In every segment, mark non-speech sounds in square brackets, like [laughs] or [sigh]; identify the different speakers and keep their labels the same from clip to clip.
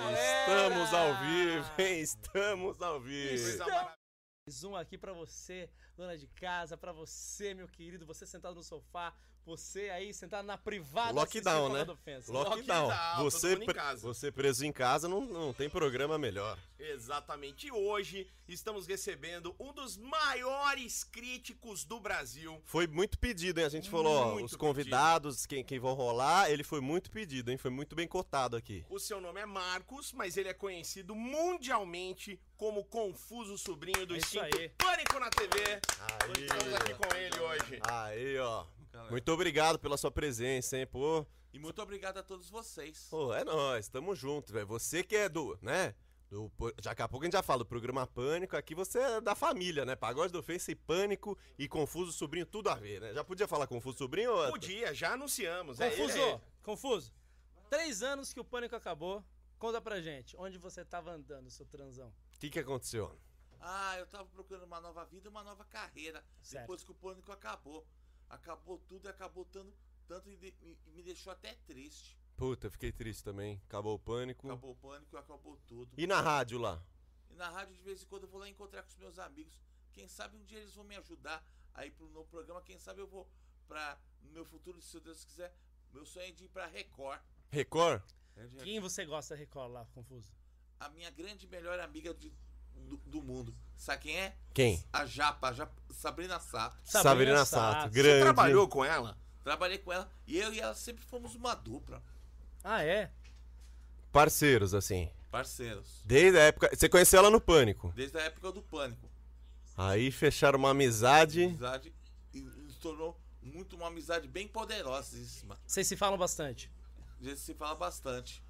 Speaker 1: Estamos ao vivo, hein? Estamos ao vivo.
Speaker 2: é
Speaker 3: Mais um aqui pra você, dona de casa, pra você, meu querido, você sentado no sofá, você aí sentado na privada.
Speaker 1: Lockdown,
Speaker 3: assistindo
Speaker 1: né?
Speaker 3: Propaganda Ofensa.
Speaker 1: Lockdown.
Speaker 2: um Lockdown, tá
Speaker 1: Você,
Speaker 2: todo mundo em
Speaker 1: pre-
Speaker 2: casa.
Speaker 1: você preso em casa não, não tem programa melhor.
Speaker 2: Exatamente. E hoje estamos recebendo um dos maiores críticos do Brasil.
Speaker 1: Foi muito pedido, hein? A gente falou, ó,
Speaker 2: Muito
Speaker 1: os
Speaker 2: pedido.
Speaker 1: convidados, quem, quem vão rolar, ele foi muito pedido, hein? Foi muito bem cotado aqui.
Speaker 2: O seu nome é Marcos, mas ele é conhecido mundialmente como Confuso Sobrinho do
Speaker 3: É isso
Speaker 2: Instinto
Speaker 3: aí.
Speaker 2: Pânico na TV.
Speaker 1: Aí,
Speaker 2: Estamos aqui com ele hoje.
Speaker 1: aí, ó. Muito obrigado pela sua presença, hein, pô.
Speaker 4: E muito obrigado a todos vocês.
Speaker 1: Pô, é nóis, tamo junto, velho. Você que é do, né? Do, po- já daqui a pouco a gente já fala do programa Pânico. Aqui você é da família, né? Pagode do Face e Pânico e Confuso Sobrinho, tudo a ver, né? Já podia falar Confuso Sobrinho? ou-
Speaker 2: Podia, já anunciamos. é
Speaker 3: Confuso,
Speaker 2: ele, é ele.
Speaker 3: confuso. Três anos que o pânico acabou. Conta pra gente, onde você tava andando, seu transão?
Speaker 1: O que, que aconteceu?
Speaker 4: Ah, eu tava procurando uma nova vida, e uma nova carreira.
Speaker 3: Certo.
Speaker 4: Depois que o pânico acabou. Acabou tudo e acabou tanto, tanto e, de- e- e me deixou até triste.
Speaker 1: Puta, fiquei triste também. Acabou o pânico.
Speaker 4: Acabou o pânico e acabou tudo.
Speaker 1: E na rádio lá?
Speaker 4: E na rádio, de vez em quando, eu vou lá encontrar com os meus amigos. Quem sabe um dia eles vão me ajudar aí pro novo programa. Quem sabe eu vou pra. No meu futuro, se Deus quiser, meu sonho é de ir pra Record.
Speaker 1: Record?
Speaker 3: Quem você gosta, Record, lá, Confuso?
Speaker 4: A minha grande e melhor amiga de- do, do mundo. Sabe quem é?
Speaker 1: Quem?
Speaker 4: A Japa, a Japa Sabrina Sato.
Speaker 1: Sabrina,
Speaker 3: Sabrina
Speaker 1: Sato.
Speaker 3: Sato. Você
Speaker 1: Grande.
Speaker 2: Você trabalhou com ela?
Speaker 4: Trabalhei com ela e eu e ela sempre fomos uma dupla,
Speaker 3: Ah, é?
Speaker 1: Parceiros, assim.
Speaker 4: parceiros.
Speaker 1: Desde a época. Você conheceu ela no Pânico.
Speaker 4: Desde a época do pânico.
Speaker 1: Aí fecharam uma amizade.
Speaker 4: Amizade e nos tornou muito uma amizade bem poderosíssima.
Speaker 3: Vocês se falam bastante.
Speaker 4: A gente se fala bastante.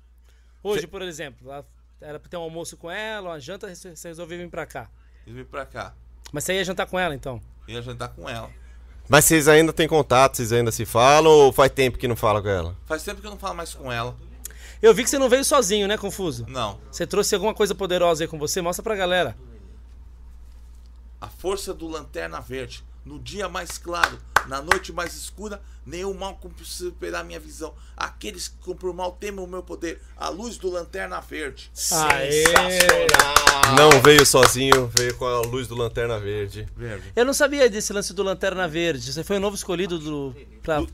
Speaker 3: Hoje, por exemplo, lá era pra ter um almoço com ela, uma janta, você resolveu vir pra cá.
Speaker 4: Eu vim pra cá.
Speaker 3: Mas você ia jantar com ela, então?
Speaker 4: Ia jantar tá com ela.
Speaker 1: Mas vocês ainda têm contato, vocês ainda se falam ou faz tempo que não fala com ela?
Speaker 4: Faz tempo que eu não falo mais com ela.
Speaker 3: Eu vi que você não veio sozinho, né, Confuso?
Speaker 4: Não.
Speaker 3: Você trouxe alguma coisa poderosa aí com você? Mostra pra galera.
Speaker 4: A força do Lanterna Verde. No dia mais claro, na noite mais escura, nenhum mal conseguiu superar minha visão. Aqueles que compram o mal temem o meu poder. A luz do Lanterna Verde.
Speaker 3: Aê!
Speaker 1: Não veio sozinho, veio com a luz do Lanterna Verde.
Speaker 4: Verde.
Speaker 3: Eu não sabia desse lance do Lanterna Verde. Você foi o novo escolhido do, pra,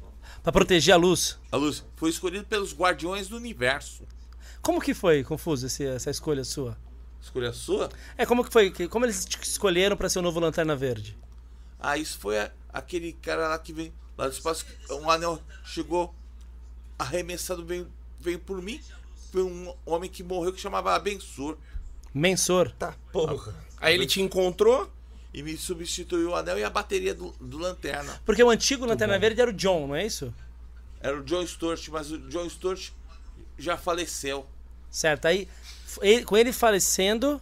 Speaker 3: pra proteger a luz.
Speaker 4: A luz foi escolhida pelos Guardiões do Universo.
Speaker 3: Como que foi, Confuso, esse- essa escolha sua?
Speaker 4: Escolha sua?
Speaker 3: É, como que foi? que- Como eles te escolheram pra ser o novo Lanterna Verde?
Speaker 4: Ah, isso foi a- aquele cara lá que vem lá do espaço. Um anel chegou arremessado, veio, veio por mim, por um homem que morreu que chamava Abensur.
Speaker 3: Mensor.
Speaker 1: Tá, porra.
Speaker 2: Aí ele te encontrou?
Speaker 4: E me substituiu o anel e a bateria do, do lanterna.
Speaker 3: Porque o antigo Lanterna Verde era o John, não é isso?
Speaker 4: Era o John Sturt, mas o John Sturt já faleceu.
Speaker 3: Certo, aí f- ele- com ele falecendo,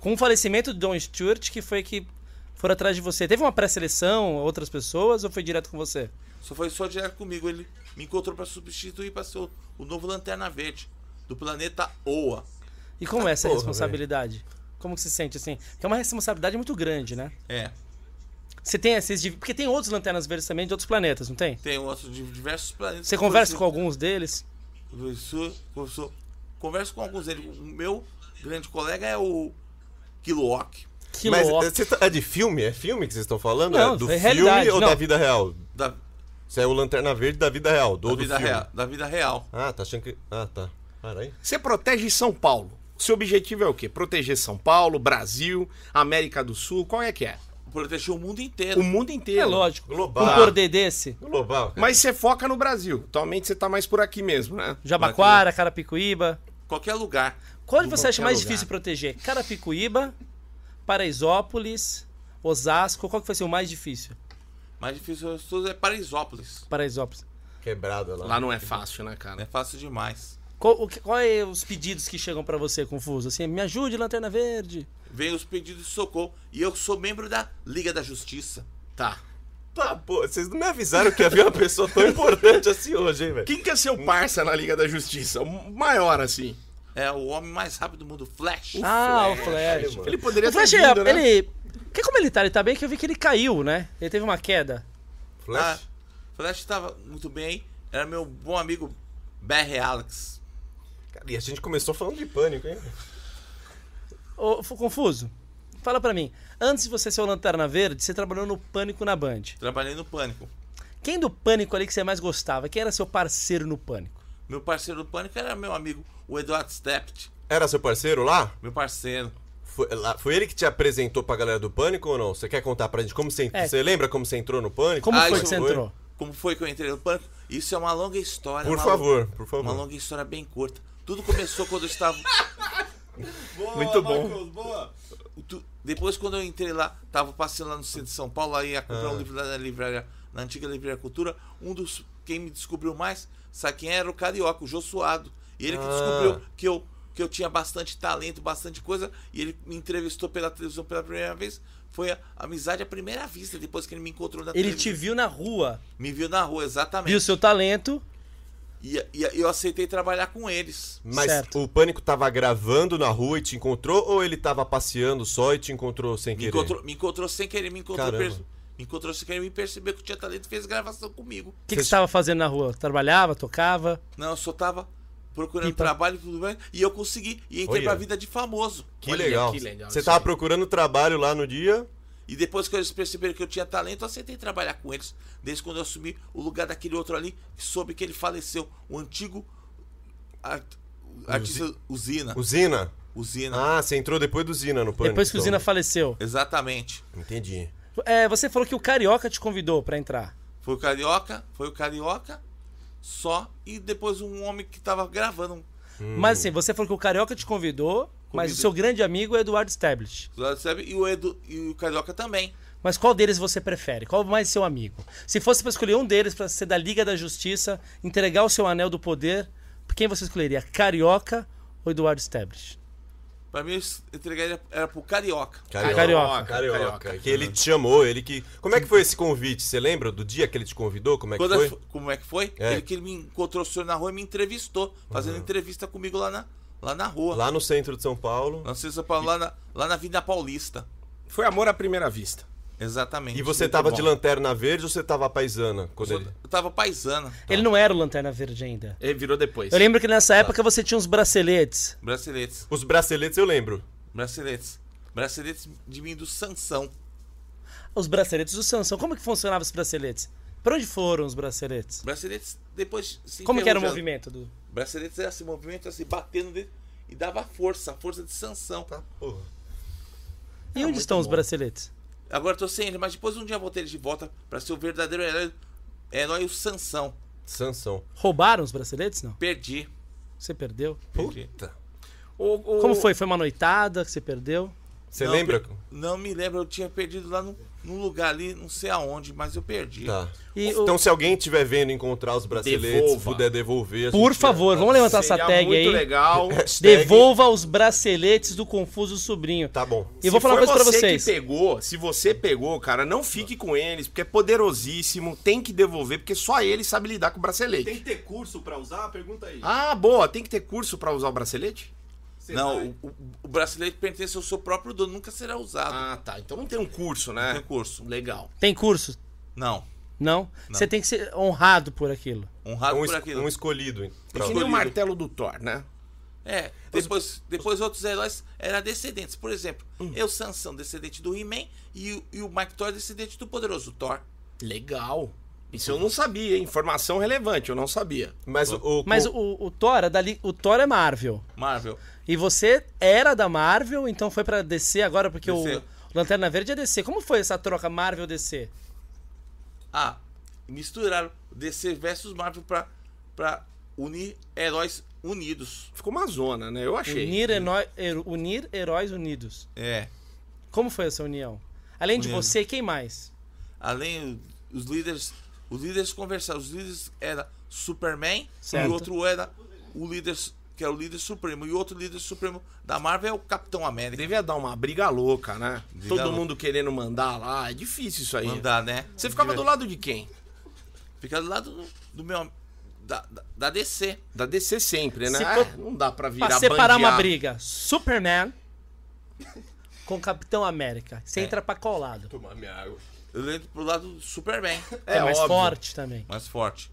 Speaker 3: com o falecimento do Don Stewart, que foi que foram atrás de você. Teve uma pré-seleção, outras pessoas, ou foi direto com você?
Speaker 4: Só foi só direto comigo. Ele me encontrou pra substituir pra ser o, o novo Lanterna Verde do planeta Oa.
Speaker 3: E como é essa
Speaker 1: porra,
Speaker 3: responsabilidade? Como que se sente assim? Porque é uma responsabilidade muito grande, né?
Speaker 4: É,
Speaker 3: Você tem esses. div- Porque tem outros lanternas verdes também de outros planetas, não tem?
Speaker 4: tem outros de diversos planetas.
Speaker 3: Você conversa
Speaker 4: Inclusive-
Speaker 3: com alguns deles?
Speaker 4: Professor, professor, converso com alguns deles. O meu grande colega é o Kilowok,
Speaker 3: Que
Speaker 1: Mas
Speaker 3: louco.
Speaker 1: é, cê tá- é de filme? É filme que vocês estão falando?
Speaker 3: Não,
Speaker 1: é do
Speaker 3: é
Speaker 1: filme
Speaker 3: realidade,
Speaker 1: ou
Speaker 3: não.
Speaker 1: da vida real?
Speaker 4: da,
Speaker 1: Você é o Lanterna Verde da vida real, do,
Speaker 4: da
Speaker 1: do
Speaker 4: vida
Speaker 1: filme.
Speaker 4: real, da vida real.
Speaker 1: Ah, tá achando que... Ah, tá. Caralho.
Speaker 2: Você protege São Paulo. Seu objetivo é o quê? Proteger São Paulo, Brasil, América do Sul? Qual é que é?
Speaker 4: Protegeu o mundo inteiro.
Speaker 2: O mundo inteiro.
Speaker 3: É lógico.
Speaker 1: Global.
Speaker 3: Um cordê desse.
Speaker 1: Global, cara.
Speaker 2: É. Mas você foca no Brasil. Atualmente você tá mais por aqui mesmo, né?
Speaker 3: Jabaquara, Carapicuíba.
Speaker 4: Qualquer lugar.
Speaker 3: Qual você acha
Speaker 2: qualquer
Speaker 3: mais
Speaker 2: lugar.
Speaker 3: difícil proteger? Carapicuíba, Paraisópolis, Osasco. Qual que foi assim, o mais difícil?
Speaker 4: Mais difícil de todos é Paraisópolis.
Speaker 3: Paraisópolis.
Speaker 1: Quebrada lá.
Speaker 2: Lá não é fácil, né,
Speaker 4: É
Speaker 2: cara?
Speaker 4: fácil demais.
Speaker 3: Qual, o que- qual é os pedidos que chegam pra você, Confuso? Assim, me ajude, Lanterna Verde.
Speaker 4: Vem os pedidos de socorro. E eu sou membro da Liga da Justiça.
Speaker 2: Tá.
Speaker 1: Tá, pô, vocês não me avisaram que havia uma pessoa tão importante assim hoje, hein, velho?
Speaker 2: Quem que é seu parça na Liga da Justiça? O maior, assim.
Speaker 4: É o homem mais rápido do mundo, Flash.
Speaker 3: ah, o Flash.
Speaker 1: É, mano.
Speaker 2: Ele poderia
Speaker 3: O Flash,
Speaker 2: ter vindo, né?
Speaker 3: ele. Porque como ele tá, ele tá bem que eu vi que ele caiu, né? Ele teve uma queda.
Speaker 1: Flash?
Speaker 4: Ah, Flash tava muito bem. Era meu bom amigo BR Alex.
Speaker 5: Cara, e a gente começou falando de pânico, hein?
Speaker 3: Ô, F- Confuso, fala pra mim. Antes de você ser o Lanterna Verde, você trabalhou no Pânico na Band.
Speaker 4: Trabalhei no Pânico.
Speaker 3: Quem do Pânico ali que você mais gostava? Quem era seu parceiro no Pânico?
Speaker 4: Meu parceiro do Pânico era meu amigo, o Eduardo Stept,
Speaker 5: Era seu parceiro lá?
Speaker 4: meu parceiro.
Speaker 5: Foi, lá- foi ele que te apresentou pra galera do Pânico ou não? Você quer contar pra gente como você... en-
Speaker 3: É.
Speaker 5: Você lembra como você entrou no Pânico?
Speaker 3: Como
Speaker 4: Ah,
Speaker 3: foi
Speaker 4: isso
Speaker 3: que você
Speaker 5: foi.
Speaker 3: entrou?
Speaker 4: Como foi que eu entrei no Pânico? Isso é uma longa história.
Speaker 5: Por
Speaker 4: uma
Speaker 5: favor,
Speaker 4: longa-
Speaker 5: por favor.
Speaker 4: Uma longa história bem curta. Tudo começou quando eu estava... [laughs]
Speaker 2: Muito bom.
Speaker 4: Tu- Depois, quando eu entrei lá, tava passeando lá no centro de São Paulo, aí ia comprar
Speaker 5: Ah.
Speaker 4: um livro lá na livraria, na antiga livraria Cultura. Um dos. Quem me descobriu mais, sabe quem era? O Carioca, o Jô Suado. E ele que
Speaker 5: Ah.
Speaker 4: descobriu que eu, que eu tinha bastante talento, bastante coisa, e ele me entrevistou pela televisão pela primeira vez. Foi a amizade à primeira vista, depois que ele me encontrou na
Speaker 3: Ele te
Speaker 4: televisão.
Speaker 3: viu na rua,
Speaker 4: Me viu na rua, exatamente.
Speaker 3: viu seu talento.
Speaker 4: E, e eu aceitei trabalhar com eles.
Speaker 5: Mas
Speaker 3: Certo.
Speaker 5: o Pânico tava gravando na rua e te encontrou ou ele tava passeando só e te encontrou sem
Speaker 4: Me
Speaker 5: querer?
Speaker 4: encontrou, me encontrou sem querer, me encontrou,
Speaker 5: Caramba.
Speaker 4: perce- me encontrou sem querer, me percebeu que eu tinha talento e fez gravação comigo.
Speaker 3: O que, que você estava fazendo na rua? Trabalhava, tocava?
Speaker 4: Não, eu só tava procurando
Speaker 3: Pipa.
Speaker 4: trabalho e tudo mais. E eu consegui. E entrei
Speaker 5: Então- Olha.
Speaker 4: pra vida de famoso.
Speaker 5: Que
Speaker 2: Olha,
Speaker 5: legal.
Speaker 2: que legal
Speaker 5: Você
Speaker 2: isso
Speaker 5: tava
Speaker 2: aí.
Speaker 5: procurando trabalho lá no dia?
Speaker 4: E depois que eles perceberam que eu tinha talento, eu aceitei trabalhar com eles. Desde quando eu assumi o lugar daquele outro ali, que soube que ele faleceu. O antigo ar- artista Usina.
Speaker 5: Usina?
Speaker 4: Usina.
Speaker 5: Ah, você entrou depois do Zina no Pânico.
Speaker 3: Depois que o
Speaker 5: então.
Speaker 3: Zina faleceu.
Speaker 4: Exatamente.
Speaker 5: Entendi.
Speaker 3: É, você falou que o Carioca te convidou pra entrar.
Speaker 4: Foi o Carioca, foi o Carioca, só. E depois um homem que tava gravando. um-
Speaker 3: Mas assim, você falou que o Carioca te convidou, mas o
Speaker 4: Convidou.
Speaker 3: seu grande amigo é Eduardo Stablish.
Speaker 4: Sabe? E o, Edu, e o Carioca também.
Speaker 3: Mas qual deles você prefere? Qual mais seu amigo? Se fosse pra escolher um deles pra ser da Liga da Justiça, entregar o seu anel do poder, quem você escolheria? Carioca ou Eduardo Stablish?
Speaker 2: Tá.
Speaker 4: Pra mim, eu entregaria era pro Carioca.
Speaker 5: é
Speaker 3: Carioca.
Speaker 5: Carioca. Que ele te chamou, ele que. Como é que foi esse convite? Você lembra do dia que ele te convidou? Como é que
Speaker 4: Quando
Speaker 5: foi?
Speaker 4: eu fu- como é que foi?
Speaker 5: É. Uhum.
Speaker 4: Ele que ele me encontrou o senhor na rua e me entrevistou, fazendo entrevista comigo lá na, lá na rua. Lá,
Speaker 5: Lá no centro de São Paulo.
Speaker 2: Ah,
Speaker 4: não sei se eu falo, lá, na, lá na Avenida Paulista.
Speaker 2: Foi amor à primeira vista.
Speaker 4: Exatamente.
Speaker 5: E você
Speaker 2: é Muito
Speaker 5: tava
Speaker 2: bom.
Speaker 5: de lanterna verde ou você tava paisana? Quando ele...
Speaker 4: Eu tava paisana,
Speaker 3: Ele não era o Lanterna Verde ainda.
Speaker 2: Ele virou depois.
Speaker 3: Eu lembro que nessa
Speaker 2: Tá.
Speaker 3: época você tinha uns braceletes.
Speaker 4: braceletes,
Speaker 5: Os braceletes eu lembro.
Speaker 4: braceletes, braceletes de mim do Sansão.
Speaker 3: Os braceletes do Sansão. Como que funcionavam esses braceletes? Pra onde foram os braceletes?
Speaker 4: Braceletes, depois... se
Speaker 3: Como
Speaker 2: um
Speaker 3: que era o
Speaker 4: enferrujando.
Speaker 3: movimento do.
Speaker 4: Braceletes era esse movimento, assim, batendo nele e dava força, a força de Sansão.
Speaker 5: Tá.
Speaker 3: E onde estão os braceletes?
Speaker 4: Agora eu tô sem ele, mas depois um dia eu vou ter ele de volta pra ser o verdadeiro herói, herói o Sansão.
Speaker 5: Sansão.
Speaker 3: Roubaram os braceletes? Não.
Speaker 4: Perdi.
Speaker 3: Você perdeu?
Speaker 4: Perdi.
Speaker 5: Puta.
Speaker 2: O- o-
Speaker 3: Como foi? Foi uma noitada que você perdeu?
Speaker 5: Você
Speaker 4: Não,
Speaker 5: lembra?
Speaker 4: per- Não me lembro, eu tinha perdido lá num, num lugar ali, não sei aonde, mas eu perdi.
Speaker 5: Tá.
Speaker 3: E
Speaker 5: então,
Speaker 3: o-
Speaker 5: se alguém estiver vendo encontrar os braceletes,
Speaker 2: Devolva.
Speaker 5: puder devolver. a
Speaker 3: Por
Speaker 5: gente-
Speaker 3: favor, vamos levantar
Speaker 2: Seria
Speaker 3: essa tag
Speaker 2: muito
Speaker 3: aí.
Speaker 2: legal.
Speaker 3: [laughs]
Speaker 5: Hashtag-
Speaker 3: Devolva os braceletes do Confuso Sobrinho.
Speaker 5: Tá bom.
Speaker 3: E eu vou falar uma
Speaker 2: foi
Speaker 3: coisa pra
Speaker 2: você
Speaker 3: vocês.
Speaker 2: que pegou, se você pegou, cara, não fique com eles, porque é poderosíssimo, tem que devolver, porque só ele sabe lidar com o bracelete.
Speaker 6: Tem que ter curso pra usar? Pergunta aí.
Speaker 2: Ah, boa, tem que ter curso pra usar o bracelete?
Speaker 6: Cê
Speaker 4: Não,
Speaker 6: vai.
Speaker 4: o, o, o bracelete pertence ao seu próprio dono, nunca será usado.
Speaker 2: Ah, tá, então não tem um curso, né?
Speaker 4: Tem curso.
Speaker 2: Legal.
Speaker 3: Tem curso?
Speaker 4: Não.
Speaker 3: Não? Você tem que ser honrado por aquilo.
Speaker 4: Honrado
Speaker 5: Um,
Speaker 4: Ah, por
Speaker 5: es-
Speaker 4: aquilo.
Speaker 5: um escolhido.
Speaker 2: É que nem o martelo do Thor, né?
Speaker 4: É, depois, depois outros heróis eram descendentes. Por exemplo,
Speaker 5: Hum.
Speaker 4: eu, Sansão, descendente do He-Man, e, o- e o Mike Thor, descendente do poderoso Thor.
Speaker 2: Legal. Isso eu não sabia, hein? informação relevante, eu não sabia.
Speaker 5: Mas o, o-
Speaker 3: Mas o, o Thor é dali, o Thor é Marvel.
Speaker 4: Marvel.
Speaker 3: E você era da Marvel, então foi pra DC agora, porque
Speaker 4: DC.
Speaker 3: o Lanterna Verde é DC. Como foi essa troca Marvel-DC?
Speaker 4: Ah, misturaram DC versus Marvel pra, pra unir heróis unidos.
Speaker 2: Ficou uma zona, né? Eu achei.
Speaker 3: Unir, heroi- her- unir Heróis Unidos.
Speaker 4: É.
Speaker 3: Como foi essa união? Além de
Speaker 4: União.
Speaker 3: você, quem mais?
Speaker 4: Além os líderes, os líderes conversaram, os líderes era Superman e
Speaker 3: Certo.
Speaker 4: o outro era o líder que era o líder supremo e o outro líder supremo da Marvel é o Capitão América.
Speaker 2: Devia dar uma briga louca, né?
Speaker 4: Briga
Speaker 2: Todo
Speaker 4: louca.
Speaker 2: mundo querendo mandar lá, é difícil isso aí.
Speaker 4: Mandar, né?
Speaker 2: Você ficava do lado de quem?
Speaker 4: Fica do lado do, do meu da, da, da DC.
Speaker 2: Da DC sempre, né?
Speaker 3: Se
Speaker 2: Ah,
Speaker 3: for-
Speaker 2: não dá pra virar
Speaker 3: Pra separar uma
Speaker 2: bandear.
Speaker 3: briga, Superman [laughs] com Capitão América. Você entra pra colado.
Speaker 5: Tomar minha água.
Speaker 4: Eu lembro pro lado do Superman,
Speaker 3: É, mais
Speaker 2: óbvio.
Speaker 3: forte também.
Speaker 4: mais forte.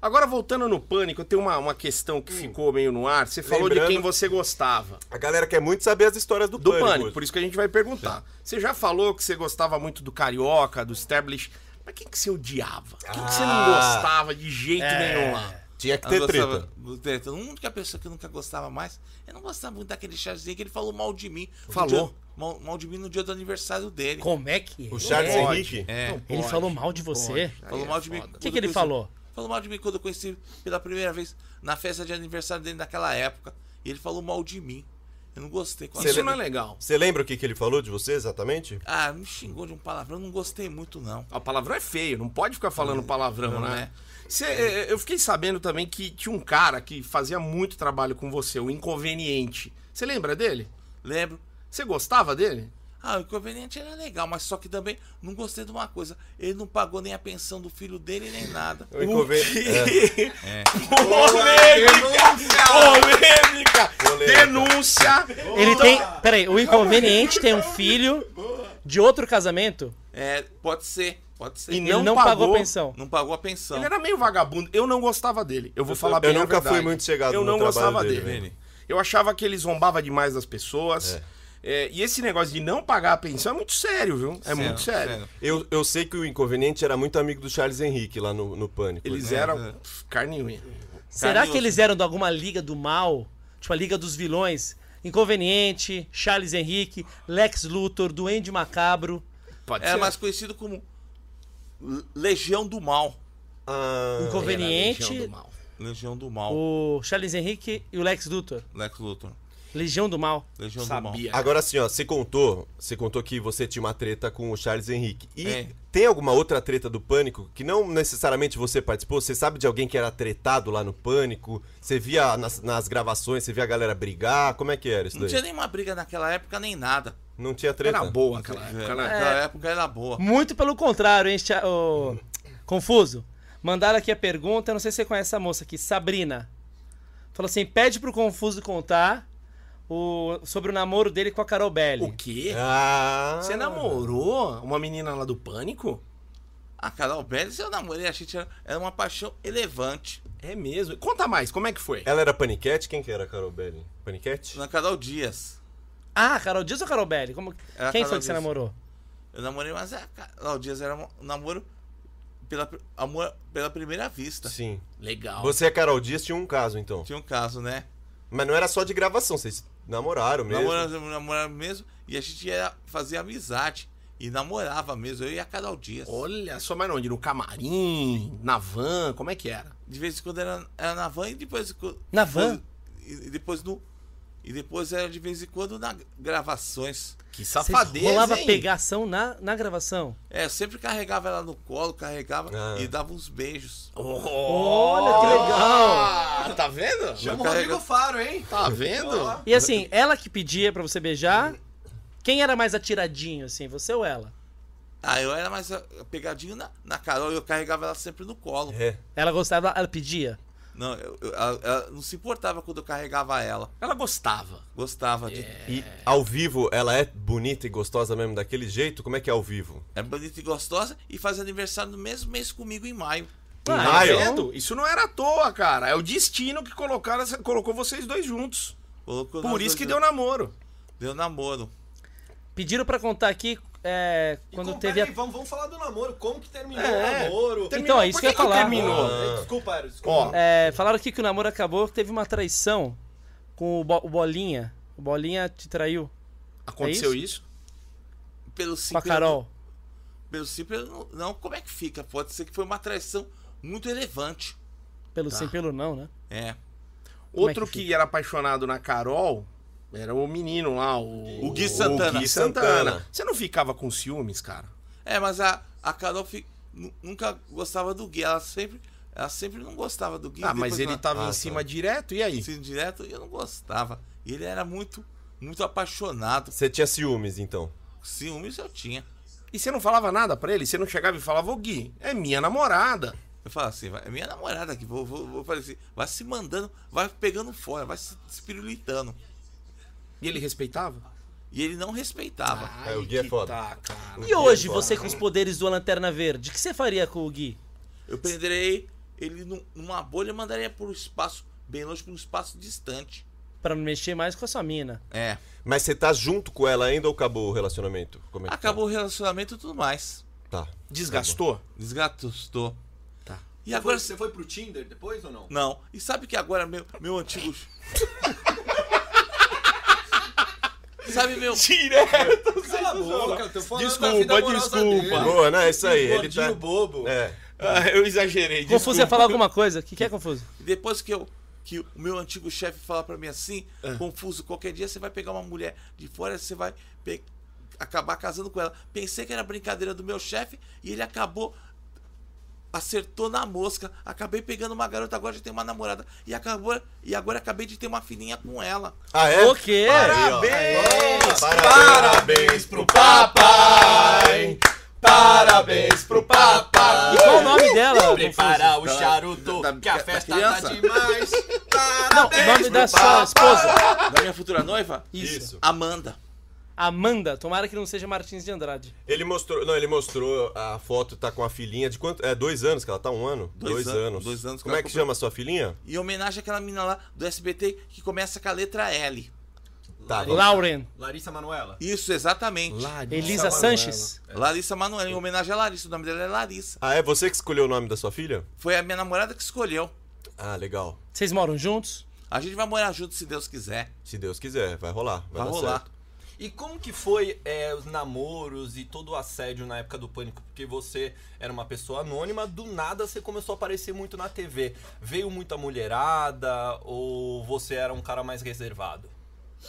Speaker 2: Agora, voltando no pânico, tem uma, uma questão que ficou meio no ar. Você falou
Speaker 5: Hum. Lembrando-
Speaker 2: de quem você gostava.
Speaker 5: A galera quer muito saber as histórias do,
Speaker 2: Do
Speaker 5: pânico.
Speaker 2: pânico, por isso que a gente vai perguntar. Você já falou que você gostava muito do Carioca, do Stablish. Mas quem que você odiava? Quem que você não
Speaker 5: Ah. É.
Speaker 2: gostava de jeito nenhum lá?
Speaker 5: Tinha que
Speaker 4: Eu
Speaker 5: ter
Speaker 4: Ah, não
Speaker 5: treta.
Speaker 4: gostava do treta. A única pessoa que eu nunca gostava mais, eu não gostava muito daquele Charlesinho que ele falou mal de mim. No
Speaker 2: Falou.
Speaker 4: dia- mal, mal de mim no dia do aniversário dele.
Speaker 3: Como é que é?
Speaker 5: O Charles
Speaker 2: É.
Speaker 5: Henrique.
Speaker 4: É.
Speaker 2: Não
Speaker 3: Ele
Speaker 2: pode,
Speaker 3: falou mal de
Speaker 2: não pode.
Speaker 3: você?
Speaker 2: Aí
Speaker 4: Falou
Speaker 2: é
Speaker 4: mal de mim.
Speaker 2: foda.
Speaker 3: O que,
Speaker 4: quando
Speaker 3: que ele
Speaker 4: eu conheci-
Speaker 3: falou?
Speaker 4: Falou mal de mim quando eu conheci pela primeira vez na festa de aniversário dele naquela época. E ele falou mal de mim. Eu não gostei. Quase.
Speaker 2: Isso não é legal.
Speaker 5: Você lembra o que, que ele falou de você exatamente?
Speaker 4: Ah, me xingou de um palavrão, não gostei muito, não.
Speaker 2: O palavrão é feio, não pode ficar falando
Speaker 5: Hum.
Speaker 2: palavrão,
Speaker 4: não
Speaker 2: né? Cê, é, eu fiquei sabendo também que tinha um cara que fazia muito trabalho com você, o Inconveniente. Você lembra dele?
Speaker 4: Lembro.
Speaker 2: Você gostava dele?
Speaker 4: Ah, o inconveniente era legal, mas só que também não gostei de uma coisa. Ele não pagou nem a pensão do filho dele, nem nada.
Speaker 5: O inconven- é.
Speaker 2: Polêmica! Polêmica!
Speaker 5: Polêmica.
Speaker 2: Denúncia! Então,
Speaker 3: Ele tem. Peraí, o inconveniente tem um filho de outro casamento
Speaker 4: É, pode ser, pode ser.
Speaker 2: E
Speaker 3: e ele não pagou a pensão.
Speaker 4: Não pagou a pensão.
Speaker 2: Ele era meio vagabundo. Eu não gostava dele. Eu vou falar bem
Speaker 5: eu
Speaker 2: a
Speaker 5: nunca fui
Speaker 2: verdade.
Speaker 5: muito chegado
Speaker 2: Eu
Speaker 5: no
Speaker 2: não
Speaker 5: trabalho
Speaker 2: gostava
Speaker 5: dele,
Speaker 2: dele.
Speaker 5: Vini.
Speaker 2: Eu achava que ele zombava demais das pessoas. É, e esse negócio de não pagar a pensão é muito sério, viu? É muito sério.
Speaker 5: Eu, eu sei que o inconveniente era muito amigo do Charles Henrique lá no, no Pânico.
Speaker 2: Eles
Speaker 5: né?
Speaker 2: eram pff, carne e unha.
Speaker 3: Será que eles eram de alguma liga do mal? Tipo a Liga dos Vilões? Inconveniente, Charles Henrique, Lex Luthor, Duende Macabro. É,
Speaker 2: Pode
Speaker 4: Era
Speaker 2: ser.
Speaker 4: É mais conhecido como Le- Legião do Mal.
Speaker 5: Ah,
Speaker 1: É,
Speaker 2: Era legião
Speaker 3: Inconveniente,
Speaker 2: do mal.
Speaker 4: Legião do Mal,
Speaker 3: o Charles Henrique e o Lex Luthor.
Speaker 4: Lex Luthor.
Speaker 3: Legião do Mal.
Speaker 4: Legião do Mal.
Speaker 2: Sabia.
Speaker 5: agora sim, ó, você contou, você contou que você tinha uma treta com o Charles Henrique. E
Speaker 4: É.
Speaker 5: tem alguma outra treta do Pânico que não necessariamente você participou? Você sabe de alguém que era tretado lá no Pânico? Você via nas, nas gravações, você via a galera brigar? Como é que era isso
Speaker 4: Não
Speaker 5: daí?
Speaker 4: tinha nenhuma briga naquela época, nem nada. É,
Speaker 5: Não tinha treta?
Speaker 2: Era boa aquela época, né?
Speaker 3: É.
Speaker 4: Naquela época era boa.
Speaker 3: Muito pelo contrário, hein, Cha- ô, Confuso? Mandaram aqui a pergunta, eu não sei se você conhece essa moça aqui, Sabrina. Falou assim: pede pro Confuso contar o- sobre o namoro dele com a Carol Belli.
Speaker 2: O quê?
Speaker 5: Ah,
Speaker 2: Você namorou uma menina lá do Pânico?
Speaker 4: A Carol Belli, se eu namorei, a gente era, era uma paixão elevante.
Speaker 2: É mesmo. Conta mais, como é que foi?
Speaker 5: Ela era paniquete? Quem que era a Carol Belli? Paniquete?
Speaker 4: Na Carol Dias.
Speaker 3: Ah, Carol Dias ou Carol Belli? Como...
Speaker 2: É,
Speaker 4: Era a
Speaker 3: Quem
Speaker 4: Carol
Speaker 3: foi que você
Speaker 4: Dias.
Speaker 3: namorou?
Speaker 4: Eu namorei, mas a Carol Dias era um namoro pela, pr- amor pela primeira vista.
Speaker 5: Sim.
Speaker 2: Legal.
Speaker 5: Você e a Carol Dias tinham um caso, então.
Speaker 4: Tinha um caso, né?
Speaker 5: Mas não era só de gravação, vocês namoraram mesmo.
Speaker 4: Namoramos, namoramos mesmo e a gente ia fazer amizade. E namorava mesmo, eu e a Carol Dias.
Speaker 2: Olha só, mas onde? No camarim, na van, como é que era?
Speaker 4: De vez em quando era, era na van e depois. co-
Speaker 3: Na van?
Speaker 4: E, e depois no. E depois era de vez em quando na gravações.
Speaker 2: Que
Speaker 3: Vocês
Speaker 2: safadeza,
Speaker 3: rolava
Speaker 2: hein?
Speaker 3: pegação na, na gravação.
Speaker 4: É, eu sempre carregava ela no colo, carregava
Speaker 5: Ah.
Speaker 4: e dava uns beijos.
Speaker 3: Olha que legal!
Speaker 2: Ah, tá vendo?
Speaker 6: Chama o
Speaker 4: Mas carrega-
Speaker 6: Rodrigo Faro, hein?
Speaker 2: Tá vendo?
Speaker 3: E assim, ela que pedia pra você beijar. Quem era mais atiradinho, assim, você ou ela?
Speaker 4: Ah, eu era mais ah, pegadinho na, na Carol, eu carregava ela sempre no colo.
Speaker 5: É.
Speaker 3: Ela gostava, ela pedia.
Speaker 4: Não, eu- eu- ela, ela não se importava quando eu carregava ela.
Speaker 2: Ela gostava.
Speaker 4: Gostava de.
Speaker 1: É.
Speaker 5: E ao vivo ela é bonita e gostosa mesmo daquele jeito? Como é que é ao vivo?
Speaker 4: É bonita e gostosa e faz aniversário no mesmo mês comigo em maio.
Speaker 3: Ah,
Speaker 5: Ah,
Speaker 2: Tá
Speaker 5: eu-
Speaker 2: vendo? Isso não era à toa, cara. É o destino que colocaram, essa- colocou vocês dois juntos. Por
Speaker 4: Colocou nós
Speaker 2: isso
Speaker 4: dois
Speaker 2: que
Speaker 4: no-
Speaker 2: deu namoro.
Speaker 4: deu namoro.
Speaker 3: Pediram pra contar aqui é,
Speaker 6: E
Speaker 3: quando
Speaker 6: com-
Speaker 3: teve a
Speaker 6: peraí, vamos, vamos falar do namoro. Como que terminou
Speaker 2: É.
Speaker 6: o namoro?
Speaker 2: Terminou.
Speaker 3: Então, é isso
Speaker 2: Por
Speaker 3: que eu ia falar.
Speaker 2: terminou?
Speaker 6: Ah, Desculpa, Eros,
Speaker 2: Ó.
Speaker 6: desculpa.
Speaker 3: É, falaram aqui que o namoro acabou, que teve uma traição com o, Bo- o Bolinha. O Bolinha te traiu
Speaker 2: Aconteceu
Speaker 3: É
Speaker 2: isso?
Speaker 4: Pelo
Speaker 3: com a
Speaker 4: simples-
Speaker 3: Carol.
Speaker 4: Pelo simples, não, não, como é que fica? Pode ser que foi uma traição muito relevante.
Speaker 3: Pelo sim, pelo não, né?
Speaker 4: É.
Speaker 3: Como é
Speaker 2: Outro
Speaker 3: que
Speaker 2: que, era apaixonado na Carol era o menino lá, o...
Speaker 4: O Gui Santana.
Speaker 2: O Gui Santana.
Speaker 5: Santana.
Speaker 2: Você não ficava com ciúmes, cara?
Speaker 4: É, mas a, a Carol fi- nu- nunca gostava do Gui. Ela sempre, ela sempre não gostava do Gui.
Speaker 2: Ah, mas
Speaker 4: Depois
Speaker 2: ele
Speaker 4: ela-
Speaker 2: tava
Speaker 5: Ah,
Speaker 2: em
Speaker 5: tá.
Speaker 2: cima direto, e aí?
Speaker 4: assim, direto e eu não gostava. E ele era muito, muito apaixonado.
Speaker 5: Você tinha ciúmes, então.
Speaker 4: Ciúmes eu tinha.
Speaker 2: E você não falava nada pra ele? Você não chegava e falava, ô Gui, é minha namorada.
Speaker 4: Eu falava assim, vai- é minha namorada que vou, vou, vou falar assim, vai se mandando, vai pegando fora, vai se espirulitando.
Speaker 2: E ele respeitava?
Speaker 4: E ele não respeitava.
Speaker 5: É, o Gui é
Speaker 2: que
Speaker 5: foda.
Speaker 2: Tá, cara.
Speaker 3: E hoje, você com os poderes do Lanterna Verde, o que você faria com o Gui?
Speaker 4: Eu penderei ele num- numa bolha mandaria para um espaço bem longe, para um espaço distante.
Speaker 3: Pra não mexer mais com a sua mina.
Speaker 4: É.
Speaker 1: Mas você tá junto com ela ainda ou acabou o relacionamento? Como é que tá?
Speaker 4: Acabou o relacionamento e tudo mais.
Speaker 1: Tá.
Speaker 2: Desgastou?
Speaker 4: Desgatustou.
Speaker 2: Tá.
Speaker 4: E agora
Speaker 6: Você foi pro Tinder depois ou não?
Speaker 4: Não. E sabe que agora meu, meu
Speaker 6: [laughs]
Speaker 4: antigo. sabe meu.
Speaker 6: Cala a boca, eu tô falando
Speaker 2: Desculpa,
Speaker 6: da vida amorosa
Speaker 2: desculpa.
Speaker 6: dele.
Speaker 1: Boa, né? É isso aí. Ele
Speaker 6: Gordinho
Speaker 1: tá...
Speaker 6: bobo.
Speaker 1: É.
Speaker 2: Ah, eu exagerei.
Speaker 3: Confuso ia
Speaker 2: desculpa.
Speaker 3: falar alguma coisa? O que, que é confuso?
Speaker 4: Depois que eu. Que o meu antigo chefe fala pra mim assim, confuso, qualquer dia você vai pegar uma mulher de fora, você vai pe- acabar casando com ela. Pensei que era brincadeira do meu chefe e ele acabou. Acertou na mosca. Acabei pegando uma garota, agora já tenho uma namorada. E acabou. E agora acabei de ter uma filhinha com ela.
Speaker 1: Ah, é?
Speaker 3: O quê?
Speaker 1: Aí, ó.
Speaker 6: Parabéns,
Speaker 1: Parabéns pro
Speaker 6: papai. Parabéns pro papai.
Speaker 3: E qual o nome dela? Confuso?
Speaker 6: Preparar o charuto,
Speaker 2: da-
Speaker 6: que a
Speaker 2: da
Speaker 6: festa
Speaker 2: criança?
Speaker 6: tá demais.
Speaker 3: Não, o nome da sua esposa.
Speaker 4: Da minha futura noiva?
Speaker 3: Isso.
Speaker 4: Amanda.
Speaker 3: Amanda. Tomara que não seja Martins de Andrade.
Speaker 1: Ele mostrou. Não, ele mostrou a foto, tá com a filhinha de quanto? É, dois anos que ela tá, um ano?
Speaker 4: Dois an-
Speaker 1: anos.
Speaker 4: dois anos que
Speaker 1: Como
Speaker 4: ela
Speaker 1: é que
Speaker 4: comprou.
Speaker 1: chama a sua filhinha?
Speaker 4: Em homenagem àquela menina lá do SBT que começa com a letra L.
Speaker 1: Tá, vamos-
Speaker 3: Lauren.
Speaker 6: Larissa Manuela.
Speaker 4: Isso, exatamente.
Speaker 3: Elisa Sanches.
Speaker 4: Larissa Manoela, em homenagem a Larissa. O nome dela é Larissa.
Speaker 1: Ah, é você que escolheu o nome da sua filha?
Speaker 4: Foi a minha namorada que escolheu.
Speaker 1: Ah, legal.
Speaker 3: Vocês moram juntos?
Speaker 4: A gente vai morar junto se Deus quiser.
Speaker 1: Se Deus quiser, vai rolar. Vai,
Speaker 4: Vai
Speaker 1: dar
Speaker 4: rolar.
Speaker 1: certo.
Speaker 6: E como que foi é, os namoros e todo o assédio na época do pânico? Porque você era uma pessoa anônima, do nada você começou a aparecer muito na TV. Veio muita mulherada ou você era um cara mais reservado?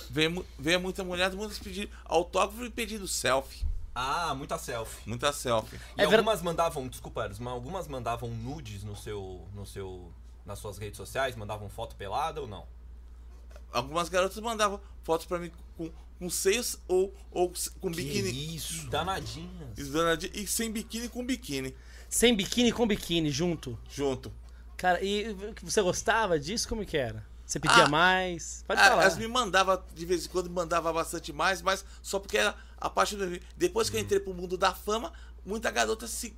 Speaker 4: Veio, mu- veio muita mulher, muitas pedindo autógrafo e pedindo selfie.
Speaker 6: Ah, muita selfie.
Speaker 4: Muita selfie.
Speaker 6: E
Speaker 3: É ver-
Speaker 6: algumas mandavam, desculpa, Eros, mas algumas mandavam nudes no seu, no seu, nas suas redes sociais, mandavam foto pelada ou não?
Speaker 4: Algumas garotas mandavam fotos pra mim com, com seios ou, ou com biquíni.
Speaker 6: Isso. Danadinhas.
Speaker 4: E sem biquíni com biquíni.
Speaker 3: Sem biquíni com biquíni, junto.
Speaker 4: Junto.
Speaker 3: Cara, e você gostava disso? Como que era? Você pedia
Speaker 4: Ah.
Speaker 3: mais? Pode
Speaker 4: Ah,
Speaker 3: falar.
Speaker 4: Elas me mandava de vez em quando, mandava bastante mais, mas só porque era apaixonado. Depois
Speaker 1: Hum.
Speaker 4: que eu entrei pro mundo da fama, muita garota se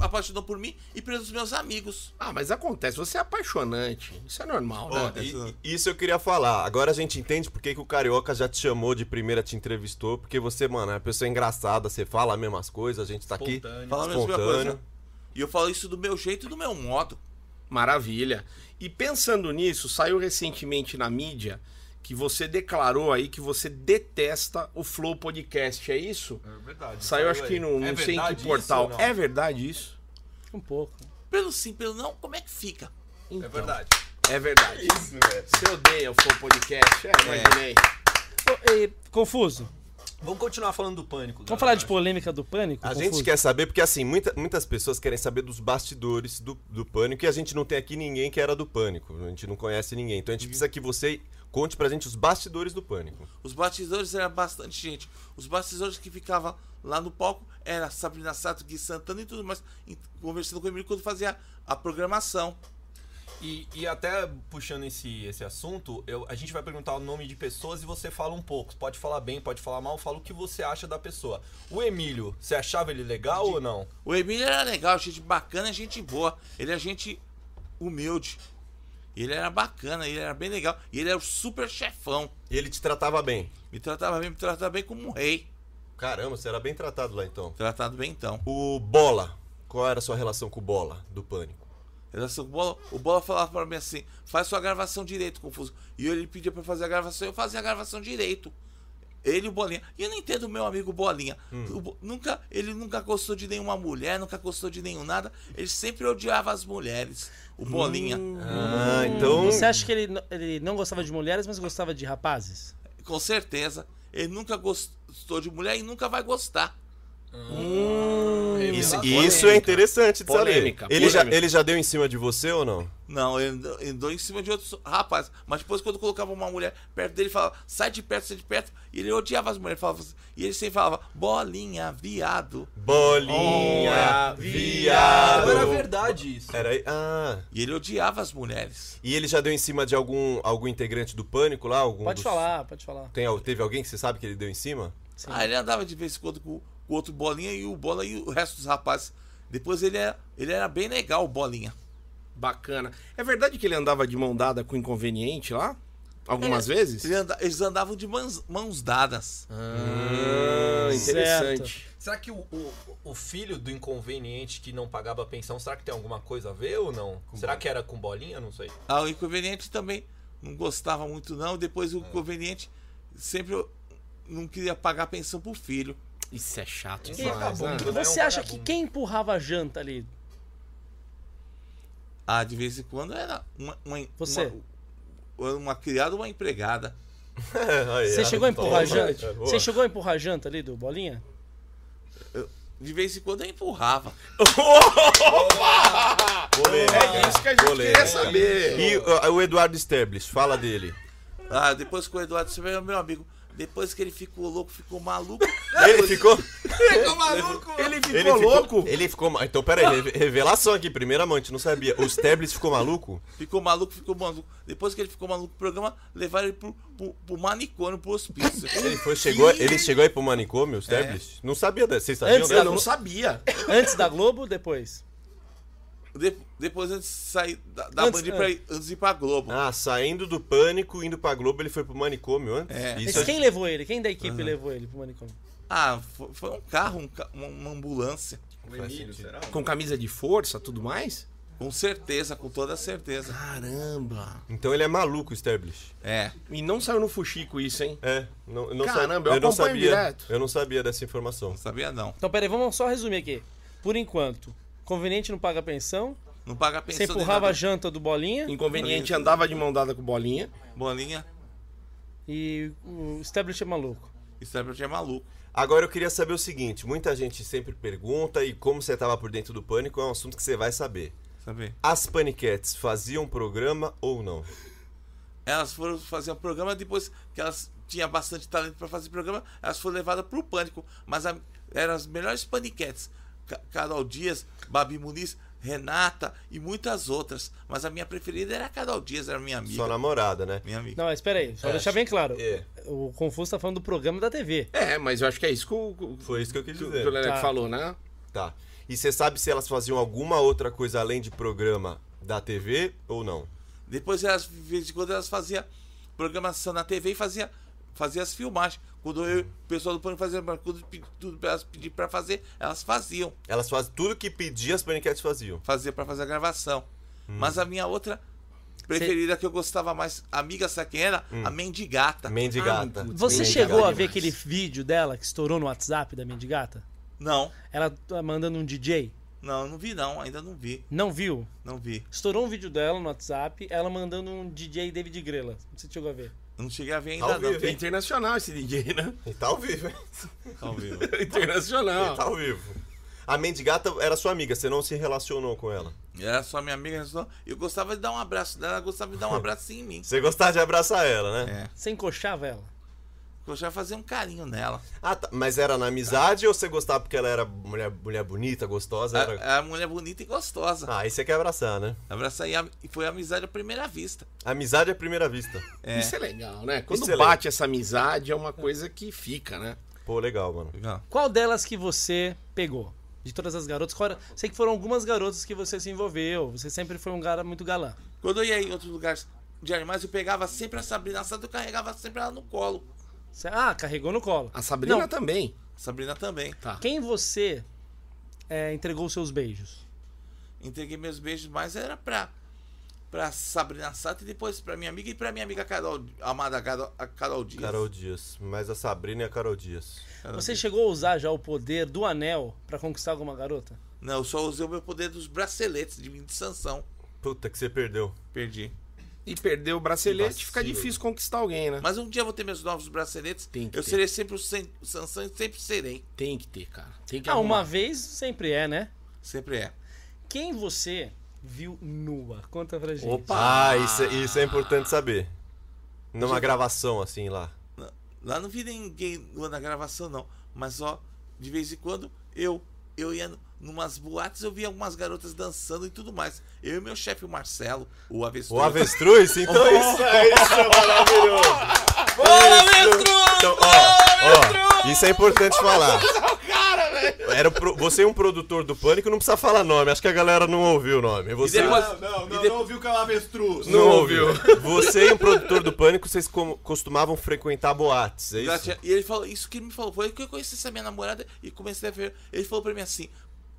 Speaker 4: apaixonou por mim e pelos meus amigos.
Speaker 2: Ah, mas acontece, você é apaixonante. Isso é normal,
Speaker 1: Ó,
Speaker 2: né?
Speaker 1: e- e- isso eu queria falar. Agora a gente entende por que que o Carioca já te chamou de primeira, te entrevistou. Porque você, mano, é uma pessoa engraçada, você fala as mesmas coisas, a gente tá aqui.
Speaker 6: Espontâneo.
Speaker 4: Falar a mesma
Speaker 1: Espontâneo.
Speaker 4: coisa. né? E eu falo isso do meu jeito e do meu modo.
Speaker 2: Maravilha. E pensando nisso, saiu recentemente na mídia que você declarou aí que você detesta o Flow Podcast, é isso?
Speaker 6: É verdade.
Speaker 2: Saiu acho que
Speaker 6: no
Speaker 2: no, não sei em que portal. É verdade isso?
Speaker 3: Um pouco.
Speaker 4: Pelo sim, pelo não, como é que fica?
Speaker 6: É verdade.
Speaker 2: É verdade. Isso, velho. Você odeia o Flow Podcast? É, imaginei.
Speaker 3: Ô, e, Confuso.
Speaker 6: Vamos continuar falando do pânico. né?
Speaker 3: Vamos falar de polêmica do pânico?
Speaker 1: A
Speaker 3: Confuso?
Speaker 1: gente quer saber, porque assim, muita- muitas pessoas querem saber dos bastidores do, do pânico e a gente não tem aqui ninguém que era do pânico. A gente não conhece ninguém. Então a gente precisa que você conte pra gente os bastidores do pânico.
Speaker 4: Os bastidores era bastante gente. Os bastidores que ficava lá no palco era Sabrina Sato, Gui Santana e tudo mais, e conversando comigo quando fazia a programação.
Speaker 6: E, e até puxando esse, esse assunto, eu- a gente vai perguntar o nome de pessoas e você fala um pouco. Pode falar bem, pode falar mal, fala o que você acha da pessoa. O Emílio, você achava ele legal ou não?
Speaker 4: O Emílio era legal, gente bacana, gente boa. Ele é gente humilde. Ele era bacana, ele era bem legal. E ele era o super chefão.
Speaker 1: E ele te tratava bem.
Speaker 4: Me tratava bem, me tratava bem como um rei.
Speaker 1: Caramba, você era bem tratado lá então.
Speaker 4: Tratado bem então.
Speaker 1: O Bola. Qual era a sua relação com o Bola do pânico?
Speaker 4: Era assim, o, Bola, o Bola falava pra mim assim, faz sua gravação direito, Confuso. E ele pedia pra eu fazer a gravação, eu fazia a gravação direito. Ele e o Bolinha. E eu não entendo o meu amigo Bolinha. O Bo- nunca, ele nunca gostou de nenhuma mulher, nunca gostou de nenhum nada. Ele sempre odiava as mulheres. O Bolinha.
Speaker 1: Ah, então.
Speaker 3: Você acha que ele, n- ele não gostava de mulheres, mas gostava de rapazes?
Speaker 4: Com certeza. Ele nunca gostou de mulher e nunca vai gostar.
Speaker 1: Isso,
Speaker 6: Revelação.
Speaker 1: isso é interessante de
Speaker 2: Polêmica,
Speaker 1: saber. Ele já,
Speaker 2: polêmica.
Speaker 1: ele já deu em cima de você ou não?
Speaker 4: Não, ele andou- andou em cima de outros rapazes. Mas depois, quando colocava uma mulher perto dele, falava, sai de perto, sai de perto. E ele odiava as mulheres. Falava, assim- e ele sempre falava, bolinha, viado.
Speaker 1: Bolinha, viado.
Speaker 6: Era verdade isso.
Speaker 1: Era aí. Ah.
Speaker 4: E ele odiava as mulheres.
Speaker 1: E ele já deu em cima de algum, algum integrante do pânico lá? Algum
Speaker 3: Pode
Speaker 1: Um dos-
Speaker 3: falar, pode falar.
Speaker 1: Tem, al- teve alguém que você sabe que ele deu em cima?
Speaker 3: Sim.
Speaker 4: Ah, ele andava de vez em quando com o outro bolinha e o bola e o resto dos rapazes. Depois ele era, ele era bem legal, o bolinha.
Speaker 2: Bacana. É verdade que ele andava de mão dada com o inconveniente lá? Algumas vezes?
Speaker 4: Ele anda- Eles andavam de mãos, mãos dadas.
Speaker 2: Ah, interessante.
Speaker 6: Será que o, o, o filho do inconveniente que não pagava a pensão, será que tem alguma coisa a ver ou não? será que era com bolinha? Não sei.
Speaker 4: Ah, o inconveniente também não gostava muito, não. Depois o inconveniente sempre não queria pagar pensão pro filho.
Speaker 2: Isso é chato
Speaker 6: Quem
Speaker 1: tá
Speaker 2: demais, né?
Speaker 6: vagabundo, né?
Speaker 3: Você
Speaker 6: É um
Speaker 3: acha que
Speaker 6: vagabundo.
Speaker 3: quem empurrava a janta ali?
Speaker 4: Ah, de vez em quando era uma, uma,
Speaker 3: Você.
Speaker 4: uma, uma criada ou uma empregada.
Speaker 1: É, [laughs]
Speaker 3: Você chegou a empurrar a janta?
Speaker 6: Você
Speaker 3: Você chegou a empurrar a janta ali do Bolinha?
Speaker 4: De vez em quando eu empurrava.
Speaker 2: É isso que a gente queria saber.
Speaker 1: E ó, o Eduardo Sterblis, fala dele.
Speaker 4: Ah, depois que o Eduardo Silveira, meu amigo, depois que ele ficou louco, ficou maluco.
Speaker 1: Ele ficou.
Speaker 2: né? Ele ficou
Speaker 1: Ele ficou
Speaker 2: É, louco?
Speaker 1: Ele ficou. ma- Então, peraí, reve- revelação aqui, primeiramente, não sabia. O Sterblis ficou maluco?
Speaker 4: Ficou maluco, ficou maluco. Depois que ele ficou maluco, o programa levaram ele pro, pro, pro manicômio,
Speaker 3: [laughs]
Speaker 4: pro hospício.
Speaker 1: Ele foi, chegou, ele chegou aí pro manicômio, o Sterblis? Não sabia dessa. Vocês sabiam
Speaker 3: Antes
Speaker 1: dessa?
Speaker 2: É. Eu não sabia.
Speaker 3: Antes da Globo ou depois?
Speaker 4: De- depois antes de sair da, da
Speaker 3: Antes- é.
Speaker 4: Band pra ir, antes de ir pra Globo.
Speaker 1: Ah, saindo do pânico, indo pra Globo, ele foi pro manicômio antes?
Speaker 4: É.
Speaker 1: Isso
Speaker 3: Mas quem levou ele? Quem da equipe levou ele pro manicômio?
Speaker 4: Ah, foi, foi um carro, um ca- uma, uma ambulância.
Speaker 2: Com camisa de força, tudo mais?
Speaker 4: Com certeza, com toda certeza.
Speaker 2: Caramba.
Speaker 1: Então ele é maluco, o Sterblis.
Speaker 4: É.
Speaker 2: E não saiu no fuxico isso, hein?
Speaker 1: É, não, eu não sa-
Speaker 2: Caramba, eu
Speaker 1: não
Speaker 2: acompanho
Speaker 1: sabia.
Speaker 2: direto.
Speaker 1: Eu não sabia dessa informação.
Speaker 4: Não sabia não.
Speaker 3: Então, peraí, vamos só resumir aqui. Por enquanto, conveniente não paga pensão,
Speaker 4: Não paga
Speaker 3: você
Speaker 4: pensão. nem
Speaker 3: empurrava a
Speaker 4: nada.
Speaker 3: janta do Bolinha
Speaker 2: Inconveniente andava de mão dada com bolinha.
Speaker 4: Bolinha,
Speaker 3: e o Stablish é maluco.
Speaker 4: isso é pra ser maluco.
Speaker 1: Agora eu queria saber o seguinte: muita gente sempre pergunta, e como você tava por dentro do pânico, é um assunto que você vai saber.
Speaker 4: Sabe?
Speaker 1: As paniquetes faziam programa ou não?
Speaker 4: Elas foram fazer um programa, depois que elas tinham bastante talento pra fazer programa, elas foram levadas pro pânico. Mas a- eram as melhores paniquetes. Ca- Carol Dias, Babi Muniz, Renata e muitas outras. Mas a minha preferida era a Carol Dias, era minha amiga.
Speaker 1: Sua namorada, né?
Speaker 4: Minha amiga.
Speaker 3: Não, mas peraí, só deixar bem claro.
Speaker 1: é.
Speaker 3: O Confuso tá falando do programa da TV.
Speaker 2: É, mas eu acho que é isso que o, que o-
Speaker 1: Foi isso que eu quis
Speaker 2: que o
Speaker 1: dizer.
Speaker 2: Leleco
Speaker 3: Tá.
Speaker 2: falou, né?
Speaker 1: Tá. E você sabe se elas faziam alguma outra coisa além de programa da TV ou não?
Speaker 4: Depois elas, de vez em quando, elas faziam programação na TV e fazia, fazia as filmagens. Quando eu, o pessoal do Pânico fazia quando pe- tudo pra elas pedir pra fazer, elas faziam.
Speaker 1: Elas fazem tudo que pedia, as paniquetes faziam.
Speaker 4: Fazia pra fazer a gravação.
Speaker 1: Hum.
Speaker 4: Mas a minha outra preferida que eu gostava mais, amiga, sabe quem era?
Speaker 1: Hum.
Speaker 4: A Mendigata.
Speaker 1: Mendigata.
Speaker 2: Ah,
Speaker 3: Você
Speaker 1: Mendigata
Speaker 3: chegou a ver
Speaker 1: demais.
Speaker 3: aquele vídeo dela que estourou no WhatsApp da Mendigata?
Speaker 4: Não,
Speaker 3: Ela tá mandando um DJ?
Speaker 4: não, não vi não, ainda não vi,
Speaker 3: Não viu?
Speaker 4: não vi.
Speaker 3: Estourou um vídeo dela no WhatsApp, ela mandando um DJ David Grela. Não sei se chegou a ver.
Speaker 4: Eu não cheguei a ver
Speaker 1: Ao
Speaker 4: ainda não.
Speaker 1: vivo,
Speaker 2: É
Speaker 1: hein?
Speaker 2: internacional esse DJ, [laughs] né?
Speaker 1: E tá ao vivo, hein?
Speaker 4: Talvez.
Speaker 1: [laughs]
Speaker 2: Internacional.
Speaker 1: Tá ao vivo. A mendigata era sua amiga, você não se relacionou com ela.
Speaker 4: Era É, só minha amiga, só- eu gostava de dar um abraço dela, ela gostava de dar
Speaker 1: [laughs]
Speaker 4: um abraço em mim.
Speaker 1: Você gostava de abraçar ela, né?
Speaker 4: É.
Speaker 3: Você encoxava ela?
Speaker 4: Eu gostava de fazer um carinho nela.
Speaker 1: Ah, tá. Mas era na amizade ou você gostava porque ela era mulher, mulher bonita, gostosa? Era...
Speaker 4: A, a mulher bonita e gostosa.
Speaker 1: Ah, aí você quer abraçar, né?
Speaker 4: Abraçar e, am- e foi amizade à primeira vista.
Speaker 1: Amizade à primeira vista.
Speaker 2: Isso é legal, né? Quando
Speaker 1: Isso é
Speaker 2: bate essa amizade, é uma coisa que fica, né?
Speaker 1: Pô, legal, mano.
Speaker 3: Qual delas que você pegou? De todas as garotas, qual era- sei que foram algumas garotas que você se envolveu. Você sempre foi um cara muito galã.
Speaker 4: Quando eu ia em outros lugares de animais, eu pegava sempre a Sabrina Sato, eu carregava sempre ela no colo.
Speaker 3: Você- ah, carregou no colo.
Speaker 2: A Sabrina
Speaker 3: Não.
Speaker 2: também.
Speaker 4: A Sabrina também.
Speaker 2: Tá.
Speaker 3: Quem você é, entregou os seus beijos?
Speaker 4: Entreguei meus beijos, mas era pra, pra Sabrina Sato e depois pra minha amiga e pra minha amiga Carol, amada Carol, a Carol Dias.
Speaker 1: Carol Dias. Mas a Sabrina e a Carol Dias.
Speaker 3: Você chegou a usar já o poder do anel pra conquistar alguma garota?
Speaker 4: Não, eu só usei o meu poder dos braceletes de mim de Sansão.
Speaker 1: Puta que você perdeu.
Speaker 4: Perdi.
Speaker 2: E perder o bracelete,
Speaker 1: Que
Speaker 2: fica
Speaker 1: vacilo.
Speaker 2: difícil conquistar alguém, né?
Speaker 4: Mas um dia eu vou ter meus novos braceletes.
Speaker 2: Tem que
Speaker 4: eu
Speaker 2: ter.
Speaker 4: serei sempre o Sen- Sansão e sempre serei.
Speaker 2: Tem que ter, cara. Tem que
Speaker 3: Ah, uma
Speaker 2: arrumar.
Speaker 3: vez sempre é, né?
Speaker 4: Sempre é.
Speaker 3: Quem você viu nua? Conta pra gente.
Speaker 2: Opa!
Speaker 1: Ah, isso, é- isso é importante saber. Numa gravação assim lá.
Speaker 4: Lá- Lá não vi ninguém nua na gravação, não. Mas ó, de vez em quando eu eu ia n- numas boates, eu via algumas garotas dançando e tudo mais. Eu e meu chefe, o Marcelo, o
Speaker 1: O
Speaker 4: avestruz.
Speaker 1: avestruz? Então isso é, isso é maravilhoso. Isso. Então, ó, ó, isso é importante falar.
Speaker 5: Era o pro- Você é um produtor do Pânico, não precisa falar nome. Acho que a galera não ouviu o nome. Você...
Speaker 1: Não, não, não, não ouviu Calavestruz.
Speaker 5: Não ouviu. [laughs] Você e um produtor do Pânico, vocês como- costumavam frequentar boates, é
Speaker 4: Já
Speaker 5: isso?
Speaker 4: tinha- E ele falou, isso que ele me falou, foi que eu conheci essa minha namorada e comecei a ver. Ele falou pra mim assim,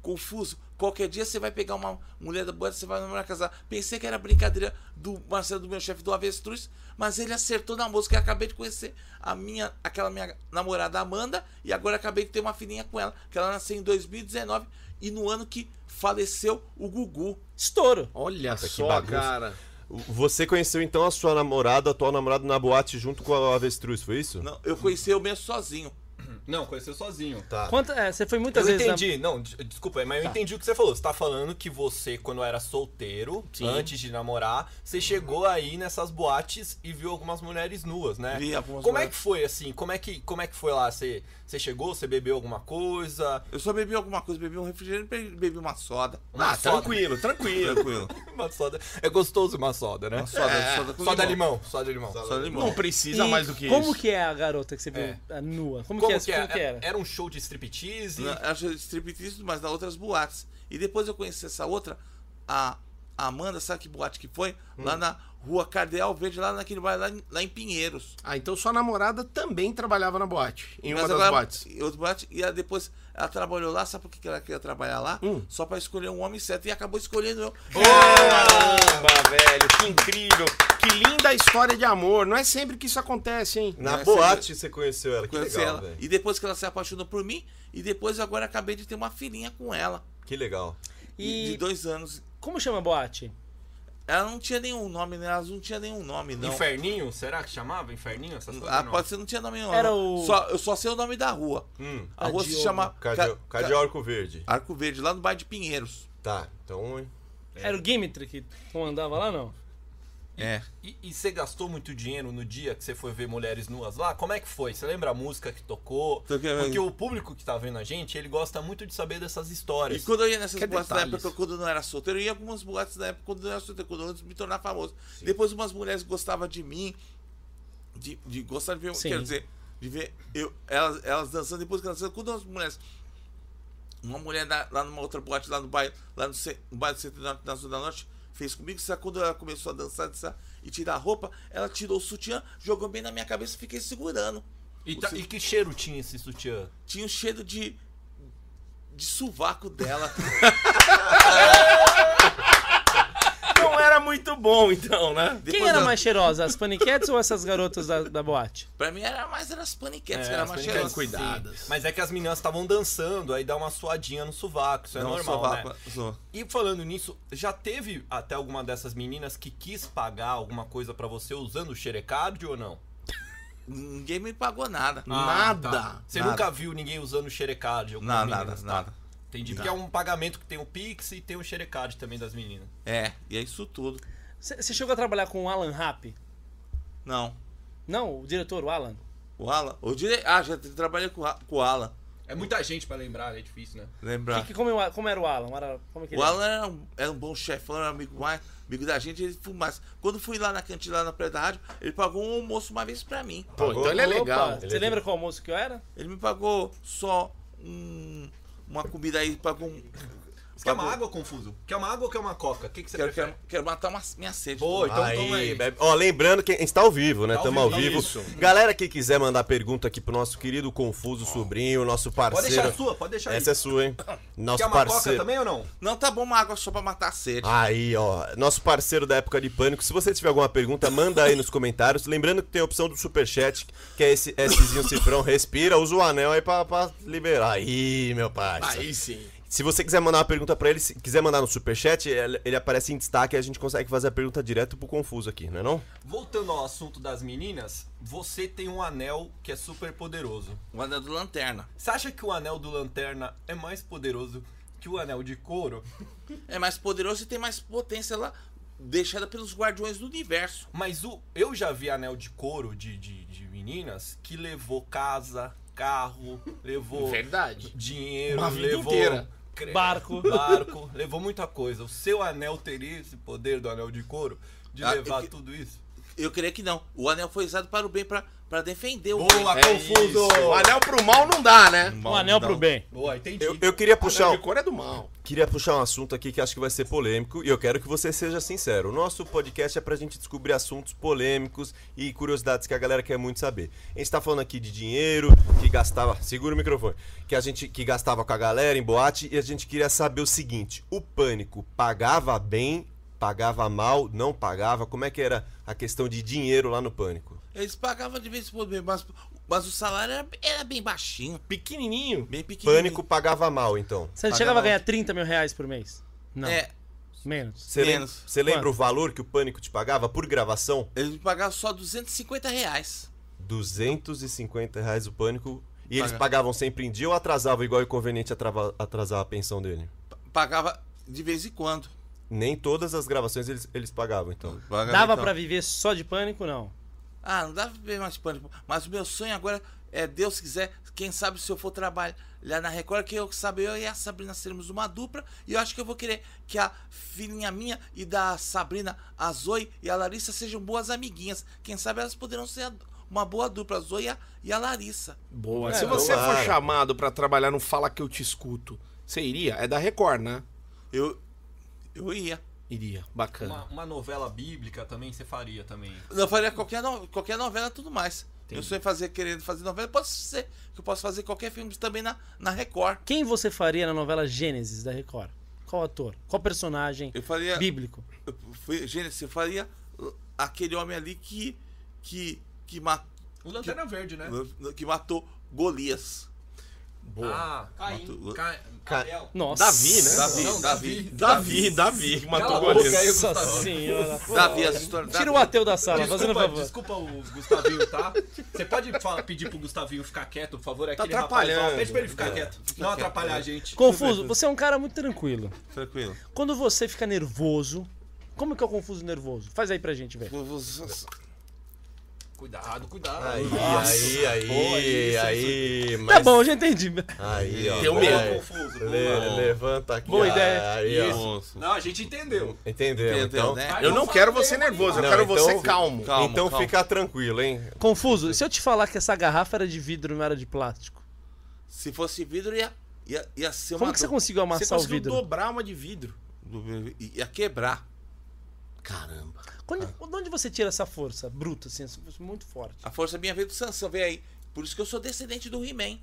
Speaker 4: confuso, qualquer dia você vai pegar uma mulher da boate, você vai namorar casar. Pensei que era brincadeira do Marcelo, do meu chefe, do Avestruz, mas ele acertou na música. Eu acabei de conhecer a minha, aquela minha namorada Amanda, e agora acabei de ter uma filhinha com ela, que ela nasceu em 2019 e no ano que faleceu o Gugu.
Speaker 3: Estouro.
Speaker 2: Olha
Speaker 5: que
Speaker 2: só,
Speaker 5: bagunça.
Speaker 2: cara.
Speaker 5: Você conheceu então a sua namorada, atual namorada, na boate junto com a avestruz, foi isso?
Speaker 4: Não, eu conheci eu mesmo sozinho.
Speaker 1: Não, conheceu sozinho.
Speaker 5: Tá.
Speaker 3: Quanta, é, você foi muitas
Speaker 6: Eu
Speaker 3: vezes na-
Speaker 6: entendi, não, des- desculpa, mas eu entendi o que você falou. Você tá falando que você, quando era solteiro, antes de namorar, você chegou aí nessas boates e viu algumas mulheres nuas, né?
Speaker 4: Vi algumas
Speaker 6: como é
Speaker 4: mulheres.
Speaker 6: que foi assim? Como é que, como é que foi lá? Você, você chegou, você bebeu alguma coisa?
Speaker 4: Eu só bebi alguma coisa, bebi um refrigerante, be- bebi uma soda.
Speaker 6: Uma
Speaker 2: ah, tranquilo, tranquilo.
Speaker 4: Tranquilo.
Speaker 6: [laughs] Uma soda. É gostoso uma soda, né?
Speaker 4: Uma soda, soda com
Speaker 6: Soda limão, soda limão.
Speaker 4: Soda limão.
Speaker 2: Não precisa
Speaker 3: E
Speaker 2: mais do que
Speaker 3: como
Speaker 2: isso.
Speaker 3: que é a garota que você viu
Speaker 6: É.
Speaker 3: a nua? Como,
Speaker 6: Como
Speaker 3: que, é,
Speaker 6: que
Speaker 3: como que
Speaker 6: era?
Speaker 3: era?
Speaker 6: Era um show de striptease?
Speaker 4: Na- Era show de striptease, mas na outras boates. E depois eu conheci essa outra, a a Amanda, sabe que boate que foi?
Speaker 2: Hum.
Speaker 4: Lá na rua Cardeal Verde, lá naquele bairro, lá em, lá em Pinheiros.
Speaker 2: Ah, então sua namorada também trabalhava na boate. Em uma
Speaker 4: Mas
Speaker 2: das
Speaker 4: agora-
Speaker 2: boates.
Speaker 4: em outra boate. E ela depois ela trabalhou lá, sabe por que que ela queria trabalhar lá?
Speaker 2: Hum.
Speaker 4: Só pra escolher um homem certo. E acabou escolhendo eu.
Speaker 2: Oh, Caramba, velho, que incrível. Que linda história de amor. Não é sempre que isso
Speaker 1: [laughs]
Speaker 2: acontece, hein?
Speaker 5: Na
Speaker 4: Né,
Speaker 5: boate você conheceu ela, que
Speaker 4: Conheci
Speaker 5: legal,
Speaker 4: ela.
Speaker 5: velho.
Speaker 4: E depois que ela se apaixonou por mim, e depois agora acabei de ter uma filhinha com ela.
Speaker 5: Que legal.
Speaker 4: De
Speaker 3: E
Speaker 4: dois anos.
Speaker 3: como chama a boate?
Speaker 4: Ela não tinha nenhum nome, né? Elas não tinham nenhum nome, não.
Speaker 6: Inferninho? Será que chamava Inferninho? Essas coisas?
Speaker 4: Ah,
Speaker 6: não?
Speaker 4: pode ser, não tinha nome não.
Speaker 3: Era
Speaker 4: não.
Speaker 3: o-
Speaker 4: Só, eu só sei o nome da rua.
Speaker 5: Hum.
Speaker 4: A rua se
Speaker 3: Cadiogo.
Speaker 4: chama
Speaker 5: Cardio...
Speaker 4: Ca-
Speaker 5: Cardiórico Verde.
Speaker 4: Ca- Arco Verde, lá no bairro de Pinheiros.
Speaker 5: Tá, então.
Speaker 3: Era o Gimitri que comandava lá, não?
Speaker 4: É.
Speaker 6: E, e você gastou muito dinheiro no dia que você foi ver mulheres nuas lá? Como é que foi? Você lembra a música que tocou?
Speaker 4: Toquei, mas-
Speaker 6: Porque o público que tá vendo a gente, ele gosta muito de saber dessas
Speaker 4: E
Speaker 6: histórias.
Speaker 4: quando eu ia nessas
Speaker 2: Que
Speaker 4: boates na
Speaker 2: detalhes.
Speaker 4: época, quando eu não era solteiro, eu ia em algumas boates na época, quando eu não era solteiro, quando antes de me tornar famoso. Depois umas mulheres gostavam de mim, de, de gostar de ver,
Speaker 3: Sim.
Speaker 4: quer dizer, de ver eu, elas, elas dançando, depois que elas dançando, quando as mulheres... Uma mulher da- lá numa outra boate, lá no bairro, lá no, ce- no bairro do Centro Norte, na Zona Norte, fez comigo, sabe? Quando ela começou a dançar, dançar e tirar a roupa, ela tirou o sutiã, jogou bem na minha cabeça e fiquei segurando.
Speaker 6: E, tá-
Speaker 4: Você-
Speaker 6: e que cheiro tinha esse sutiã?
Speaker 4: tinha o cheiro de. de sovaco dela.
Speaker 2: Não era muito bom, então, né?
Speaker 3: Quem
Speaker 4: Depois
Speaker 3: era
Speaker 4: das-
Speaker 3: mais cheirosa, as paniquetes ou essas garotas da, da boate?
Speaker 4: Pra mim era mais era as paniquetes, que
Speaker 6: É,
Speaker 4: era
Speaker 6: as
Speaker 4: mais
Speaker 6: paniquetes,
Speaker 4: cheirosa.
Speaker 6: sim. Mas é que as meninas estavam dançando, aí dá uma suadinha no sovaco, isso é
Speaker 4: Não,
Speaker 6: normal,
Speaker 4: um sovaco,
Speaker 6: né?
Speaker 4: so-
Speaker 6: E falando nisso, já teve até alguma dessas meninas que quis pagar alguma coisa pra você usando o xerecard ou não?
Speaker 4: Ninguém me pagou nada.
Speaker 6: Ah, tá.
Speaker 2: Nada.
Speaker 6: Você
Speaker 4: Nada.
Speaker 6: nunca viu ninguém usando o xerecard? algumas
Speaker 4: Não,
Speaker 6: meninas, tá?
Speaker 4: nada, nada.
Speaker 6: Entendi, porque é um pagamento que tem o Pix e tem o xerecard também das meninas.
Speaker 4: É, e é isso tudo.
Speaker 3: Você você chegou a trabalhar com o Alan Rapp?
Speaker 4: Não.
Speaker 3: Não, o diretor, o Alan.
Speaker 4: O Alan. O dire... Ah, já trabalhei com, o Ra- com o Alan.
Speaker 1: É muita gente pra lembrar, é difícil, né?
Speaker 4: Lembrar.
Speaker 3: Que- que- como, eu- como era o Alan? Era, como é que ele
Speaker 4: O Alan era um, era um bom chefão, era um amigo, mais, amigo da gente, ele fumasse. Quando fui lá na cantina, lá na praia da rádio, ele pagou um almoço uma vez pra mim.
Speaker 2: Pô, então ele é
Speaker 3: Opa,
Speaker 2: legal.
Speaker 3: Você lembra qual almoço que eu era?
Speaker 4: Ele me pagou só um, uma comida aí, pagou um.
Speaker 6: Você quer uma água, Confuso? Quer uma água ou quer uma coca? O que, que você
Speaker 4: Quero,
Speaker 6: prefere?
Speaker 4: quero, quero matar uma, minha sede. Ah,
Speaker 6: Boa, então toma aí.
Speaker 5: Aí, bebe- Ó, lembrando que a gente tá ao vivo, né?
Speaker 6: Tá ao
Speaker 5: Tamo ao
Speaker 6: vivo,
Speaker 5: vivo.
Speaker 6: isso.
Speaker 5: Galera que quiser mandar pergunta aqui pro nosso querido Confuso Sobrinho, nosso
Speaker 6: Pode deixar
Speaker 5: parceiro.
Speaker 6: a sua, pode deixar
Speaker 5: Essa
Speaker 6: aí.
Speaker 5: é sua,
Speaker 6: [coughs]
Speaker 5: hein? Nosso
Speaker 6: Quer uma coca
Speaker 5: parceiro.
Speaker 6: também ou não?
Speaker 4: Não, tá bom uma água só pra matar a sede.
Speaker 5: Aí, ó, nosso parceiro da época de pânico. Se você tiver alguma pergunta, manda aí nos comentários. Lembrando que tem a opção do superchat, que é esse Szinho Cifrão, respira, usa o anel aí pra, pra liberar. Aí, meu parceiro.
Speaker 2: Aí sim.
Speaker 5: Se você quiser mandar uma pergunta pra ele, se quiser mandar no superchat, ele ele aparece em destaque e a gente consegue fazer a pergunta direto pro Confuso aqui, não é não?
Speaker 6: Voltando ao assunto das meninas, você tem um anel que é super poderoso.
Speaker 4: O anel do lanterna.
Speaker 6: Você acha que o anel do lanterna é mais poderoso que o anel de couro?
Speaker 4: É mais poderoso e tem mais potência lá, deixada pelos guardiões do universo.
Speaker 6: Mas o, eu já vi anel de couro de, de, de meninas que levou casa, carro, levou
Speaker 2: Verdade.
Speaker 6: dinheiro,
Speaker 2: Uma vida
Speaker 6: levou
Speaker 2: inteira.
Speaker 6: cre-
Speaker 3: Barco.
Speaker 6: [laughs] barco, levou muita coisa. O seu anel teria esse poder do anel de couro de
Speaker 4: Ah,
Speaker 6: levar
Speaker 4: eu que-
Speaker 6: tudo isso?
Speaker 4: Eu creio que não. O anel foi usado para o bem, para para defender o bem.
Speaker 6: Boa, confuso!
Speaker 2: É O anel pro mal não dá, né?
Speaker 3: Um anel pro bem.
Speaker 6: Boa, entendi.
Speaker 1: Eu, eu queria puxar.
Speaker 2: Anel
Speaker 1: um-
Speaker 2: de cor é do mal.
Speaker 1: Queria puxar um assunto aqui que acho que vai ser polêmico e eu quero que você seja sincero. O nosso podcast é pra gente descobrir assuntos polêmicos e curiosidades que a galera quer muito saber. A gente tá falando aqui de dinheiro, que gastava. Segura o microfone. Que a gente que gastava com a galera em boate e a gente queria saber o seguinte: o pânico pagava bem, pagava mal, não pagava? Como é que era a questão de dinheiro lá no pânico?
Speaker 4: Eles pagavam de vez em quando, mas, mas o salário era, era bem baixinho,
Speaker 2: Pequenininho.
Speaker 4: bem pequenininho.
Speaker 1: Pânico pagava mal, então.
Speaker 3: Você não
Speaker 4: Pagava
Speaker 3: chegava a
Speaker 4: onde?
Speaker 3: ganhar 30 mil reais por mês? Não.
Speaker 4: É,
Speaker 3: Menos.
Speaker 1: Você lembra,
Speaker 4: Menos.
Speaker 1: você lembra o
Speaker 3: Quanto?
Speaker 1: valor que o pânico te pagava por gravação?
Speaker 4: eles pagavam só 250 reais.
Speaker 1: 250 reais o pânico. E eles
Speaker 4: Paga.
Speaker 1: pagavam sempre em dia ou atrasavam igual o conveniente atrava- atrasar a pensão dele?
Speaker 4: Pagava de vez em quando.
Speaker 1: Nem todas as gravações eles, eles pagavam, então.
Speaker 4: Pagava,
Speaker 3: Dava
Speaker 4: então.
Speaker 3: pra viver só de pânico? Não.
Speaker 4: Ah, não dá pra ver mais pânico. Mas o meu sonho agora é, Deus quiser, quem sabe se eu for trabalhar na Record, que eu sabe, eu e a Sabrina seremos uma dupla. E eu acho que eu vou querer que a filhinha minha e da Sabrina, a Zoe e a Larissa sejam boas amiguinhas. Quem sabe elas poderão ser a- uma boa dupla, a Zoe e a, e a Larissa.
Speaker 2: Boa. Se você
Speaker 1: tomara.
Speaker 2: for chamado pra trabalhar no Fala Que Eu Te Escuto, você iria? É da Record, né?
Speaker 4: Eu. Eu ia.
Speaker 2: Iria. Bacana.
Speaker 7: Uma, uma novela bíblica também você faria também.
Speaker 4: Eu faria qualquer, no- qualquer novela tudo mais. Eu sonho em fazer, querendo fazer novela, pode ser que eu posso fazer qualquer filme também na, na Record.
Speaker 3: Quem você faria na novela Gênesis da Record? Qual ator? Qual personagem
Speaker 4: Eu faria.
Speaker 3: bíblico?
Speaker 4: Eu fui- Gênesis, eu faria uh, aquele homem ali que. que. que, ma-
Speaker 6: O Lanterna Verde, né?
Speaker 4: que matou Golias.
Speaker 2: Boa.
Speaker 7: Ah,
Speaker 4: Matou
Speaker 7: Caim.
Speaker 4: Go-
Speaker 7: Ca...
Speaker 1: Ca-
Speaker 7: Abel.
Speaker 3: Nossa.
Speaker 2: Davi, né?
Speaker 4: Davi,
Speaker 6: Não,
Speaker 4: Davi,
Speaker 6: Davi.
Speaker 2: Davi, Davi, que matou
Speaker 7: Cala a
Speaker 2: o
Speaker 7: boca
Speaker 2: goleiro.
Speaker 7: aí,
Speaker 3: Nossa
Speaker 7: Gustavo.
Speaker 3: senhora.
Speaker 4: Davi, as histórias.
Speaker 3: Tira o
Speaker 4: Davi.
Speaker 3: ateu da
Speaker 7: Tá
Speaker 3: sala, fazendo
Speaker 6: Desculpa,
Speaker 3: favor.
Speaker 6: desculpa o Gustavinho, tá? Você pode fa- pedir pro Gustavinho ficar quieto, por favor? É
Speaker 2: Tá
Speaker 6: aquele rapaz lá.
Speaker 2: atrapalhando.
Speaker 6: Pede pra ele ficar quieto. Não atrapalhar a gente.
Speaker 3: Confuso, você é um cara muito tranquilo.
Speaker 4: Tranquilo.
Speaker 3: Quando você fica nervoso, como que é o confuso nervoso? Faz aí pra gente ver.
Speaker 4: Vou- vou- vou-
Speaker 6: Cuidado, cuidado.
Speaker 1: Aí, aí, aí, aí,
Speaker 3: Tá
Speaker 1: mas-
Speaker 3: bom, eu já entendi.
Speaker 1: Aí, ó.
Speaker 2: Deu
Speaker 1: vai.
Speaker 2: um medo.
Speaker 6: Confuso.
Speaker 1: Le- levanta aqui.
Speaker 3: Boa
Speaker 1: ó,
Speaker 3: ideia.
Speaker 1: Aí, ó.
Speaker 4: Nossa.
Speaker 6: Não, a gente entendeu.
Speaker 1: Entendeu?
Speaker 4: Entendeu,
Speaker 1: então,
Speaker 4: né?
Speaker 2: Eu não quero você nervoso, eu
Speaker 1: Não,
Speaker 2: quero
Speaker 1: então-
Speaker 2: você calmo.
Speaker 4: Calma,
Speaker 1: então
Speaker 4: calma.
Speaker 1: fica tranquilo, hein?
Speaker 3: Confuso, e se eu te falar que essa garrafa era de vidro, não era de plástico?
Speaker 4: Se fosse vidro, ia, ia, ia ser uma.
Speaker 3: Como que você conseguiu
Speaker 2: Você
Speaker 3: amassar o
Speaker 2: conseguiu um
Speaker 3: vidro?
Speaker 2: dobrar uma de vidro.
Speaker 4: do- Ia quebrar.
Speaker 2: Caramba.
Speaker 3: Quando- de onde você tira essa força bruta, assim, essa força muito forte?
Speaker 4: A força minha veio do Sansão, vem aí. Por isso que eu sou descendente do He-Man.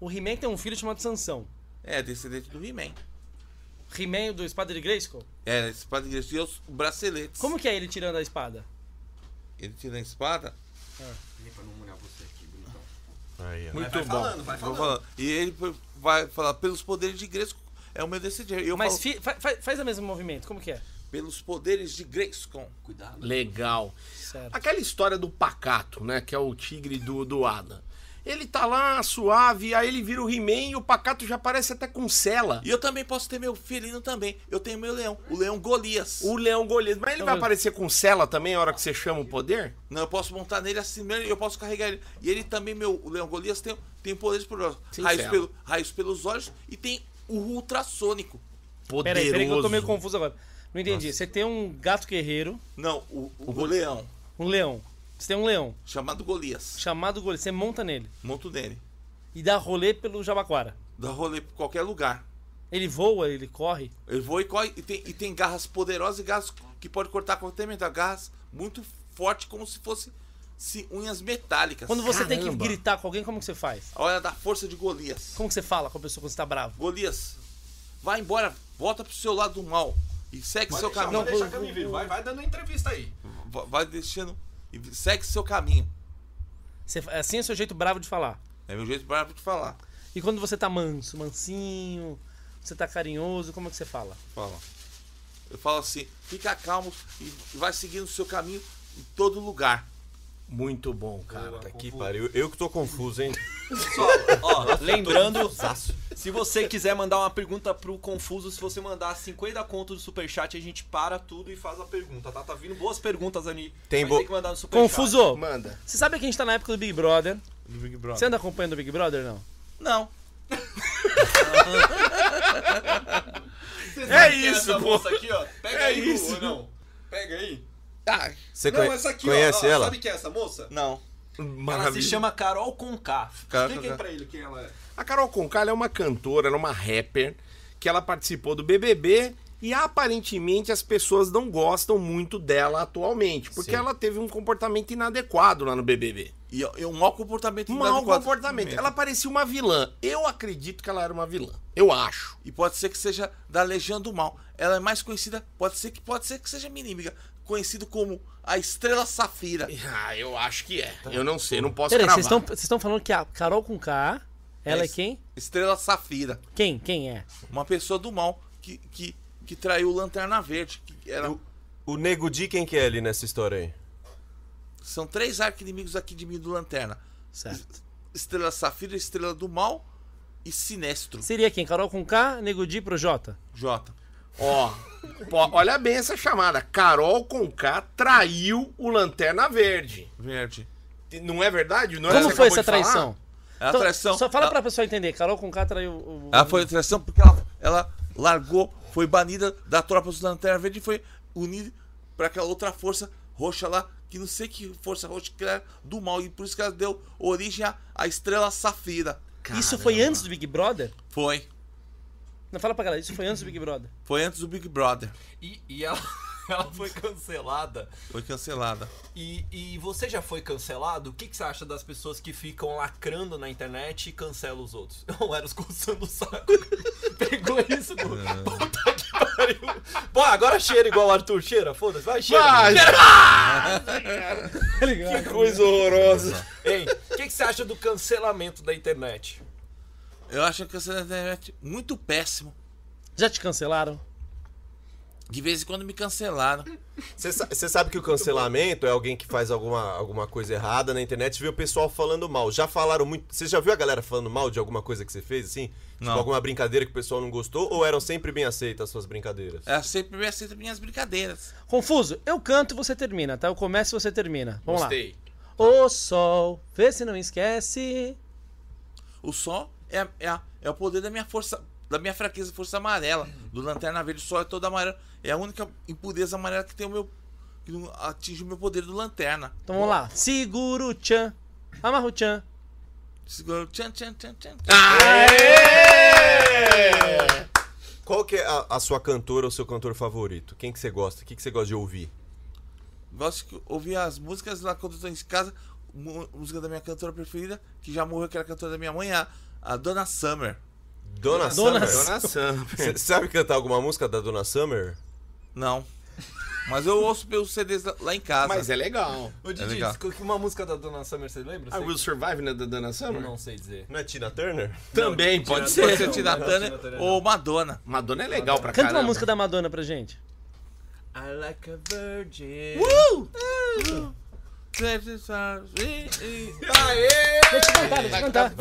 Speaker 3: O He-Man tem um filho chamado Sansão.
Speaker 4: É, descendente do He-Man.
Speaker 3: He-Man do Espada de Grayskull?
Speaker 4: É, esse padre igreja. E os braceletes.
Speaker 3: Como que é ele tirando a espada?
Speaker 4: Ele tira a espada.
Speaker 1: Aí, ó.
Speaker 2: Muito bom.
Speaker 6: Falando, vai
Speaker 4: Vou
Speaker 6: falando.
Speaker 4: falar. E ele foi- vai falar, pelos poderes de Grayskull, é o meu descendente. Eu
Speaker 3: Mas
Speaker 4: falo,
Speaker 3: fi- fa- fa- faz o mesmo movimento, como que é?
Speaker 4: pelos poderes de Grayskull.
Speaker 6: Cuidado.
Speaker 2: Legal.
Speaker 3: Certo.
Speaker 2: Aquela história do pacato, né? Que é o tigre do, do Adam. Ele tá lá, suave, aí ele vira o He-Man e o pacato já parece até com cela.
Speaker 4: E eu também posso ter meu felino também. Eu tenho meu leão, o leão Golias.
Speaker 2: O leão goleiro. Mas ele vai
Speaker 3: vendo?
Speaker 2: aparecer com cela também a hora que você chama o poder?
Speaker 4: Não, eu posso montar nele assim mesmo, eu posso carregar ele. E ele também, meu, o leão Golias tem, tem poderes por
Speaker 2: Sim,
Speaker 4: raios,
Speaker 2: fela.
Speaker 4: pelo, raios pelos olhos e tem o ultrassônico.
Speaker 2: Poderoso.
Speaker 3: Peraí, peraí que eu tô meio confuso agora. Não entendi. Você tem um gato guerreiro,
Speaker 4: Não, o, o, o leão,
Speaker 3: um leão. Você tem um leão,
Speaker 4: chamado Golias.
Speaker 3: chamado Golias. Você monta nele
Speaker 4: Monto nele.
Speaker 3: e dá rolê pelo Jabaquara.
Speaker 4: Dá rolê por qualquer lugar.
Speaker 3: Ele voa, ele corre.
Speaker 4: Ele voa e corre e tem, e tem garras poderosas e garras que pode cortar qualquer metal. Garras muito forte, como se fosse se, unhas metálicas.
Speaker 3: Quando você tem que
Speaker 2: Caramba.
Speaker 3: gritar com alguém, como que você faz?
Speaker 4: A hora da força de Golias.
Speaker 3: Como que você fala com a pessoa quando você tá bravo?
Speaker 4: Golias, vai embora, volta pro seu lado do mal e segue
Speaker 6: Pode
Speaker 4: seu
Speaker 6: deixar,
Speaker 4: caminho.
Speaker 6: pode deixar que eu me viro. Vai, vai dando entrevista aí.
Speaker 4: Va- Vai deixando e segue seu caminho.
Speaker 3: Você, fa- assim é seu jeito bravo de falar.
Speaker 4: É meu jeito bravo de falar.
Speaker 3: E quando você tá manso, mansinho, você tá carinhoso, como é que você fala?
Speaker 4: Fala. Eu falo assim, fica calmo e vai seguindo o seu caminho em todo lugar.
Speaker 2: Muito bom, cara.
Speaker 1: Puta que pariu. Eu que tô confuso, hein?
Speaker 7: Pessoal, ó, lembrando, se você quiser mandar uma pergunta pro Confuso, se você mandar 50 conto do Superchat, a gente para tudo e faz a pergunta, tá? Tá vindo boas perguntas ali.
Speaker 1: Tem
Speaker 7: Mas
Speaker 1: bo-
Speaker 7: tem que mandar no Superchat.
Speaker 3: Confuso!
Speaker 2: Manda.
Speaker 3: Você sabe que a gente tá na época do Big Brother.
Speaker 4: Do Big Brother.
Speaker 3: Você anda acompanhando o Big Brother, não?
Speaker 4: Não.
Speaker 6: É
Speaker 2: isso,
Speaker 6: essa
Speaker 2: pô.
Speaker 6: moça aqui, ó. Pega
Speaker 2: É
Speaker 6: aí,
Speaker 2: isso.
Speaker 6: isso. não. Pega aí.
Speaker 4: Ah,
Speaker 1: Você
Speaker 8: não,
Speaker 1: conhe-
Speaker 8: essa aqui, ó,
Speaker 1: conhece
Speaker 8: ó,
Speaker 1: ela?
Speaker 8: Sabe quem é essa moça?
Speaker 6: Não. Ela se chama Carol Conká.
Speaker 2: Carol
Speaker 8: Expliquem
Speaker 2: Conká.
Speaker 8: pra ele quem ela é.
Speaker 2: A Carol Conká ela é uma cantora, ela é uma rapper, que ela participou do BBB e aparentemente as pessoas não gostam muito dela atualmente, porque ela teve um comportamento inadequado lá no BBB.
Speaker 4: E, e um mau comportamento
Speaker 2: Um
Speaker 4: inadequado.
Speaker 2: mau comportamento. Ela parecia uma vilã. Eu acredito que ela era uma vilã. Eu acho.
Speaker 4: E pode ser que seja da Legião do Mal. Ela é mais conhecida, pode ser que pode ser que seja minha inimiga, conhecido como a Estrela Safira.
Speaker 2: Ah, eu acho que é. Eu não sei, não posso
Speaker 3: Peraí,
Speaker 2: cravar.
Speaker 3: vocês estão- vocês estão falando que a Carol com K, ela é quem?
Speaker 4: Estrela Safira,
Speaker 3: Quem? Quem é?
Speaker 4: uma pessoa do mal que que, que traiu o Lanterna Verde, que era
Speaker 1: O, o Nego Di quem que é ali nessa história aí?
Speaker 4: são três arqui-inimigos aqui de mim do Lanterna.
Speaker 3: Certo.
Speaker 4: Estrela Safira, Estrela do Mal e Sinestro.
Speaker 3: Seria quem? Carol com K, Nego Di pro J.
Speaker 4: Jota.
Speaker 2: Ó, pô, olha bem essa chamada. Carol Conká traiu o Lanterna Verde.
Speaker 4: Verde.
Speaker 2: Não é verdade? Não é
Speaker 3: Como
Speaker 2: você
Speaker 3: foi
Speaker 2: acabou
Speaker 3: essa
Speaker 2: de falar?
Speaker 3: traição?
Speaker 4: É a
Speaker 3: Então,
Speaker 4: traição. Ah,
Speaker 3: Só fala
Speaker 4: ela,
Speaker 3: pra pessoa entender. Carol com K traiu o. o-
Speaker 4: ela foi a traição porque ela, ela largou, foi banida da tropa do Lanterna Verde e foi unida pra aquela outra força roxa lá, que não sei que força roxa que era do mal. E por isso que ela deu origem à, à estrela Safira.
Speaker 3: Isso foi antes do Big Brother?
Speaker 4: Foi.
Speaker 3: Não fala pra galera, isso foi antes do Big Brother.
Speaker 4: Foi antes do Big Brother.
Speaker 6: E, e ela, ela foi cancelada.
Speaker 4: Foi cancelada.
Speaker 6: E, e você já foi cancelado? O que, que você acha das pessoas que ficam lacrando na internet e cancelam os outros? [laughs] O Eros coçando o saco. [laughs] Pegou isso do. Puta que pariu. Pô, agora cheira igual o Arthur. Cheira, foda-se. Vai, cheira.
Speaker 2: Vai,
Speaker 3: Tá ligado?
Speaker 2: Coisa horrorosa.
Speaker 6: Hein, o que, que você acha do cancelamento da internet?
Speaker 4: Eu acho que essa internet muito péssimo.
Speaker 3: Já te cancelaram?
Speaker 4: De vez em quando me cancelaram.
Speaker 1: Você sa- você sabe que o cancelamento é alguém que faz alguma, alguma coisa errada na internet e vê o pessoal falando mal. Já falaram muito. Você já viu a galera falando mal de alguma coisa que você fez, assim? Tipo, alguma brincadeira que o pessoal não gostou? Ou eram sempre bem aceitas as suas brincadeiras?
Speaker 4: Ela É sempre me aceita minhas brincadeiras.
Speaker 3: Confuso, eu canto você termina, tá? Eu começo e você termina. Vamos lá. O sol, vê se não esquece.
Speaker 4: O sol é, é, a- é o poder da minha força, da minha fraqueza, força amarela. Do lanterna verde, o sol é todo amarelo. É a única impureza amarela que tem o meu. que não atinge o meu poder do lanterna.
Speaker 3: Então vamos lá. Seguro o tchan, amarra o tchan.
Speaker 4: Segura o Tchan, tchan, tchan, tchan.
Speaker 2: Ah.
Speaker 1: Qual que é a, a sua cantora ou seu cantor favorito? Quem que você gosta? O que, que você gosta de ouvir?
Speaker 4: Gosto de ouvir as músicas lá quando eu tô em casa. mu- Música da minha cantora preferida, que já morreu, que era a cantora da minha mãe, é a, a Dona Summer.
Speaker 1: Dona,
Speaker 3: Dona
Speaker 1: Summer.
Speaker 2: Dona Sam.
Speaker 1: Você sabe cantar alguma música da Dona Summer?
Speaker 2: [laughs]
Speaker 4: Não. Mas eu ouço pelos CDs lá- lá em casa.
Speaker 2: Mas é legal.
Speaker 6: Ô, Didi,
Speaker 4: legal.
Speaker 6: esco- uma música da Dona Summer, você lembra?
Speaker 2: I Will Survive né, da Dana Summer?
Speaker 6: Não sei dizer.
Speaker 1: Não é Tina Turner?
Speaker 2: Também, pode ser.
Speaker 4: Pode ser Tina Turner
Speaker 9: Tina Turner
Speaker 4: ou Madonna.
Speaker 2: Madonna é legal pra
Speaker 3: Canta
Speaker 2: caramba.
Speaker 3: uma música da Madonna pra gente.
Speaker 6: I like a virgin.
Speaker 3: Deixa eu cantar, deixa eu cantar.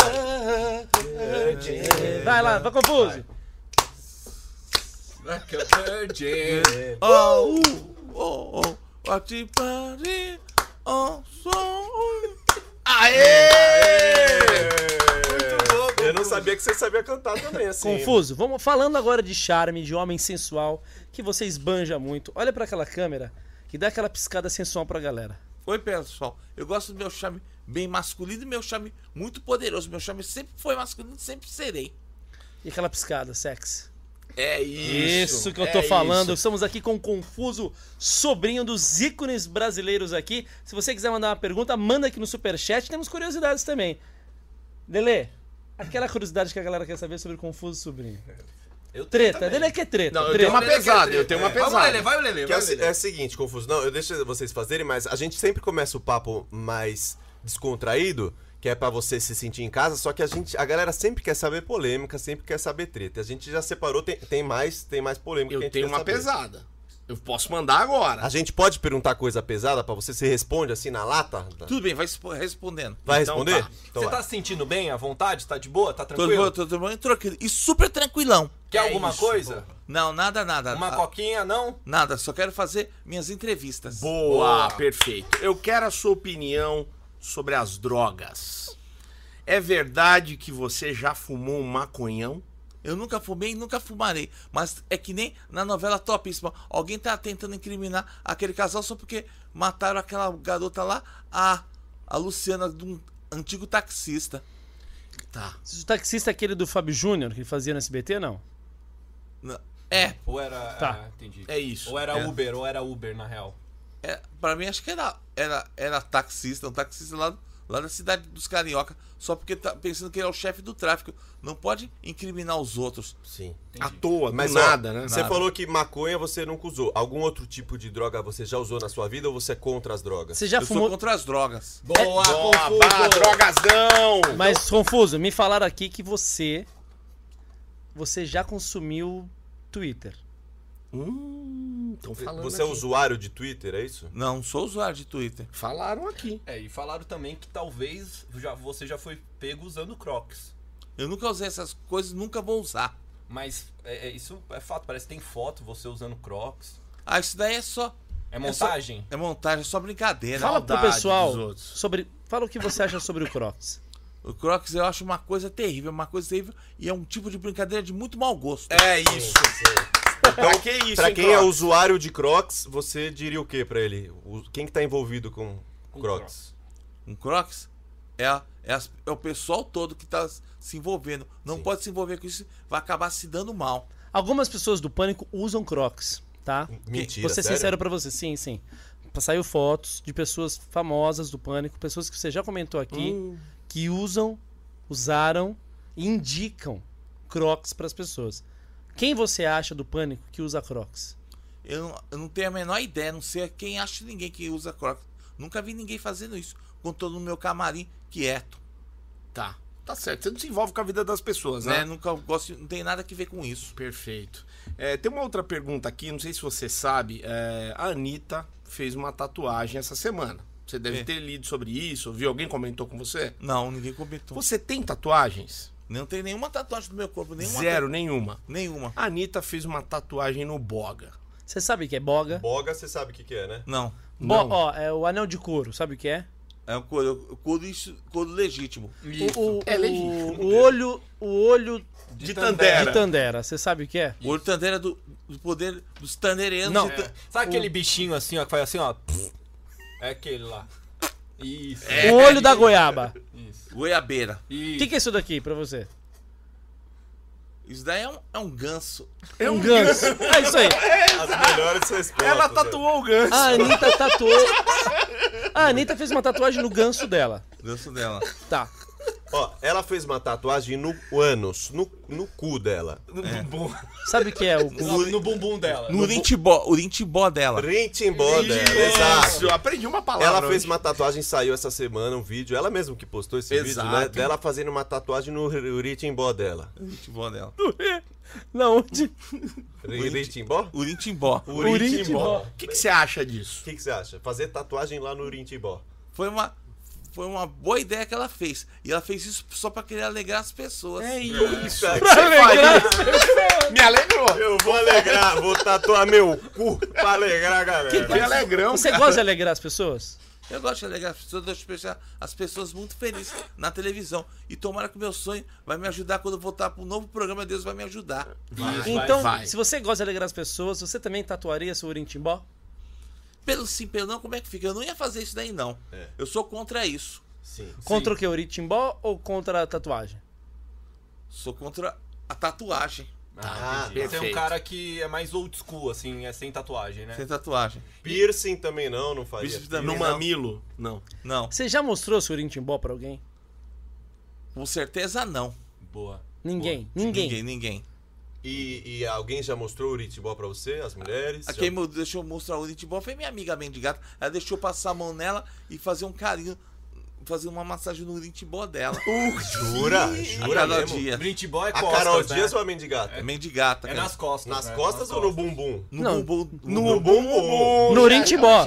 Speaker 3: Vai lá, vai confuso.
Speaker 6: Like a virgin.
Speaker 4: Oh, uh, oh, oh, what you party, oh, so, uh.
Speaker 1: Eu não sabia que você sabia cantar também, assim.
Speaker 3: Confuso, vamos falando agora de charme, de homem sensual, que você esbanja muito. Olha pra aquela câmera que dá aquela piscada sensual pra galera.
Speaker 4: Oi, pessoal. Eu gosto do meu charme bem masculino e meu charme muito poderoso. Meu charme sempre foi masculino e sempre serei.
Speaker 3: E aquela piscada, sexy.
Speaker 2: É isso.
Speaker 3: Isso que eu tô
Speaker 2: é
Speaker 3: falando.
Speaker 2: isso.
Speaker 3: Estamos aqui com o Confuso, sobrinho dos ícones brasileiros aqui. Se você quiser mandar uma pergunta, manda aqui no Superchat. Temos curiosidades também. Dele, aquela curiosidade que a galera quer saber sobre o Confuso Sobrinho.
Speaker 6: Eu
Speaker 3: Treta, Dele é que é treta.
Speaker 2: Não, eu tenho
Speaker 3: treta.
Speaker 2: uma pesada, eu tenho uma
Speaker 9: Vamos,
Speaker 2: pesada.
Speaker 9: Lelê, vai, Lelê.
Speaker 1: Que é,
Speaker 9: Vai,
Speaker 1: o se-
Speaker 9: Lelê.
Speaker 1: é o seguinte, Confuso, não, eu deixo vocês fazerem, mas a gente sempre começa o papo mais descontraído, que é pra você se sentir em casa, só que a gente, a galera sempre quer saber polêmica, sempre quer saber treta. A gente já separou, tem, tem mais, tem mais polêmica que a
Speaker 2: Eu
Speaker 1: gente
Speaker 2: tenho
Speaker 1: quer
Speaker 2: uma
Speaker 1: saber.
Speaker 2: pesada. Eu posso mandar agora.
Speaker 1: A gente pode perguntar coisa pesada pra você, você responde assim na lata?
Speaker 4: Tudo bem, vai expo- respondendo.
Speaker 1: Vai
Speaker 2: Então
Speaker 1: responder?
Speaker 2: tá.
Speaker 1: Então
Speaker 6: Você
Speaker 1: vai.
Speaker 6: tá se sentindo bem à vontade? Tá de boa? Tá
Speaker 4: Tô,
Speaker 6: tranquilo?
Speaker 4: tô, tô, tô, tranquilo. E super tranquilão.
Speaker 6: Quer alguma coisa?
Speaker 4: Não, nada, nada.
Speaker 6: Uma
Speaker 4: Ah,
Speaker 6: coquinha, não?
Speaker 4: Nada, só quero fazer minhas entrevistas.
Speaker 2: Boa, perfeito. Eu quero a sua opinião sobre as drogas. É verdade que você já fumou um maconhão?
Speaker 4: Eu nunca fumei e nunca fumarei. Mas é que nem na novela Topíssima. Alguém tá tentando incriminar aquele casal só porque mataram aquela garota lá, a, a Luciana, de um antigo taxista. Tá.
Speaker 3: O taxista é aquele do Fábio Júnior que ele fazia no SBT, não?
Speaker 4: Não. É,
Speaker 6: Ou era.
Speaker 3: Tá.
Speaker 6: ah, entendi.
Speaker 2: É isso.
Speaker 6: Ou era
Speaker 2: É.
Speaker 6: Uber, ou era Uber, na real.
Speaker 4: É, pra mim, acho que era, era, era taxista, um taxista lá, lá da cidade dos carioca, só porque tá pensando que ele é o chefe do tráfico. Não pode incriminar os outros.
Speaker 2: Sim. À toa,
Speaker 5: Mas
Speaker 2: mas
Speaker 5: ó,
Speaker 2: nada, né?
Speaker 5: Você falou que maconha você nunca usou. Algum outro tipo de droga você já usou na sua vida ou você é contra as drogas?
Speaker 3: Você já
Speaker 4: Eu
Speaker 3: fumou.
Speaker 4: sou contra as drogas.
Speaker 6: Boa,
Speaker 2: Boa,
Speaker 6: "Ah,
Speaker 2: bah, drogasão!
Speaker 3: Mas, Confuso, me falaram aqui que você. Você já consumiu Twitter.
Speaker 2: Hum, estão falando
Speaker 5: Você é
Speaker 2: aqui.
Speaker 5: usuário de Twitter, é isso?
Speaker 4: Não sou usuário de Twitter.
Speaker 2: Falaram aqui.
Speaker 6: É, e falaram também que talvez já, você já foi pego usando Crocs.
Speaker 4: Eu nunca usei essas coisas, nunca vou usar.
Speaker 6: Mas é- é- isso é fato, parece que tem foto você usando Crocs.
Speaker 4: Ah, isso daí é só.
Speaker 6: É
Speaker 4: só-
Speaker 6: montagem?
Speaker 4: É montagem, é só brincadeira.
Speaker 3: Fala pro
Speaker 2: maldade
Speaker 3: pessoal
Speaker 2: dos outros.
Speaker 3: sobre. Fala o que você acha sobre o Crocs.
Speaker 4: O Crocs eu acho uma coisa terrível, uma coisa terrível e é um tipo de brincadeira de muito mau gosto.
Speaker 2: É isso. pra Então, que isso,
Speaker 5: pra
Speaker 2: hein,
Speaker 5: quem é
Speaker 2: Crocs?
Speaker 5: usuário de Crocs, você diria o que pra ele? O- quem que tá envolvido com, Crocs?
Speaker 4: Um Crocs é, a- é as- é o pessoal todo que tá se envolvendo. Não pode se envolver com isso, vai acabar se dando mal.
Speaker 3: Algumas pessoas do pânico usam Crocs, tá?
Speaker 5: Mentira,
Speaker 3: Vou ser
Speaker 5: sério?
Speaker 3: sincero pra você, sim, sim. Saiu fotos de pessoas famosas do pânico, pessoas que você já comentou aqui,
Speaker 2: Hum.
Speaker 3: que usam, usaram e indicam Crocs pras pessoas. Quem você acha do pânico que usa Crocs?
Speaker 4: Eu não, eu não tenho a menor ideia, não sei quem acha ninguém que usa Crocs. Nunca vi ninguém fazendo isso. Com todo o meu camarim quieto,
Speaker 2: Tá. Tá certo. Você não se envolve com a vida das pessoas,
Speaker 4: né?
Speaker 2: né?
Speaker 4: Nunca gosto, não tem nada que ver com isso.
Speaker 2: Perfeito. É, tem uma outra pergunta aqui, não sei se você sabe. é, a Anitta fez uma tatuagem essa semana. Você deve
Speaker 4: É.
Speaker 2: ter lido sobre isso, viu? Alguém comentou com você?
Speaker 4: Não, ninguém comentou.
Speaker 2: Você tem tatuagens?
Speaker 4: Não tem nenhuma tatuagem do meu corpo, nenhuma.
Speaker 2: Zero, nenhuma.
Speaker 4: Nenhuma.
Speaker 2: A Anitta fez uma tatuagem no boga.
Speaker 3: Você sabe o que é boga?
Speaker 5: Boga, você sabe o que, que é, né?
Speaker 4: Não.
Speaker 3: Bo-
Speaker 2: Não.
Speaker 3: ó, é o anel de couro, sabe o que é?
Speaker 4: É um couro, eu- eu couro, isso, couro legítimo.
Speaker 3: O, o-
Speaker 2: É
Speaker 3: o-
Speaker 2: legítimo.
Speaker 3: o olho, o olho
Speaker 2: De,
Speaker 3: de Tandera, você sabe o que é?
Speaker 4: O Tandeira do, do poder dos tandeirenses.
Speaker 3: Não.
Speaker 5: É.
Speaker 4: de tan-
Speaker 6: Sabe aquele bichinho assim, ó, que faz assim, ó? É aquele lá. Isso.
Speaker 5: É.
Speaker 3: O olho da goiaba.
Speaker 4: É.
Speaker 6: Isso.
Speaker 4: Goiabeira.
Speaker 3: O
Speaker 6: Isso.
Speaker 3: que, que é isso daqui pra você?
Speaker 4: Isso daí é um, é um ganso.
Speaker 3: É um ganso. É isso aí.
Speaker 5: As
Speaker 2: [laughs]
Speaker 5: melhores respostas.
Speaker 2: Ela
Speaker 5: né?
Speaker 2: tá tatuou o ganso.
Speaker 3: A Anitta tatuou. A Anitta fez uma tatuagem no ganso dela.
Speaker 4: Ganso dela.
Speaker 3: Tá.
Speaker 5: Ó, ela fez uma tatuagem no ânus, no, no cu dela.
Speaker 6: No, bumbum.
Speaker 3: Sabe o que é o
Speaker 6: No, no bumbum dela.
Speaker 4: [laughs] No urintibó, urintibó dela.
Speaker 5: Rintimbó dela, exato.
Speaker 2: Eu aprendi uma palavra.
Speaker 5: Ela fez
Speaker 2: hoje.
Speaker 5: uma tatuagem, saiu essa semana um vídeo, ela mesma que postou esse
Speaker 2: Exato.
Speaker 5: vídeo, né? Dela fazendo uma tatuagem no Ritimbó dela.
Speaker 4: Urintibó dela.
Speaker 3: Não, onde?
Speaker 5: Ritimbó?
Speaker 4: Urintibó.
Speaker 3: Uritimbó.
Speaker 2: O que, que você acha disso?
Speaker 5: O que, que você acha? Fazer tatuagem lá no Ritimbó.
Speaker 4: Foi uma, foi uma boa ideia que ela fez. E ela fez isso só pra querer alegrar as pessoas. É isso.
Speaker 2: Isso. Me alegrou.
Speaker 5: [laughs] Eu vou alegrar, vou tatuar meu cu pra alegrar a galera.
Speaker 2: Me é alegrão.
Speaker 3: Você gosta de alegrar as pessoas?
Speaker 4: Eu gosto de alegrar as pessoas, eu gosto de deixar as pessoas muito felizes na televisão. E tomara que o meu sonho vai me ajudar quando eu voltar pro novo programa. Deus vai me ajudar.
Speaker 3: Então,
Speaker 2: vai.
Speaker 3: se você gosta de alegrar as pessoas, você também tatuaria seu Urintimbó?
Speaker 4: Pelo sim, pelo não, como é que fica? Eu não ia fazer isso daí, não.
Speaker 5: É.
Speaker 4: Eu sou contra isso.
Speaker 5: Sim.
Speaker 3: Contra o que? Uritimbó ou contra a tatuagem?
Speaker 4: Sou contra a tatuagem.
Speaker 5: Ah,
Speaker 6: Ah, entendi. Você é um
Speaker 2: perfeito.
Speaker 6: cara que é mais old school, assim, é sem tatuagem, né?
Speaker 4: Sem tatuagem.
Speaker 5: Piercing também não, não faria.
Speaker 4: Piercing também
Speaker 2: No
Speaker 4: não.
Speaker 2: mamilo? Não.
Speaker 4: Não.
Speaker 3: Você já mostrou seu Urintimbó pra alguém?
Speaker 4: Com certeza não.
Speaker 6: Boa.
Speaker 3: Ninguém. Ninguém.
Speaker 4: Ninguém, ninguém.
Speaker 5: E, e alguém já mostrou o Ritibó pra você? As mulheres?
Speaker 4: A
Speaker 5: Já-
Speaker 4: quem me deixou mostrar o Nitibol foi minha amiga Mendigata. Ela deixou passar a mão nela e fazer um carinho, fazer uma massagem no Nitibol dela.
Speaker 5: Jura? Jura
Speaker 4: a Carol
Speaker 5: mesmo?
Speaker 4: Dias.
Speaker 6: Brint Boy é
Speaker 5: A
Speaker 6: costas,
Speaker 5: Carol
Speaker 6: né?
Speaker 5: Dias ou a Mendigata?
Speaker 4: É Mendigata.
Speaker 6: É
Speaker 4: cara.
Speaker 6: nas costas.
Speaker 5: Nas
Speaker 6: né?
Speaker 5: costas ou no bumbum?
Speaker 4: No
Speaker 3: Não.
Speaker 4: bumbum.
Speaker 5: No bumbum!
Speaker 3: No Uritimbó.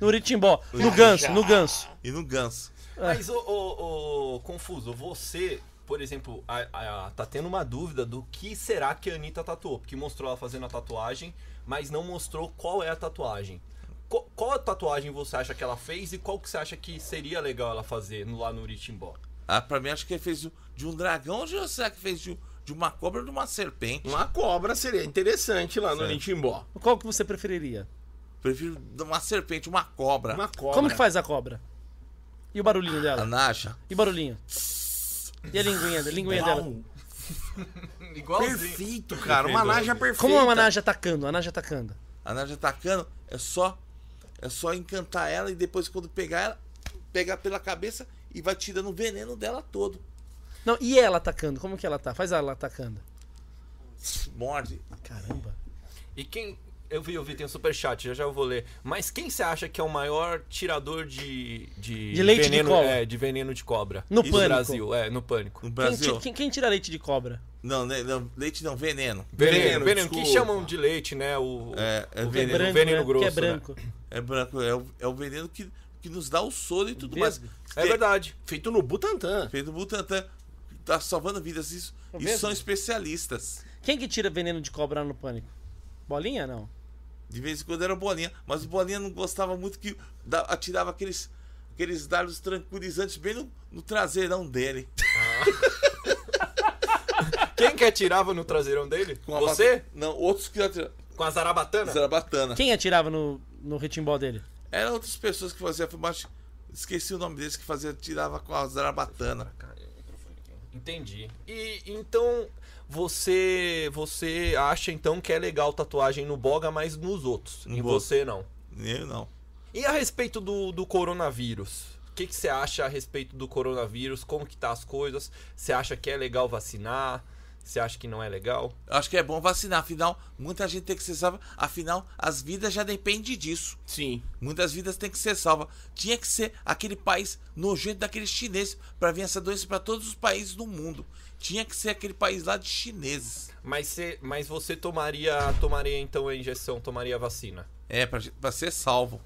Speaker 3: No Uritimbó. No ganso, no ganso.
Speaker 4: E no ganso.
Speaker 3: É.
Speaker 6: Mas, ô, ô, ô, Confuso, você, por exemplo, a- a- tá tendo uma dúvida do que será que a Anitta tatuou, porque mostrou ela fazendo a tatuagem, mas não mostrou qual é a tatuagem. Co- Qual a tatuagem você acha que ela fez e qual que você acha que seria legal ela fazer no- lá no Uritimbó?
Speaker 4: Ah, pra mim acho que ele fez de um dragão ou será que fez de um, de uma cobra ou de uma serpente.
Speaker 2: Uma cobra seria interessante lá no Nitimbó.
Speaker 3: Qual que você preferiria?
Speaker 4: Prefiro de uma serpente, uma cobra.
Speaker 2: Uma cobra.
Speaker 3: Como que faz a cobra? E o barulhinho
Speaker 4: A
Speaker 3: dela?
Speaker 4: Nasha.
Speaker 3: E o barulhinho? E a linguinha, a linguinha dela?
Speaker 2: Uau,
Speaker 6: Igualzinho.
Speaker 2: Perfeito, cara. Uma naja perfeita.
Speaker 3: Como a Naja atacando? A Naja atacando.
Speaker 4: A Naja atacando, é só é só encantar ela e depois quando pegar ela, pegar pela cabeça e vai tirando o veneno dela todo.
Speaker 3: Não, e ela atacando? Como que ela tá? Faz ela atacando.
Speaker 4: Morde.
Speaker 3: Caramba.
Speaker 6: E quem. Eu vi, eu vi, tem um superchat, já já eu vou ler. Mas quem você acha que é o maior tirador de. De,
Speaker 3: De leite de
Speaker 6: veneno,
Speaker 3: cobra.
Speaker 6: É, de veneno de cobra.
Speaker 3: No
Speaker 6: Isso
Speaker 3: Pânico.
Speaker 6: Brasil, é, no pânico.
Speaker 3: Quem,
Speaker 4: No Brasil.
Speaker 3: ti- quem- quem tira leite de cobra?
Speaker 4: Não, le- não, leite não, veneno.
Speaker 6: Veneno,
Speaker 2: Veneno,
Speaker 6: veneno, que
Speaker 2: desculpa.
Speaker 6: chamam de leite, né? O,
Speaker 4: É, é
Speaker 6: o
Speaker 4: veneno.
Speaker 6: veneno,
Speaker 3: branco,
Speaker 6: veneno
Speaker 3: né?
Speaker 6: grosso.
Speaker 3: que é
Speaker 6: né?
Speaker 3: branco.
Speaker 4: É branco, é o, é o veneno que, que nos dá o sono e tudo
Speaker 3: Mesmo?
Speaker 4: mais.
Speaker 6: É verdade.
Speaker 2: Feito no Butantã.
Speaker 4: Feito Butantan, tá salvando vidas isso.
Speaker 6: É
Speaker 4: E
Speaker 3: mesmo?
Speaker 4: são especialistas.
Speaker 3: Quem que tira veneno de cobra lá no pânico? Bolinha, não?
Speaker 4: De vez em quando era o Bolinha, mas o Bolinha não gostava muito que da- atirava aqueles, aqueles dardos tranquilizantes bem no, no traseirão dele.
Speaker 6: Quem que atirava no traseirão dele?
Speaker 4: Com a
Speaker 6: Você?
Speaker 4: bat- Não, outros que atiravam.
Speaker 6: Com a zarabatana?
Speaker 4: Zarabatana.
Speaker 3: Quem atirava no, no retimbó dele?
Speaker 4: Eram outras pessoas que faziam filmagem. Esqueci o nome deles que fazia, tirava com a Zarabatana.
Speaker 6: Entendi. E então você você acha então que é legal tatuagem no boga, mas nos outros,
Speaker 4: No
Speaker 6: em
Speaker 4: boga.
Speaker 6: você não.
Speaker 4: Eu não.
Speaker 6: E a respeito do, do coronavírus? O que, que você acha a respeito do coronavírus? Como que tá as coisas? Você acha que é legal vacinar? Você acha que não é legal?
Speaker 4: Acho que é bom vacinar, afinal, muita gente tem que ser salva, afinal, as vidas já dependem disso.
Speaker 2: Sim.
Speaker 4: Muitas vidas têm que ser salvas. Tinha que ser aquele país nojento daqueles chineses para vir essa doença para todos os países do mundo. Tinha que ser aquele país lá de chineses.
Speaker 6: Mas você, mas você tomaria tomaria então a injeção, tomaria a vacina?
Speaker 4: É, pra, pra ser salvo.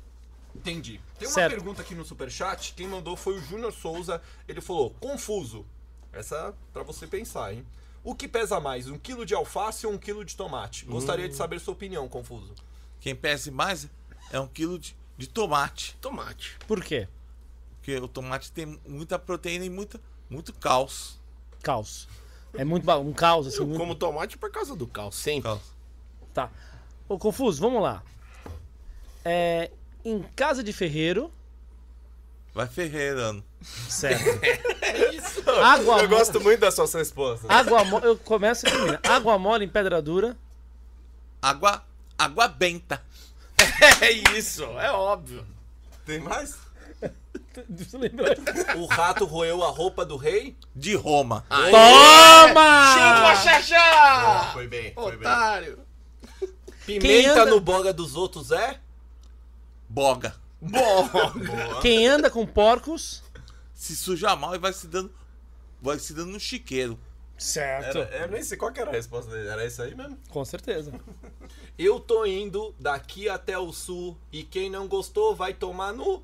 Speaker 6: Entendi.
Speaker 1: Tem uma
Speaker 3: Certo.
Speaker 1: pergunta aqui no superchat.
Speaker 6: Quem mandou foi o Júnior Souza. Ele falou: confuso. Essa é pra você pensar, hein? O que pesa mais, um quilo de alface ou um quilo de tomate? Gostaria de saber sua opinião, confuso.
Speaker 4: Quem pese mais é um quilo de, de tomate.
Speaker 2: Tomate.
Speaker 3: Por quê?
Speaker 4: Porque o tomate tem muita proteína e muita, muito caos.
Speaker 3: Caos. É muito ba- um caos, assim.
Speaker 2: Eu
Speaker 3: muito-
Speaker 2: como tomate por causa do cal, sempre.
Speaker 4: caos.
Speaker 3: Tá. Ô, Confuso, vamos lá. É, em casa de ferreiro.
Speaker 4: Vai ferreirando.
Speaker 3: Certo. [laughs] Água, mo-
Speaker 6: muito das suas respostas.
Speaker 3: água mole. Eu começo e termino. Água mole em pedra dura.
Speaker 4: Água, água benta.
Speaker 2: É isso, é óbvio.
Speaker 6: Tem mais?
Speaker 3: Deixa eu lembrar.
Speaker 6: O rato roeu a roupa do rei?
Speaker 4: De Roma.
Speaker 3: Toma!
Speaker 5: Ah,
Speaker 2: Xaxá!
Speaker 1: Foi bem, foi bem.
Speaker 2: Otário.
Speaker 3: Quem
Speaker 6: Pimenta
Speaker 3: anda-
Speaker 6: no boga dos outros é?
Speaker 4: Boga.
Speaker 3: Quem anda com porcos.
Speaker 4: Se suja mal e vai se dando. Vai se dando no chiqueiro.
Speaker 3: Certo.
Speaker 1: eu nem sei qual que era a resposta dele. Era isso aí mesmo?
Speaker 3: Com certeza.
Speaker 6: Eu tô indo daqui até o sul e quem não gostou vai tomar no.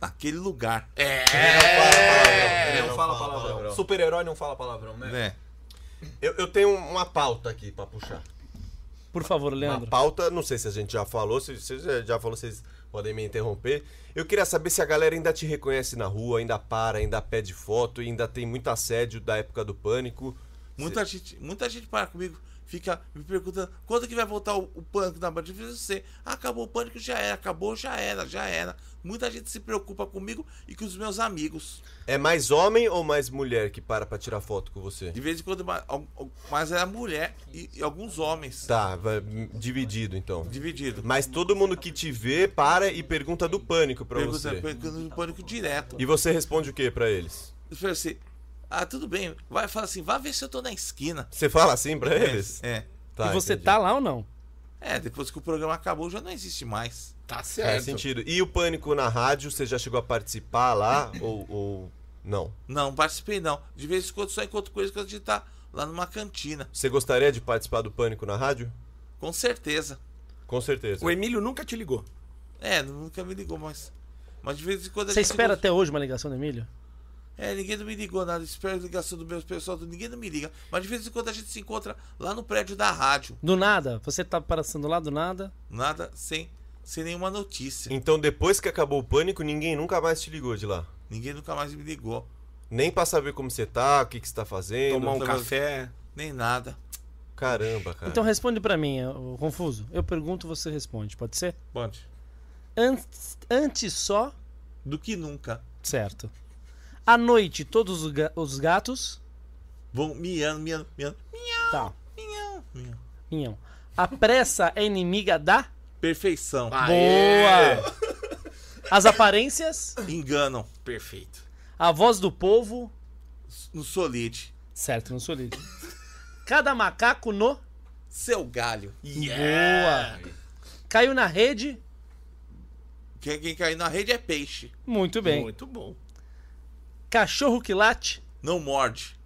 Speaker 4: Naquele lugar. É,
Speaker 6: Ele É! não, fala palavrão. Super-herói não fala palavrão, né?
Speaker 4: Né?
Speaker 1: Eu, eu tenho uma pauta aqui pra puxar.
Speaker 3: Por favor,
Speaker 1: Uma
Speaker 3: Leandro.
Speaker 1: pauta, não sei se a gente já falou, se você já, já falou, vocês podem me interromper. Eu queria saber se a galera ainda te reconhece na rua, ainda para, ainda pede foto, ainda tem muito assédio da época do pânico.
Speaker 4: Muita gente, muita gente para comigo, fica me perguntando quando que vai voltar o, o pânico na Band? Eu falei, "Não sei. acabou o pânico, já era, acabou, já era, já era. Muita gente se preocupa comigo e com os meus amigos.
Speaker 1: É mais homem ou mais mulher que para pra tirar foto com você?
Speaker 4: De vez em quando, ma- al- al- mas era mulher e, e alguns homens.
Speaker 1: Tá, vai- dividido então.
Speaker 4: Dividido.
Speaker 1: Mas todo mundo que te vê para e pergunta do pânico pra
Speaker 4: Pergunta,
Speaker 1: você.
Speaker 4: pergunta do pânico direto.
Speaker 1: E você responde o que pra eles?
Speaker 4: Eu falei assim, ah, tudo bem. Vai falar assim, vai ver se eu tô na esquina.
Speaker 1: Você fala assim pra eles?
Speaker 4: É.
Speaker 1: Tá,
Speaker 3: e você
Speaker 1: entendi.
Speaker 3: tá lá ou não?
Speaker 4: É, depois que o programa acabou, já não existe mais.
Speaker 3: É,
Speaker 2: Tá
Speaker 1: Faz
Speaker 2: certo.
Speaker 1: sentido. E o pânico na rádio, você já chegou a participar lá ou, ou não?
Speaker 4: Não, participei não. De vez em quando só encontro coisas quando a gente tá lá numa cantina.
Speaker 1: Você gostaria de participar do pânico na rádio?
Speaker 4: Com certeza.
Speaker 1: Com certeza.
Speaker 2: O Emílio nunca te ligou.
Speaker 4: É, nunca me ligou mais. Mas de vez em quando a
Speaker 3: Você
Speaker 4: gente
Speaker 3: espera
Speaker 4: gosta-
Speaker 3: até hoje uma ligação do Emílio?
Speaker 4: É, ninguém não me ligou nada. Espero a ligação do meu pessoal, do- ninguém não me liga. Mas de vez em quando a gente se encontra lá no prédio da rádio.
Speaker 3: Do nada? Você tá passando lá do nada?
Speaker 4: Nada sem, sem nenhuma notícia.
Speaker 1: Então, depois que acabou o pânico, ninguém nunca mais te ligou de lá.
Speaker 4: Ninguém nunca mais me ligou.
Speaker 1: Nem pra saber como você tá, o que, que você tá fazendo.
Speaker 2: Tomar um
Speaker 1: tá-
Speaker 2: café.
Speaker 4: Nem nada.
Speaker 1: Caramba, cara.
Speaker 3: Então responde pra mim, ô, Confuso. Eu pergunto, você responde, pode ser?
Speaker 4: Pode.
Speaker 3: Antes, antes só,
Speaker 4: Do que nunca.
Speaker 3: certo. À noite, todos os ga- os gatos.
Speaker 4: Vão miando, miando, miando.
Speaker 3: Tá.
Speaker 4: Miau, miau.
Speaker 3: Minhão. A pressa é inimiga da.
Speaker 4: Perfeição.
Speaker 3: Boa! As aparências,
Speaker 4: Enganam.
Speaker 2: Perfeito.
Speaker 3: a voz do povo.
Speaker 4: No solite.
Speaker 3: Certo, não sou líder. Cada macaco no.
Speaker 4: Seu galho.
Speaker 3: Boa! Caiu na rede.
Speaker 4: Quem, quem cair na rede é peixe.
Speaker 3: Muito bem.
Speaker 2: Muito bom.
Speaker 3: Cachorro que late.
Speaker 4: Não morde.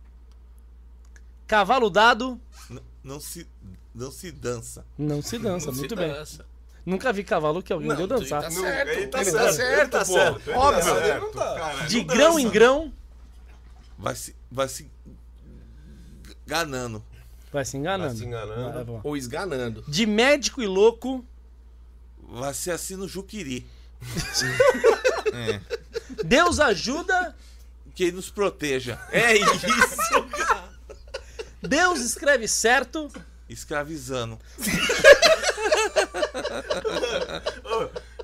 Speaker 3: Cavalo dado.
Speaker 4: N- não se. Não se dança.
Speaker 3: Não se dança,
Speaker 2: Você
Speaker 3: muito
Speaker 2: tá
Speaker 3: bem.
Speaker 2: nessa?
Speaker 3: Nunca vi cavalo que alguém deu dançar.
Speaker 2: Tá certo.
Speaker 1: ele tá
Speaker 2: ele
Speaker 1: certo, ele tá
Speaker 2: pô.
Speaker 1: certo, ele
Speaker 2: Óbvio.
Speaker 1: tá certo.
Speaker 3: De grão em grão.
Speaker 4: Vai se. Vai se. Ganando.
Speaker 3: Vai se enganando.
Speaker 1: Tá se enganando.
Speaker 3: Vai, vai.
Speaker 2: Ou esganando.
Speaker 3: De médico e louco.
Speaker 4: Vai ser assim no Juquiri.
Speaker 3: Deus ajuda.
Speaker 4: Que nos proteja.
Speaker 2: É isso.
Speaker 3: Deus escreve certo.
Speaker 4: Escravizando.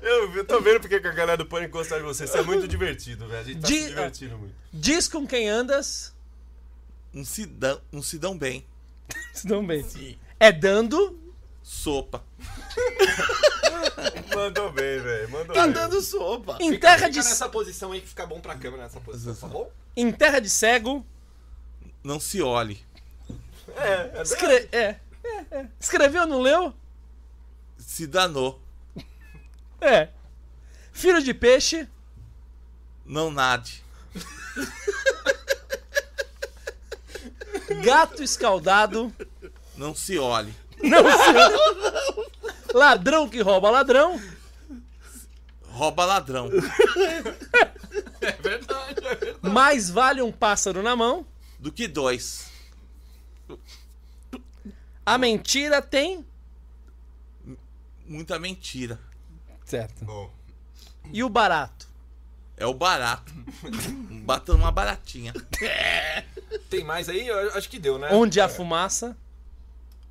Speaker 1: Eu, eu tô vendo porque que a galera do Pânico gosta de você. Isso é muito divertido, velho. A gente tá
Speaker 3: De-
Speaker 1: se divertindo muito.
Speaker 3: Diz com quem andas.
Speaker 4: Um se dão, um se dão bem.
Speaker 3: Se dão bem. É dando.
Speaker 4: Sopa.
Speaker 1: Mandou bem, velho. Mandou
Speaker 2: Tá
Speaker 1: bem.
Speaker 2: dando sopa.
Speaker 3: Em terra,
Speaker 6: Fica
Speaker 3: de,
Speaker 6: Tá nessa posição aí que fica bom pra câmera nessa posição, tá bom?
Speaker 3: em terra de cego.
Speaker 4: Não se olhe.
Speaker 3: Escre- é, é, é. Escreveu, não leu?
Speaker 4: Se danou.
Speaker 3: É. Filho de peixe.
Speaker 4: Não nade.
Speaker 3: Gato escaldado.
Speaker 4: Não se olhe.
Speaker 3: Ladrão que rouba ladrão.
Speaker 4: Rouba ladrão.
Speaker 3: Mais vale um pássaro na mão.
Speaker 4: Do que dois.
Speaker 3: A mentira tem.
Speaker 4: Muita mentira.
Speaker 3: Certo.
Speaker 1: Bom.
Speaker 3: E o barato.
Speaker 4: É o barato. [laughs] Batendo uma baratinha.
Speaker 6: Tem mais aí? Eu acho que deu, né?
Speaker 3: Onde há fumaça.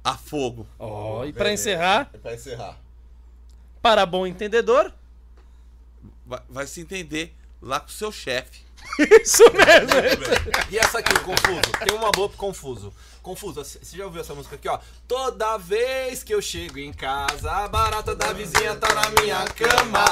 Speaker 4: A fogo.
Speaker 3: Ó, e pra encerrar,
Speaker 1: É pra encerrar.
Speaker 3: para bom entendedor.
Speaker 4: Vai, vai se entender lá com o seu chefe.
Speaker 3: Isso mesmo.
Speaker 6: E essa aqui, Confuso? Tem uma boa pro Confuso. Confuso, você já ouviu essa música aqui, ó? Toda vez que eu chego em casa, a barata da vizinha tá na minha cama.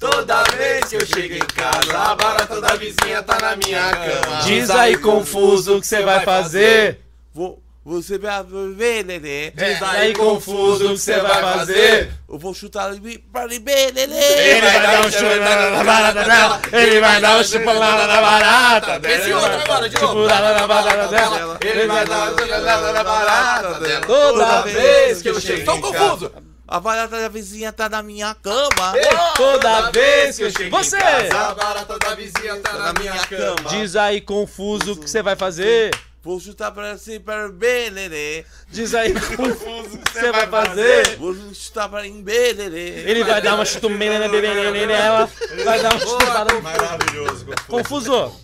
Speaker 6: Toda vez que eu chego em casa, a barata da vizinha tá na minha cama.
Speaker 3: Diz aí, Confuso, o que você vai fazer.
Speaker 4: Vou. Você vai ver, Lelê.
Speaker 6: Diz
Speaker 3: aí, Confuso, o que você vai fazer?
Speaker 4: Eu vou chutar ali pra ali, bem, Lelê.
Speaker 3: vai dar um chulada na barata dela. Ele vai dar um chupulada na barata
Speaker 6: Esse outro agora, de novo.
Speaker 3: Chupulada na barata dela.
Speaker 6: Ele vai dar uma barata dela.
Speaker 3: Toda vez que eu
Speaker 6: chego.
Speaker 3: chego.
Speaker 6: Então, Confuso!
Speaker 4: A barata da vizinha tá na minha cama.
Speaker 3: Toda vez que eu chego. Você!
Speaker 2: É.
Speaker 6: A barata da vizinha tá na minha cama.
Speaker 3: Diz aí, Confuso, o que você vai fazer.
Speaker 4: Vou chutar pra ali, pra bem, Lelê.
Speaker 3: Diz aí, [laughs] Confuso, o que você vai fazer.
Speaker 4: Vou chutar pra em bem, Lelê.
Speaker 3: Ele vai dar uma chutumena né, na bebeneira nela. Vai dar uma chutumada no
Speaker 1: Maravilhoso.
Speaker 3: Confuso,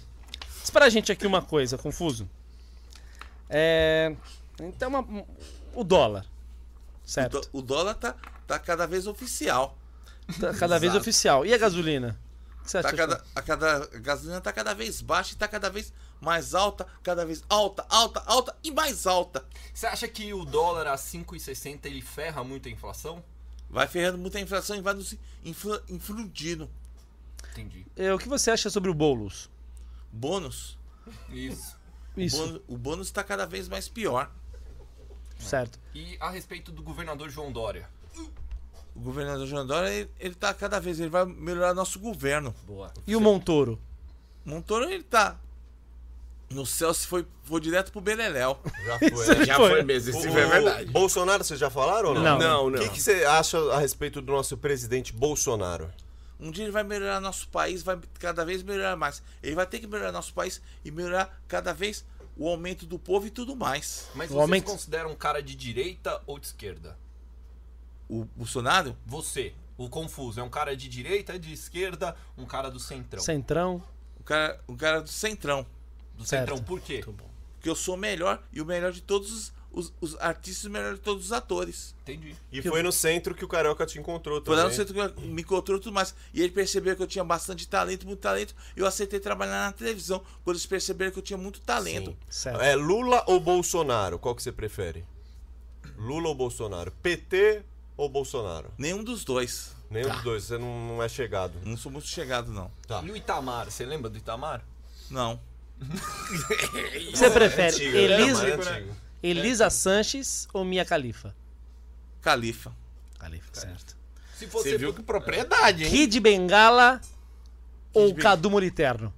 Speaker 3: diz pra gente aqui uma coisa, Confuso. É. Então, uma- o dólar. Certo.
Speaker 4: O dólar tá, tá cada vez oficial.
Speaker 3: Tá cada vez oficial. E a gasolina? O que você acha?
Speaker 4: Tá cada, a, cada, a gasolina tá cada vez baixa e tá cada vez mais alta, cada vez alta, alta, alta e mais alta.
Speaker 6: Você acha que o dólar a 5,60 ele ferra muito a inflação?
Speaker 4: Vai ferrando muita inflação e vai nos infla, infludindo.
Speaker 6: Entendi.
Speaker 3: É, o que você acha sobre o Boulos?
Speaker 4: Bônus.
Speaker 6: Isso.
Speaker 3: Isso,
Speaker 4: bônus. O bônus tá cada vez mais pior.
Speaker 3: certo.
Speaker 6: E a respeito do governador João Dória?
Speaker 4: O governador João Dória, ele, ele tá cada vez, ele vai melhorar nosso governo.
Speaker 6: Boa.
Speaker 3: E o Montoro?
Speaker 4: Montoro, ele tá. No céu, se foi, foi direto pro Beleléu.
Speaker 1: Já foi. né?
Speaker 2: Já
Speaker 3: Foi.
Speaker 2: foi mesmo, [laughs] isso
Speaker 1: O-
Speaker 2: é verdade.
Speaker 1: Bolsonaro, vocês já falaram ou não?
Speaker 3: Não.
Speaker 2: Não,
Speaker 1: O
Speaker 2: não.
Speaker 1: que, que você acha a respeito do nosso presidente Bolsonaro?
Speaker 4: Um dia ele vai melhorar nosso país, vai cada vez melhorar mais. Ele vai ter que melhorar nosso país e melhorar cada vez o aumento do povo e tudo mais.
Speaker 6: Mas
Speaker 3: O
Speaker 6: você
Speaker 3: aumento-
Speaker 6: se considera um cara de direita ou de esquerda?
Speaker 4: O Bolsonaro,
Speaker 6: Você, o confuso, é um cara de
Speaker 1: Então.
Speaker 6: direita, de esquerda, um cara do centrão.
Speaker 3: Centrão?
Speaker 4: o cara, o cara do centrão.
Speaker 6: do
Speaker 3: Certo.
Speaker 6: Centrão. Por quê?
Speaker 3: Muito bom.
Speaker 4: Porque eu sou o melhor e o melhor de todos os, os- os artistas e o melhor de todos os atores.
Speaker 6: Entendi.
Speaker 1: E foi no centro que o Carioca te encontrou
Speaker 4: Foi
Speaker 1: também. né?
Speaker 4: lá no centro que eu- me encontrou e tudo mais. E ele percebeu que eu tinha bastante talento, muito talento. Eu aceitei trabalhar na televisão. Quando eles perceberam que eu tinha muito talento.
Speaker 1: Sim.
Speaker 3: Certo.
Speaker 1: É Lula ou Bolsonaro? Qual que você prefere? Lula ou Bolsonaro? PT ou Bolsonaro?
Speaker 4: Nenhum dos dois.
Speaker 1: Nenhum dos dois, você não, não é chegado.
Speaker 4: Não sou muito chegado, não.
Speaker 1: Tá.
Speaker 6: E o Itamar, você lembra do Itamar?
Speaker 4: Não.
Speaker 3: O que você prefere?
Speaker 1: Antigo, né?
Speaker 3: Elisa,
Speaker 1: Mas é antigo.
Speaker 3: Elisa Sanches ou Mia Khalifa?
Speaker 4: Califa.
Speaker 3: Khalifa, certo.
Speaker 6: Se
Speaker 2: Você viu que propriedade, hein?
Speaker 3: Kid Bengala ou
Speaker 4: Ben-
Speaker 3: Cadu Moliterno?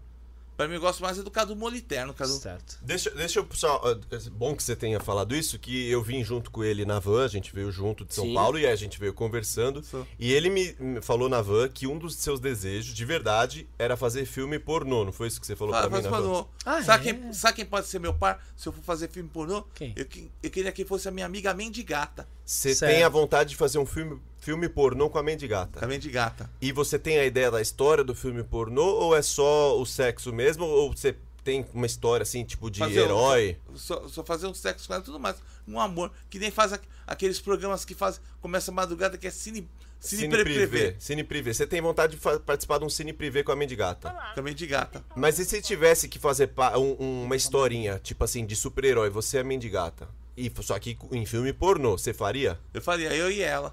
Speaker 4: Pra mim, eu gosto mais é do Cadu Moliterno. Cadu...
Speaker 3: Certo.
Speaker 1: Deixa, deixa eu só. ó, Bom que você tenha falado isso, que eu vim junto com ele na van, a gente veio junto de São
Speaker 2: Sim.
Speaker 1: Paulo e a gente veio conversando. E ele me, me falou na van que um dos seus desejos, de verdade, era fazer filme pornô. Não foi isso que você falou
Speaker 4: Fala,
Speaker 1: pra mim né,
Speaker 4: faz
Speaker 1: na van?
Speaker 4: pornô.
Speaker 3: Ah,
Speaker 4: sabe,
Speaker 3: é?
Speaker 4: quem, sabe quem pode ser meu par se eu for fazer filme pornô?
Speaker 3: Quem?
Speaker 4: Eu, que- eu queria que fosse a minha amiga Mendigata.
Speaker 1: Você
Speaker 3: Certo.
Speaker 1: tem a vontade de fazer um filme, filme pornô com a Mendigata.
Speaker 4: Com a Mendigata.
Speaker 1: E você tem a ideia da história do filme pornô ou é só o sexo mesmo? Ou você tem uma história assim, tipo de
Speaker 4: Fazer um-
Speaker 1: herói?
Speaker 4: Só, só fazer um sexo com ela e tudo mais. Um amor. Que nem faz aqu- aqueles programas que faz. Começa a madrugada que é cine. Cine,
Speaker 1: Cine
Speaker 4: pre-
Speaker 1: privê.
Speaker 4: prevê.
Speaker 1: Cine privê. Você tem vontade de fa- participar de um cine privê com a Mendigata.
Speaker 4: Com a Mendigata.
Speaker 1: Mas e se tivesse que fazer pa- um- um- uma historinha, tipo assim, de super-herói, você é a Mendigata? E, f- só que em filme pornô, você faria?
Speaker 4: Eu faria eu e ela.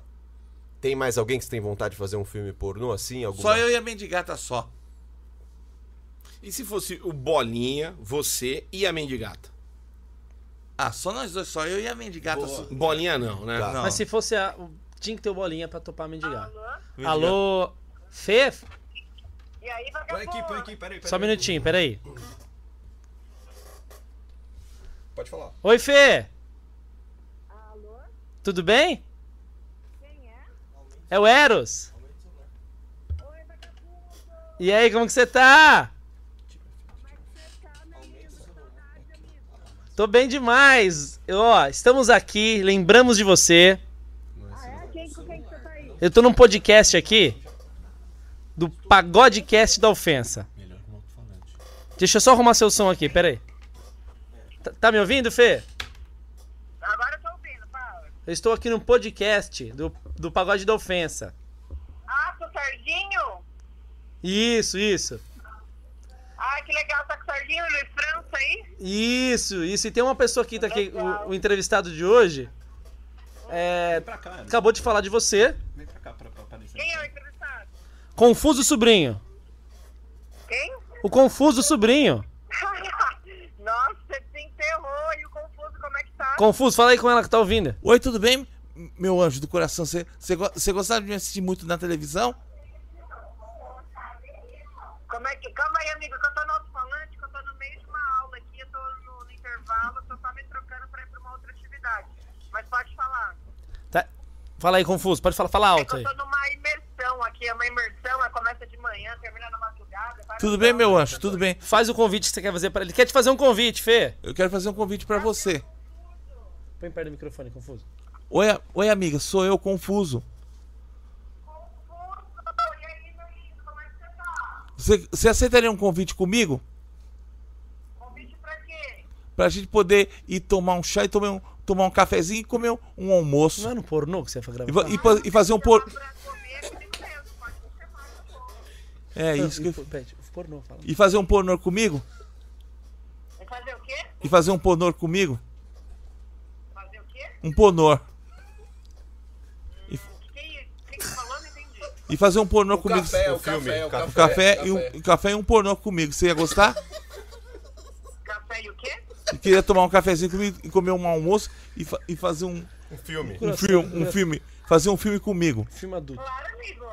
Speaker 1: Tem mais alguém que você tem vontade de fazer um filme pornô assim? Alguma...
Speaker 4: Só eu e a Mendigata só.
Speaker 2: E se fosse o Bolinha, você e a Mendigata?
Speaker 4: Ah, só nós dois, só eu e a Mendigata só.
Speaker 2: Bolinha não, né?
Speaker 1: Tá.
Speaker 4: Não.
Speaker 3: Mas se fosse a. Tinha que ter o bolinha pra topar mendigar.
Speaker 4: Mendigata.
Speaker 3: Alô? Fê?
Speaker 10: E aí,
Speaker 6: Põe aqui, põe
Speaker 10: vagabundo?
Speaker 6: aqui, peraí, peraí.
Speaker 3: Só um minutinho, peraí.
Speaker 6: Pode falar.
Speaker 3: Oi, Fê!
Speaker 10: Alô?
Speaker 3: Tudo bem?
Speaker 10: Quem é?
Speaker 3: É o Eros.
Speaker 10: Oi, vagabundo!
Speaker 3: E aí, como que você tá?
Speaker 10: Como é que você tá, meu lindo? Saudade, amigo.
Speaker 3: Tô bem demais. Eu, Ó, estamos aqui, lembramos de você.
Speaker 10: Ah, é? Quem, com quem que você tá aí?
Speaker 3: Eu tô num podcast aqui do Pagodecast da Ofensa.
Speaker 6: Melhor que um alto-falante.
Speaker 3: Deixa eu só arrumar seu som aqui, peraí. Tá, tá me ouvindo, Fê?
Speaker 10: Agora eu tô ouvindo, fala.
Speaker 3: Eu estou aqui num podcast do, do Pagode da Ofensa.
Speaker 10: Ah, com o Serginho?
Speaker 3: Isso, isso.
Speaker 10: Ah, que legal, tá com o Serginho, Luiz França aí?
Speaker 3: Isso, isso. E tem uma pessoa aqui, tá aqui, o, o entrevistado de hoje. É,
Speaker 6: Vem pra cá, né? Ana.
Speaker 3: acabou de falar de você.
Speaker 6: Vem pra cá pra, pra aparecer.
Speaker 10: Quem é o entrevistado?
Speaker 3: Confuso Sobrinho.
Speaker 10: Quem? [laughs]
Speaker 3: O Confuso Sobrinho.
Speaker 10: Nossa, você desenterrou. E o Confuso, como é que tá?
Speaker 3: Confuso, fala aí com ela que tá ouvindo.
Speaker 4: Oi, tudo bem, meu anjo do coração? Você- Você go- você gostava de me assistir muito na televisão?
Speaker 10: Como é que... Calma aí, amigo, que eu tô no alto-falante, que eu tô no meio de uma aula aqui, eu tô no, no intervalo, eu tô só me trocando pra ir pra uma outra atividade. Mas pode falar.
Speaker 3: Tá. Fala aí, Confuso. Pode falar, fala
Speaker 10: É que
Speaker 3: alto
Speaker 10: eu
Speaker 3: aí.
Speaker 10: tô numa imersão aqui, é uma imersão, é começa de manhã, termina na madrugada. várias
Speaker 4: Tudo bem,
Speaker 10: aulas.
Speaker 4: meu anjo? Tudo bem.
Speaker 3: Faz o convite que você quer fazer pra ele. Quer te fazer um convite, Fê.
Speaker 4: Eu quero fazer um convite pra você.
Speaker 3: Põe perto do microfone, Confuso.
Speaker 4: Oi, a- oi, amiga, sou eu, Confuso.
Speaker 10: Confuso, e aí, meu lindo, como é que você tá?
Speaker 4: Você, você aceitaria um convite comigo?
Speaker 10: Convite pra quê?
Speaker 4: Pra gente poder ir tomar um chá e tomar um, tomar um cafezinho e comer um, um almoço.
Speaker 3: Não era no pornô que você foi
Speaker 4: E,
Speaker 3: gravar?
Speaker 4: fa- e fa- e fazer um por...
Speaker 10: Pra comer comigo mesmo, pode me chamar, tá bom.
Speaker 4: É isso que eu...
Speaker 3: Pede, pornô, fala.
Speaker 4: E fazer um pornô comigo?
Speaker 10: Vai É fazer o quê?
Speaker 4: E fazer um pornô comigo?
Speaker 10: Fazer o quê?
Speaker 4: Um pornô.
Speaker 10: Que isso? O que que você falou? Não tá entendi.
Speaker 4: E fazer um pornô comigo.
Speaker 1: o filme, café.
Speaker 4: um café, e um, um café e um pornô comigo. Você ia gostar?
Speaker 10: Café e o quê?
Speaker 4: E queria tomar um cafezinho comigo e comer um almoço e, fa- e fazer um,
Speaker 1: Um filme.
Speaker 4: um filme, um filme. Fazer um filme comigo.
Speaker 3: Filme adulto.
Speaker 10: Claro, amigo.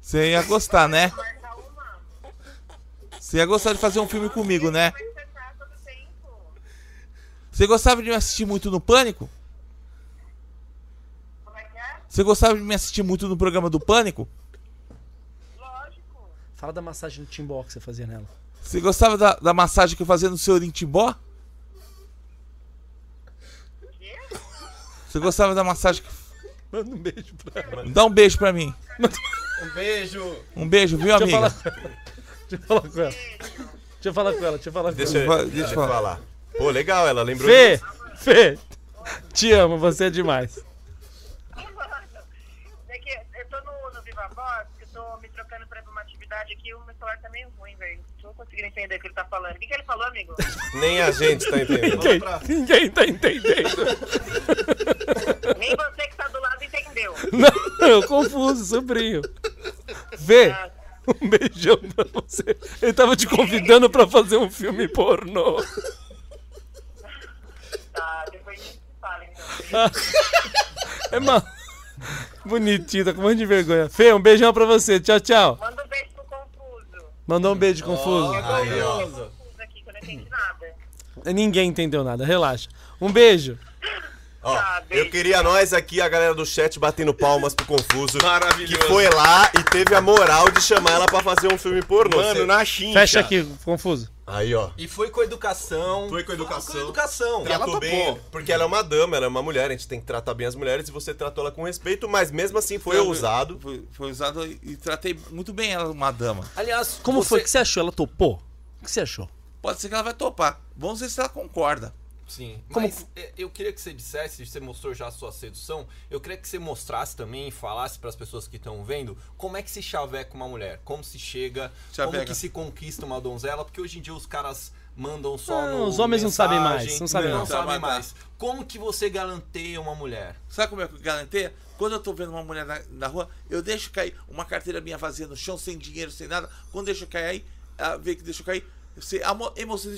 Speaker 4: Você ia gostar, né?
Speaker 10: Marca uma.
Speaker 4: Você ia gostar de fazer um filme comigo, né?
Speaker 10: Como é que você tá todo tempo?
Speaker 4: Você gostava de me assistir muito no Pânico?
Speaker 10: Como é que é?
Speaker 4: Você gostava de me assistir muito no programa do Pânico?
Speaker 10: Lógico.
Speaker 3: Fala da massagem do timbó que você fazia nela.
Speaker 4: Você gostava da, da massagem que eu fazia no seu Timbó?
Speaker 10: Quê?
Speaker 4: Você gostava da massagem que...
Speaker 3: [laughs] Manda um beijo pra ela.
Speaker 4: Dá um beijo pra mim.
Speaker 6: Um beijo!
Speaker 4: Um beijo, viu,
Speaker 3: Deixa eu [laughs]
Speaker 4: amiga?
Speaker 3: falar, Deixa eu falar com ela. Deixa eu falar com ela, deixa eu falar com
Speaker 1: Deixa,
Speaker 3: ela.
Speaker 1: eu-
Speaker 11: Vai,
Speaker 1: deixa eu
Speaker 11: fala.
Speaker 1: falar. Pô, legal, ela lembrou.
Speaker 3: Fê, Fê, te amo, você é demais.
Speaker 10: É que eu tô no, no Viva Voz, que eu tô me trocando pra ir pra uma atividade aqui, o meu celular tá meio ruim, velho. Não tô conseguindo entender o que ele tá falando. O que, que ele falou, amigo?
Speaker 1: Nem a gente tá entendendo.
Speaker 3: Ninguém, ninguém tá entendendo. [laughs]
Speaker 10: Nem você que tá do lado entendeu.
Speaker 3: Não, eu confuso, sobrinho. Fê,
Speaker 10: Ah,
Speaker 3: um beijão pra você. Ele tava te convidando pra fazer um filme pornô.
Speaker 10: tá, depois a gente se fala, então.
Speaker 3: É mal. Bonitinho, tá com um monte de vergonha. Fê, um beijão pra você. Tchau, tchau.
Speaker 10: Manda um beijo pro Confuso.
Speaker 3: Mandou um beijo, confuso.
Speaker 10: Confuso aqui, que eu não entendi nada.
Speaker 3: Ninguém entendeu nada, relaxa. Um beijo.
Speaker 1: Ó,
Speaker 10: Tá,
Speaker 1: eu
Speaker 10: beijo.
Speaker 1: queria nós aqui, a galera do chat, batendo palmas pro Confuso.
Speaker 2: Maravilhoso.
Speaker 1: Que foi lá e teve a moral de chamar ela pra fazer um filme pornô. Cê-
Speaker 2: Mano, na China.
Speaker 3: Fecha aqui, confuso.
Speaker 1: Aí, ó.
Speaker 6: E foi com a educação.
Speaker 1: Foi com a educação.
Speaker 6: Foi com a educação.
Speaker 1: Tratou
Speaker 2: topou.
Speaker 1: bem, porque ela é uma dama, ela é uma mulher, a gente tem que tratar bem as mulheres e você tratou ela com respeito, mas mesmo assim foi ousado.
Speaker 4: Foi, foi usado e tratei muito bem ela, uma dama.
Speaker 6: Aliás,
Speaker 3: Como
Speaker 6: você-
Speaker 3: foi? O que você achou? Ela topou? O que você achou?
Speaker 4: Pode ser que ela vai topar. Vamos ver se ela concorda.
Speaker 6: Sim.
Speaker 3: Como
Speaker 6: Mas é, eu queria que você dissesse, você mostrou já a sua sedução, eu queria que você mostrasse também e falasse para as pessoas que estão vendo como é que se chaveca uma mulher, como se chega, como
Speaker 4: Chavega.
Speaker 6: que se conquista uma donzela, porque hoje em dia os caras mandam só
Speaker 3: Não,
Speaker 6: no
Speaker 3: os homens não sabem
Speaker 6: mensagem,
Speaker 3: mais, não sabem
Speaker 6: não
Speaker 3: mais.
Speaker 6: sabem
Speaker 4: Tá, tá.
Speaker 6: mais. Como que você galanteia uma mulher?
Speaker 4: Sabe como é que eu garanteia? Quando eu tô vendo uma mulher na, na rua, eu deixo cair uma carteira minha vazia no chão, sem dinheiro, sem nada. Quando deixa cair aí, ela vê que deixou cair. Você, a, mo- e moça-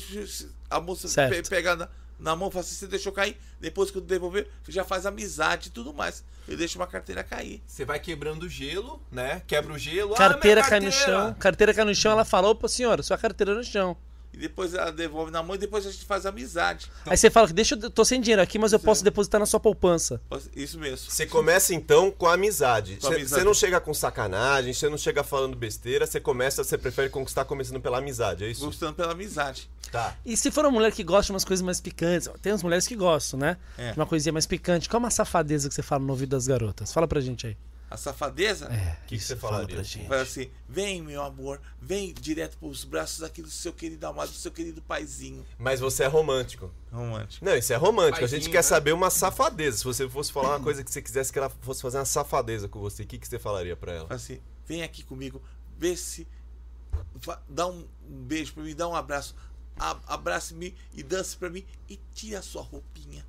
Speaker 4: a moça
Speaker 3: Certo.
Speaker 4: pe- pega na, na mão e fala assim, você deixou cair. Depois que eu devolver, já faz amizade e tudo mais. Eu deixo uma carteira cair.
Speaker 6: Você vai quebrando o gelo, né? Quebra o gelo.
Speaker 3: Carteira,
Speaker 6: ah, minha
Speaker 3: cai no chão. Carteira cai no chão, ela fala, opa senhora, sua carteira no chão.
Speaker 4: E depois ela devolve na mão e depois a gente faz amizade.
Speaker 3: Aí você fala que deixa eu. tô sem dinheiro aqui, mas eu posso depositar na sua poupança.
Speaker 4: Isso mesmo.
Speaker 1: Você começa então com a amizade.
Speaker 4: Com a amizade.
Speaker 1: Você não chega com sacanagem, você não chega falando besteira, você começa, você prefere conquistar começando pela amizade, é isso?
Speaker 4: Gostando pela amizade.
Speaker 1: Tá.
Speaker 3: E se for uma mulher que gosta de umas coisas mais picantes, tem umas mulheres que gostam, né?
Speaker 6: É.
Speaker 3: De Uma coisinha mais picante. Qual é uma safadeza que você fala no ouvido das garotas? Fala pra gente aí.
Speaker 4: A safadeza
Speaker 1: O que, que você
Speaker 3: Fala
Speaker 1: falaria?
Speaker 3: pra gente.
Speaker 4: fala assim: vem, meu amor, vem direto pros braços aqui do seu querido amado, do seu querido paizinho.
Speaker 1: Mas você é romântico.
Speaker 4: Romântico.
Speaker 1: Não, isso é romântico. a
Speaker 6: Paizinho,
Speaker 1: gente quer
Speaker 6: né?
Speaker 1: saber uma safadeza. Se você fosse falar uma coisa que você quisesse que ela fosse fazer uma safadeza com você, o que, que você falaria pra ela?
Speaker 4: Fala assim, vem aqui comigo, vê se. fa- Dá um um beijo pra mim, dá um abraço. a- Abrace-me e dance pra mim e tira a sua roupinha.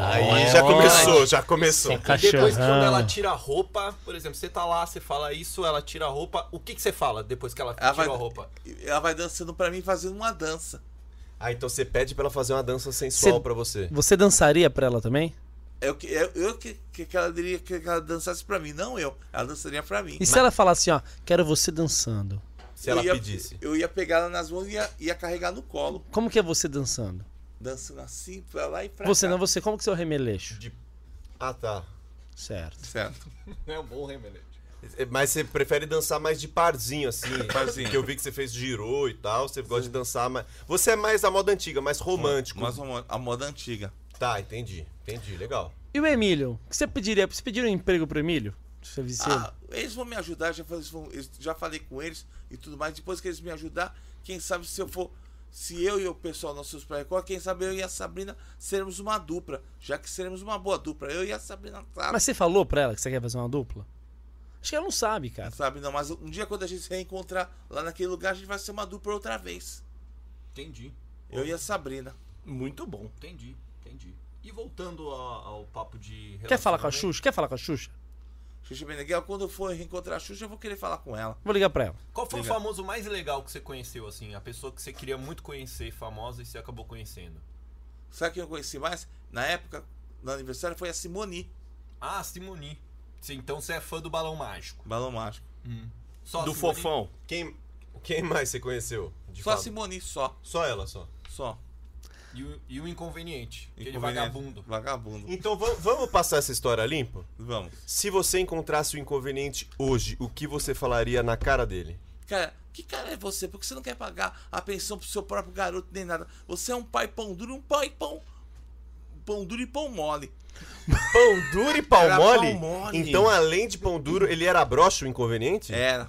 Speaker 1: Aí já começou, já começou.
Speaker 6: E depois que quando ela
Speaker 3: É, Cachorrão.
Speaker 6: tira a roupa, por exemplo, você tá lá, você fala isso, ela tira a roupa, o que, que você fala depois que ela,
Speaker 4: Ela vai,
Speaker 6: tirou a roupa?
Speaker 4: ela vai dançando pra mim, fazendo uma dança.
Speaker 1: Ah, então você pede pra ela fazer uma dança sensual
Speaker 3: Você-
Speaker 1: pra você.
Speaker 3: Você dançaria pra ela também?
Speaker 4: Eu, É que- eu, eu que, que que ela diria que ela dançasse pra mim, não eu. Ela dançaria pra mim.
Speaker 3: E se ela falar assim, ó, quero você dançando?
Speaker 1: Se ela
Speaker 4: eu ia,
Speaker 1: pedisse.
Speaker 4: Eu ia pegar ela nas mãos e ia, ia carregar no colo.
Speaker 3: Como que é você dançando?
Speaker 4: Dançando assim, pra lá e pra
Speaker 3: Você
Speaker 4: cá.
Speaker 3: não, você, como que você é o remeleixo?
Speaker 1: Ah, tá.
Speaker 3: Certo.
Speaker 4: Certo.
Speaker 6: É um bom remelete.
Speaker 1: Mas você prefere dançar mais de parzinho, assim.
Speaker 4: Parzinho.
Speaker 1: Que eu vi que você fez girou e tal. Você gosta de dançar mais. Você é mais a moda antiga, mais romântico.
Speaker 4: Mas a mo- a moda antiga.
Speaker 1: Tá, entendi. Entendi, legal.
Speaker 3: E o Emílio? O que você pediria? Você pediria um emprego pro Emílio? Você visse ele?
Speaker 4: Ah, eles vão me ajudar, já falei, eles vão- eles- já falei com eles e tudo mais. Depois que eles me ajudar, quem sabe se eu for. Se eu e o pessoal nossos pré quem sabe eu e a Sabrina seremos uma dupla, já que seremos uma boa dupla. Eu e a Sabrina
Speaker 1: Ah,
Speaker 4: Tato.
Speaker 3: Mas você falou pra ela que você quer fazer uma dupla? Acho que ela não sabe, cara.
Speaker 4: Sabe, não, mas um dia quando a gente se reencontrar lá naquele lugar, a gente vai ser uma dupla outra vez.
Speaker 6: Entendi.
Speaker 4: Eu e a Sabrina.
Speaker 2: Muito bom.
Speaker 6: Entendi, entendi. E voltando ao, ao papo de.
Speaker 3: Quer falar com a
Speaker 6: relacionamento,
Speaker 3: Xuxa? Quer falar com a Xuxa?
Speaker 4: Xuxa Meneghel, quando eu for reencontrar a Xuxa, eu vou querer falar com ela.
Speaker 3: Vou ligar pra ela.
Speaker 6: Qual foi
Speaker 4: Obrigado.
Speaker 6: o famoso mais legal que você conheceu, assim? A pessoa que você queria muito conhecer, famosa, e você acabou conhecendo?
Speaker 4: Sabe quem eu conheci mais? Na época, no aniversário, foi a Simoni,
Speaker 6: Ah, a Simoni. Sim, então você é fã do balão mágico.
Speaker 4: Balão Mágico.
Speaker 6: Só a
Speaker 2: Do
Speaker 6: Simoni?
Speaker 2: fofão.
Speaker 1: Quem, quem mais você conheceu? de
Speaker 4: só a
Speaker 1: fato?
Speaker 4: Simoni, só.
Speaker 1: Só ela, só.
Speaker 4: Só.
Speaker 6: E o, e o inconveniente, aquele
Speaker 4: Inconveniente.
Speaker 6: vagabundo.
Speaker 4: Vagabundo.
Speaker 1: Então va- vamos passar essa história limpo?
Speaker 4: Vamos.
Speaker 1: Se você encontrasse o inconveniente hoje, o que você falaria na cara dele?
Speaker 4: Cara, que cara é você? Por que você não quer pagar a pensão pro seu próprio garoto nem nada? Você é um pai pão duro, um pai pão. Pão duro e pão mole.
Speaker 1: Pão duro e pau
Speaker 4: Era pau
Speaker 1: mole?
Speaker 4: mole. É.
Speaker 1: Então, além de pão duro, ele era broxa o inconveniente?
Speaker 4: Era.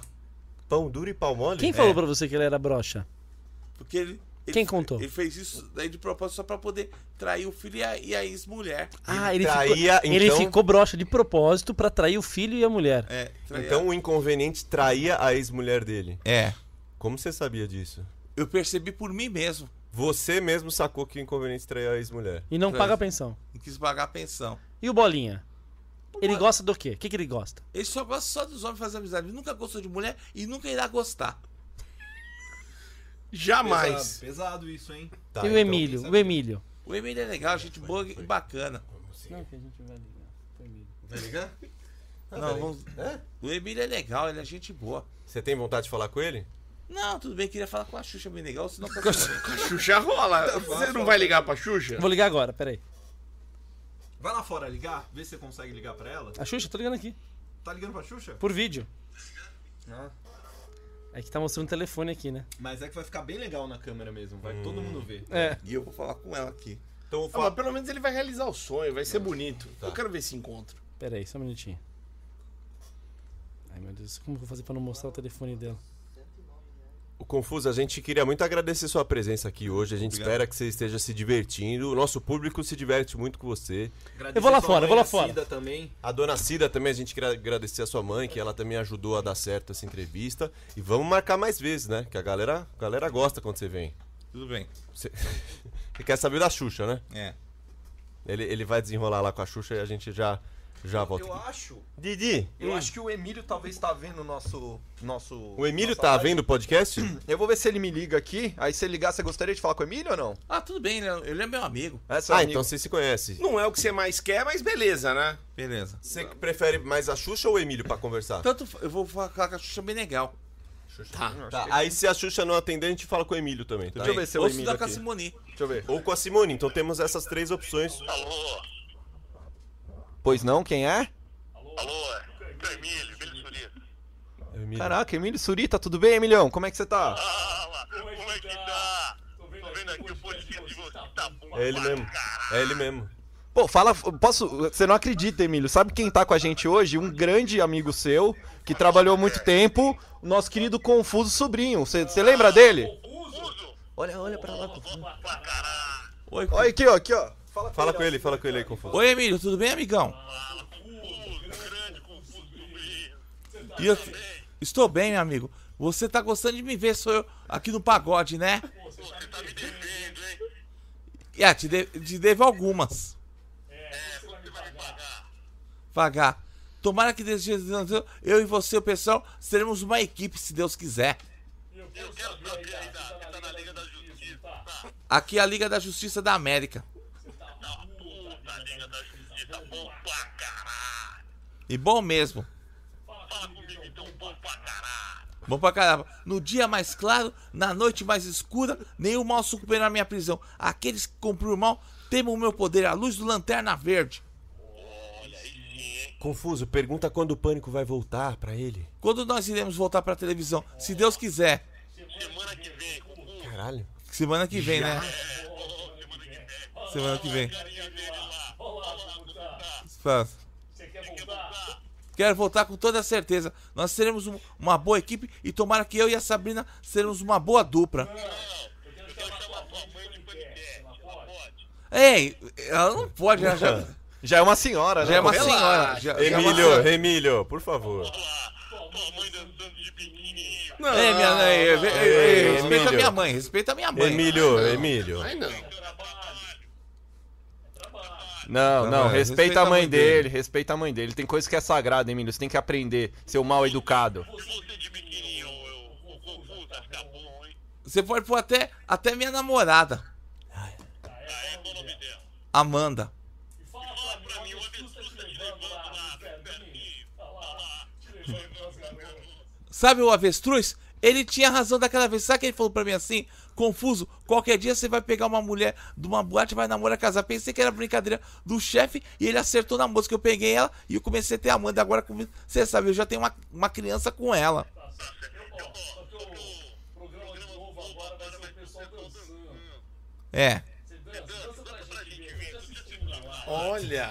Speaker 1: Pão duro e pau mole? É.
Speaker 3: Quem falou pra você que ele era broxa?
Speaker 4: Porque ele. ele-
Speaker 3: Quem contou?
Speaker 4: Ele fez isso daí de propósito só pra poder trair o filho e a, e a ex-mulher.
Speaker 3: Ah, ele,
Speaker 1: traía,
Speaker 3: ficou, ele
Speaker 1: então-
Speaker 3: ficou broxa de propósito pra trair o filho e a mulher.
Speaker 4: É, trair a-
Speaker 1: Então o inconveniente traía a ex-mulher dele.
Speaker 4: É.
Speaker 1: Como você sabia disso?
Speaker 4: Eu percebi por mim mesmo.
Speaker 1: Você mesmo sacou que o inconveniente traía a ex-mulher.
Speaker 3: E não
Speaker 4: Traz.
Speaker 3: paga a pensão.
Speaker 4: Não quis pagar a pensão.
Speaker 3: E o Bolinha? Ele gosta do quê? O que, que ele gosta?
Speaker 4: Ele só gosta só dos homens fazer amizade. Ele nunca gostou de mulher e nunca irá gostar.
Speaker 2: Jamais.
Speaker 6: Pesado, pesado isso, hein?
Speaker 1: Tá,
Speaker 3: e o
Speaker 1: então-
Speaker 3: Emílio? O Emílio.
Speaker 4: O Emílio é legal, gente boa e bacana.
Speaker 3: Não, que a gente vai ligar.
Speaker 1: Vai ligar?
Speaker 4: Não, vamos...
Speaker 1: É?
Speaker 4: O Emílio é legal, ele é gente boa.
Speaker 1: Você tem vontade de falar com ele?
Speaker 4: Não, tudo bem, queria falar com a Xuxa é bem legal, [laughs] senão
Speaker 2: A Xuxa rola. Você não Tá, vai ligar pra Xuxa?
Speaker 3: Vou ligar agora, peraí.
Speaker 6: Vai lá fora ligar, vê se você consegue ligar pra ela.
Speaker 3: A Xuxa, tô ligando aqui.
Speaker 6: Tá ligando pra Xuxa?
Speaker 3: Por vídeo.
Speaker 6: Ah.
Speaker 3: É que tá mostrando o telefone aqui, né?
Speaker 6: Mas é que vai ficar bem legal na câmera mesmo, vai todo mundo ver.
Speaker 3: É.
Speaker 4: E eu vou falar com ela aqui.
Speaker 1: Então
Speaker 2: Ah,
Speaker 1: fala.
Speaker 2: mas pelo menos ele vai realizar o sonho, vai ser bonito. Eu quero ver esse encontro.
Speaker 3: Peraí, só um minutinho. Ai, meu Deus, como eu vou fazer pra não mostrar o telefone dela?
Speaker 1: O Confuso, a gente queria muito agradecer sua presença aqui hoje. A gente
Speaker 4: Obrigado.
Speaker 1: espera que você esteja se divertindo. O nosso público se diverte muito com você.
Speaker 3: Eu vou lá
Speaker 6: Agradecer sua
Speaker 3: fora, eu vou lá
Speaker 6: mãe, a
Speaker 3: fora.
Speaker 6: Cida também.
Speaker 1: A dona Cida também, a gente queria agradecer a sua mãe, que ela também ajudou a dar certo essa entrevista. E vamos marcar mais vezes, né? Que a galera, a galera gosta quando você vem.
Speaker 4: Tudo bem.
Speaker 1: Você, [laughs] você quer saber da Xuxa, né?
Speaker 4: É.
Speaker 1: Ele, ele vai desenrolar lá com a Xuxa e a gente já, já volta.
Speaker 6: Eu
Speaker 1: aqui.
Speaker 6: acho,
Speaker 1: Didi,
Speaker 6: eu acho que o Emílio talvez tá vendo o nosso nosso
Speaker 1: Hum. o Emílio
Speaker 6: nossa
Speaker 1: tá
Speaker 6: live.
Speaker 1: vendo o podcast?
Speaker 6: Eu vou ver se ele me liga aqui. Aí se ele ligar, você gostaria de falar com o Emílio ou não?
Speaker 4: Ah, tudo bem, ele é- ele é meu amigo.
Speaker 6: É seu
Speaker 1: Ah,
Speaker 6: amigo.
Speaker 1: então você se conhece.
Speaker 2: Não é o que você mais quer, mas beleza, né?
Speaker 4: Beleza.
Speaker 1: Você que prefere mais a Xuxa ou o Emílio pra conversar?
Speaker 6: Então,
Speaker 4: Tanto fa- eu vou falar com a Xuxa é bem legal.
Speaker 1: Tá, aí se a Xuxa não atender, a gente fala com o Emílio também, tá?
Speaker 6: Deixa eu ver se é o
Speaker 4: Ou se
Speaker 6: Emílio
Speaker 4: dá com a
Speaker 6: aqui.
Speaker 4: Simoni.
Speaker 6: Deixa eu ver.
Speaker 1: Ou com a Simone, então temos essas três opções.
Speaker 11: Alô,
Speaker 6: Pois não, quem é?
Speaker 11: alô, é Emílio, Emílio Surita.
Speaker 6: Caraca, Emílio Surita, tudo bem, Emilhão? Como é que você tá?
Speaker 11: Fala, como é que tá? Tô vendo aqui o podcast de vocês, tá bom.
Speaker 1: É ele mesmo. É ele mesmo.
Speaker 6: Pô, fala, posso, você não acredita, Emílio. Sabe quem tá com a gente hoje? Um grande amigo seu, que trabalhou muito tempo, o nosso querido Confuso Sobrinho. Você você lembra dele?
Speaker 11: Uso
Speaker 6: Olha, olha pra lá, Confuso.
Speaker 11: pra caralho.
Speaker 4: Oi,
Speaker 6: Olha aqui, ó, aqui, ó.
Speaker 1: Fala com ele, fala com ele aí, Confuso.
Speaker 4: Oi, Emílio, tudo bem, amigão?
Speaker 11: Fala, Uso, grande confuso comigo.
Speaker 4: E eu- Estou bem, meu amigo. Você tá gostando de me ver, sou eu aqui no pagode, né?
Speaker 11: Você tá me devendo, hein?
Speaker 4: E ah, te, de... te devo algumas.
Speaker 11: É, Você vai me pagar.
Speaker 4: Pagar. Tomara que desde eu e você, o pessoal, seremos uma equipe, se Deus quiser.
Speaker 11: Eu quero saber aí da. Você tá na Liga da Justiça, tá?
Speaker 4: Aqui é a Liga da Justiça da América.
Speaker 11: Tá puta, Liga da Justiça, Tá bom pra caralho.
Speaker 4: E bom mesmo.
Speaker 11: Fala comigo então, bom pra caralho.
Speaker 4: Bom pra caramba. No dia mais claro, na noite mais escura, nenhum mal sucumbirá a minha prisão. Aqueles que cumpriram o mal, temam o meu poder, a luz do lanterna verde.
Speaker 11: Olha aí sim, hein?
Speaker 1: Confuso, pergunta quando o pânico vai voltar pra ele.
Speaker 4: Quando nós iremos voltar pra televisão? Se Deus quiser.
Speaker 11: Semana que vem, Cucu.
Speaker 1: Caralho.
Speaker 4: Semana que vem, né?
Speaker 11: Ô, Semana que vem.
Speaker 4: Semana que vem.
Speaker 11: Carinha dele lá. Olá, como tá?
Speaker 4: Faz.
Speaker 11: Quer voltar?
Speaker 4: Quero voltar com toda certeza. Nós seremos um- uma boa equipe e tomara que eu e a Sabrina seremos uma boa dupla.
Speaker 11: Eu quero chamar tua mãe de podcast. Ela pode?
Speaker 4: Ei, ela não pode, ela já,
Speaker 6: Já é uma senhora, né?
Speaker 4: já é uma
Speaker 6: Relaxa.
Speaker 4: senhora. Já, já é uma
Speaker 1: Emílio, Emílio, por favor.
Speaker 11: Tua mãe dançando de biquíni.
Speaker 2: Não,
Speaker 4: Ei, é, minha mãe, ei, ei, ei,
Speaker 1: Ei,
Speaker 4: respeita a
Speaker 1: Emílio.
Speaker 4: minha mãe, respeita a minha mãe.
Speaker 1: Emílio, Emílio.
Speaker 2: Ai, não.
Speaker 6: Não,
Speaker 4: Não,
Speaker 6: não,
Speaker 4: é,
Speaker 6: respeita, a mãe dele, respeita a mãe dele. Tem coisa que é sagrada, Emílio, você tem que aprender, ser o mal educado.
Speaker 11: Se você de biquíni, eu, eu, o Gugu tá ficar bom, hein?
Speaker 4: Você pode pôr até, até minha namorada,
Speaker 11: Tá, é qual o nome dela?
Speaker 4: Amanda.
Speaker 11: Fala pra mim, uma vez tu tá te levando lá, pertinho. Olha lá. Te levando
Speaker 4: Sabe o avestruz? Ele tinha razão daquela vez. Sabe que ele falou pra mim assim? Confuso, qualquer dia você vai pegar uma mulher de uma boate, vai namorar, casar. Pensei que era brincadeira do chefe e ele acertou na moça que eu peguei ela e eu comecei a ter a Amanda. Agora, como você sabe, eu já tenho uma, uma criança com ela.
Speaker 11: Tá
Speaker 4: É.
Speaker 2: Olha.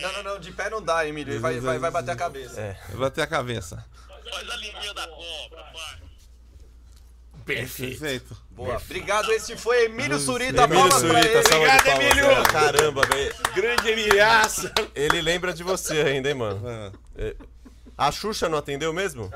Speaker 6: Não, não, não, de pé não dá, Emílio, É. ele vai, vai, vai bater a cabeça.
Speaker 4: Vai ter a cabeça.
Speaker 11: Faz a linguinha da cobra, pai.
Speaker 2: Perfeito.
Speaker 12: Perfeito.
Speaker 6: Boa. Obrigado. Esse foi Emílio Surita.
Speaker 1: Emílio
Speaker 6: palmas pra
Speaker 1: Surita,
Speaker 6: ele.
Speaker 1: salva de
Speaker 2: Obrigado,
Speaker 1: palmas.
Speaker 2: Emílio.
Speaker 1: cara. Caramba, velho.
Speaker 2: Grande Emilhaça.
Speaker 1: Ele lembra de você ainda, hein, mano. É. A Xuxa não atendeu mesmo?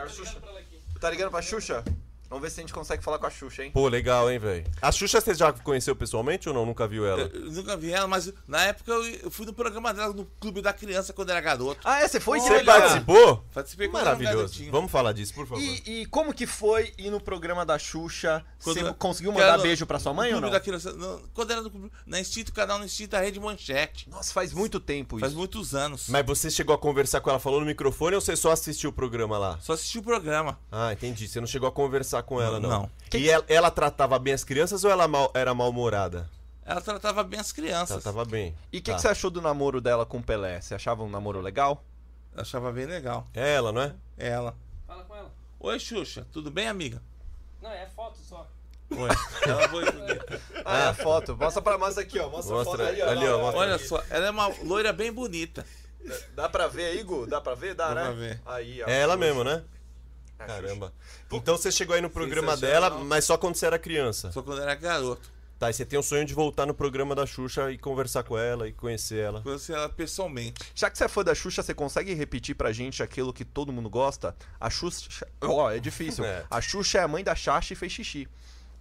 Speaker 6: Tá ligando pra Xuxa? Vamos ver se a gente consegue falar com a Xuxa, hein?
Speaker 1: Pô, legal, hein, velho. A Xuxa você já conheceu pessoalmente ou não? Nunca viu ela?
Speaker 4: Eu nunca vi ela, mas na época eu, eu fui no programa dela no Clube da Criança quando era garoto.
Speaker 6: Ah, é? Você foi?
Speaker 1: Você
Speaker 6: Você
Speaker 1: participou?
Speaker 4: Participei quando era um
Speaker 1: Maravilhoso.
Speaker 4: garotinho.
Speaker 1: Vamos falar disso, por favor.
Speaker 6: E, e como que foi ir no programa da Xuxa?
Speaker 4: Quando-
Speaker 6: Você conseguiu
Speaker 4: que era
Speaker 6: mandar
Speaker 4: no-
Speaker 6: beijo pra sua mãe
Speaker 4: no
Speaker 6: ou
Speaker 4: Clube
Speaker 6: não?
Speaker 4: da Criança- no- quando era no, Clube- na Instinto, canal no Instinto, a Rede Manchete.
Speaker 6: Nossa, faz muito tempo
Speaker 4: Faz
Speaker 6: isso.
Speaker 4: muitos anos.
Speaker 1: Mas você chegou a conversar com ela, falou no microfone ou você só assistiu o programa lá?
Speaker 4: Só assisti o programa.
Speaker 1: Ah, entendi. Você não chegou a conversar com ela, não?
Speaker 4: Não.
Speaker 1: E ela, ela tratava bem as crianças ou ela mal- era mal-humorada?
Speaker 4: Ela tratava bem as crianças.
Speaker 1: Tratava bem.
Speaker 6: E o que,
Speaker 1: Tá.
Speaker 6: que você achou do namoro dela com o Pelé? Você achava um namoro legal?
Speaker 4: Achava bem legal.
Speaker 1: É ela, não é?
Speaker 4: Ela.
Speaker 3: Fala com ela.
Speaker 4: Oi, Xuxa. Tudo bem, amiga?
Speaker 3: Não, é foto só.
Speaker 4: Oi. é. Ela foi bonita.
Speaker 6: Ah, é a foto. Mostra pra nós aqui, ó. Mostra, a
Speaker 1: Mostra
Speaker 6: foto
Speaker 1: ali,
Speaker 6: aí, ó.
Speaker 1: ó. Mostra
Speaker 4: Olha só, ela é uma loira bem bonita.
Speaker 6: Dá pra ver aí, Gu? Dá pra ver? Dá, né?
Speaker 4: pra ver.
Speaker 6: Aí, ó.
Speaker 1: É ela mesmo, né? Caramba. Então você chegou aí no programa dela, mas só quando você era criança.
Speaker 4: Só quando era garoto.
Speaker 1: Tá, e você tem o sonho de voltar no programa da Xuxa e conversar com ela e conhecer ela.
Speaker 4: Conheci ela pessoalmente.
Speaker 6: Já que você é fã da Xuxa, você consegue repetir pra gente aquilo que todo mundo gosta? A Xuxa. Ó, é
Speaker 1: [laughs]
Speaker 6: difícil.
Speaker 1: É.
Speaker 6: A Xuxa é a mãe da Xaxa e fez xixi.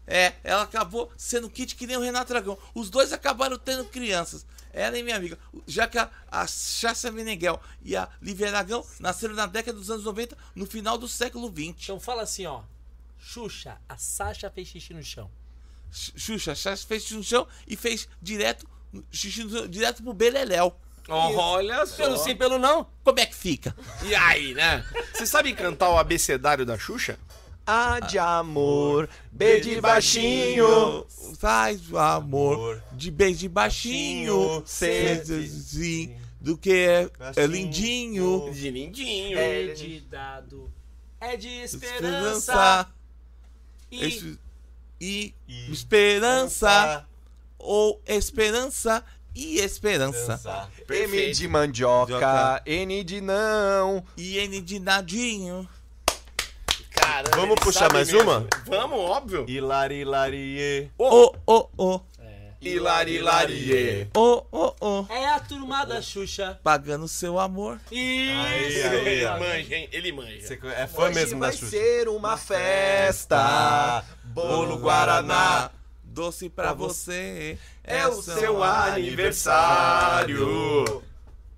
Speaker 4: É, ela acabou sendo kit que nem o Renato Dragão. Os dois acabaram tendo crianças. Ela e minha amiga. Já que a, a Chassa Meneghel e a Lívia Dragão nasceram na década dos anos 90, no final do século 20.
Speaker 3: Então fala assim, ó. Xuxa, a Sasha fez xixi no chão.
Speaker 4: Xuxa, Chassa fez xixi no chão e fez direto, xixi no chão, direto pro Beleléu.
Speaker 2: Olha só.
Speaker 3: Pelo sim, pelo não.
Speaker 4: Como é que fica?
Speaker 2: E aí, né? Você sabe cantar o abecedário da Xuxa?
Speaker 1: Ah,
Speaker 6: A de amor, B de baixinho.
Speaker 4: Faz o amor
Speaker 1: Amor.
Speaker 4: de bem de baixinho.
Speaker 6: cê-
Speaker 4: Sim, do que é, é lindinho.
Speaker 2: De lindinho.
Speaker 3: É de dado, é de esperança.
Speaker 4: Esperança.
Speaker 3: E
Speaker 4: es- E esperança. Ou esperança e esperança.
Speaker 6: M de mandioca,
Speaker 4: Mandioca.
Speaker 6: N de não.
Speaker 4: E N de nadinho.
Speaker 2: Caramba,
Speaker 1: Vamos
Speaker 2: ele
Speaker 1: puxar
Speaker 2: sabe
Speaker 1: mais
Speaker 2: mesmo.
Speaker 1: uma?
Speaker 2: Vamos, óbvio.
Speaker 1: Hilari, Hilarie.
Speaker 4: Oh, oh, oh.
Speaker 2: Hilarilarie.
Speaker 4: Oh, oh, oh.
Speaker 3: é a turma da Xuxa.
Speaker 4: Pagando seu amor.
Speaker 3: E
Speaker 2: Ele manja, hein? Ele manja.
Speaker 1: Você é fã mesmo da
Speaker 6: vai
Speaker 1: Xuxa?
Speaker 6: ser uma festa. Bolo Guaraná
Speaker 4: Doce pra você.
Speaker 6: é o seu
Speaker 2: aniversário.
Speaker 6: aniversário.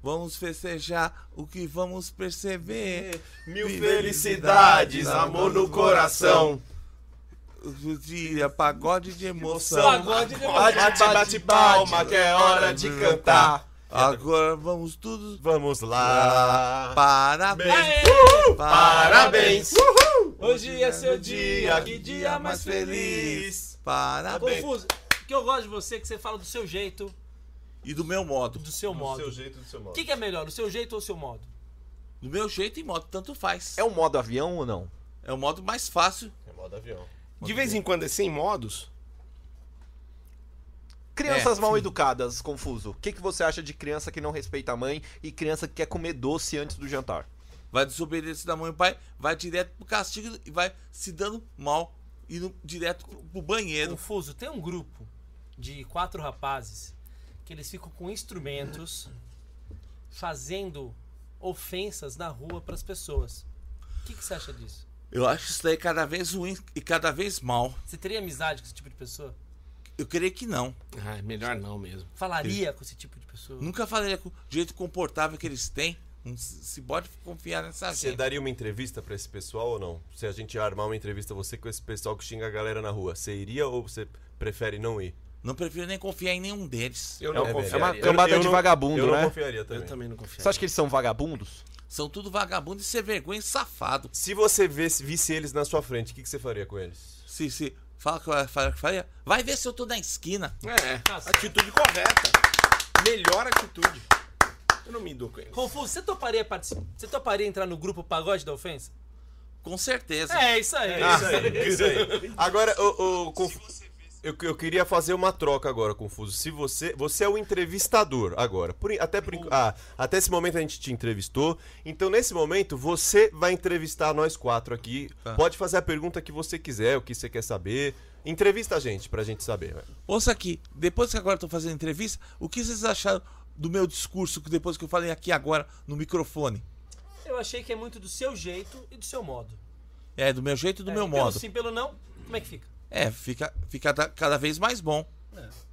Speaker 4: Vamos festejar o que vamos perceber.
Speaker 2: Mil felicidades, amor no coração.
Speaker 4: O dia pagode de emoção.
Speaker 3: pagode de
Speaker 6: Bate, bate, palma, que é hora de cantar.
Speaker 4: Agora vamos todos.
Speaker 1: Vamos lá.
Speaker 4: Parabéns!
Speaker 3: Aê!
Speaker 2: Parabéns.
Speaker 3: Hoje é seu dia, que dia mais feliz.
Speaker 4: Parabéns!
Speaker 3: Confuso, que eu gosto de você, é que você fala do seu jeito,
Speaker 4: E do meu modo.
Speaker 3: do seu modo.
Speaker 1: seu jeito do seu
Speaker 3: O
Speaker 1: modo.
Speaker 3: que, que é melhor, o seu jeito ou o seu modo?
Speaker 4: Do meu jeito e modo, tanto faz.
Speaker 6: É o modo avião ou não?
Speaker 4: É o modo mais fácil.
Speaker 1: É modo avião.
Speaker 2: De vez em quando é sem modos?
Speaker 6: Crianças
Speaker 1: É.
Speaker 6: mal educadas, confuso. O que, que você acha de criança que não respeita a mãe e criança que quer comer doce antes do jantar?
Speaker 1: É.
Speaker 4: Vai desobedecer da mãe e pai, vai direto pro castigo e vai se dando mal. Indo direto pro pro banheiro.
Speaker 3: Confuso, tem um grupo de quatro rapazes que eles ficam com instrumentos fazendo ofensas na rua pras pessoas. O que, que você acha disso?
Speaker 4: Eu acho isso daí cada vez ruim e cada vez mal.
Speaker 3: Você teria amizade com esse tipo de pessoa?
Speaker 4: Eu creio que não.
Speaker 2: Ah, melhor não mesmo.
Speaker 3: Falaria com esse tipo de pessoa?
Speaker 4: Nunca falei com o jeito confortável que eles têm. Não se se pode confiar nessa
Speaker 1: Você
Speaker 4: gente.
Speaker 1: daria uma entrevista pra esse pessoal ou não? Se a gente armar uma entrevista você com esse pessoal que xinga a galera na rua, você iria ou você prefere não ir?
Speaker 4: Não prefiro nem confiar em nenhum deles.
Speaker 2: Eu não
Speaker 1: É,
Speaker 2: confio.
Speaker 6: É uma
Speaker 1: Eu-
Speaker 6: cambada
Speaker 1: eu
Speaker 6: de
Speaker 1: não-
Speaker 6: vagabundo,
Speaker 1: eu
Speaker 6: né?
Speaker 1: não confiaria também.
Speaker 2: Eu também não confio.
Speaker 6: Você acha que eles são vagabundos?
Speaker 4: São tudo vagabundo e sem vergonha e safado.
Speaker 1: Se você visse, visse eles na sua frente, o que, que você faria com eles?
Speaker 4: Se, se fala que eu fala, que eu faria, vai ver se eu tô na esquina.
Speaker 2: É, atitude correta. Melhor atitude. Eu não me dou com ele.
Speaker 3: Confuso, você toparia, partici- você toparia entrar no grupo Pagode da Ofensa?
Speaker 4: Com certeza.
Speaker 3: É, isso aí.
Speaker 1: [laughs] Isso aí. Agora, o, o, conf- Eu, eu queria fazer uma troca agora, Confuso. Se você. Você é o entrevistador agora. Por in- até, por in- ah, até esse momento a gente te entrevistou. Então, nesse momento, você vai entrevistar nós quatro aqui. Pode fazer a pergunta que você quiser, o que você quer saber. Entrevista a gente, pra gente saber. né?
Speaker 4: Ouça aqui, depois que agora eu tô fazendo entrevista, o que vocês acharam do meu discurso que depois que eu falei aqui agora no microfone?
Speaker 3: Eu achei que é muito do seu jeito e do seu modo.
Speaker 4: É, do meu jeito e do
Speaker 3: É,
Speaker 4: meu
Speaker 3: pelo
Speaker 4: modo.
Speaker 3: Sim, pelo não, como é que fica?
Speaker 4: É, fica, fica da- cada vez mais bom.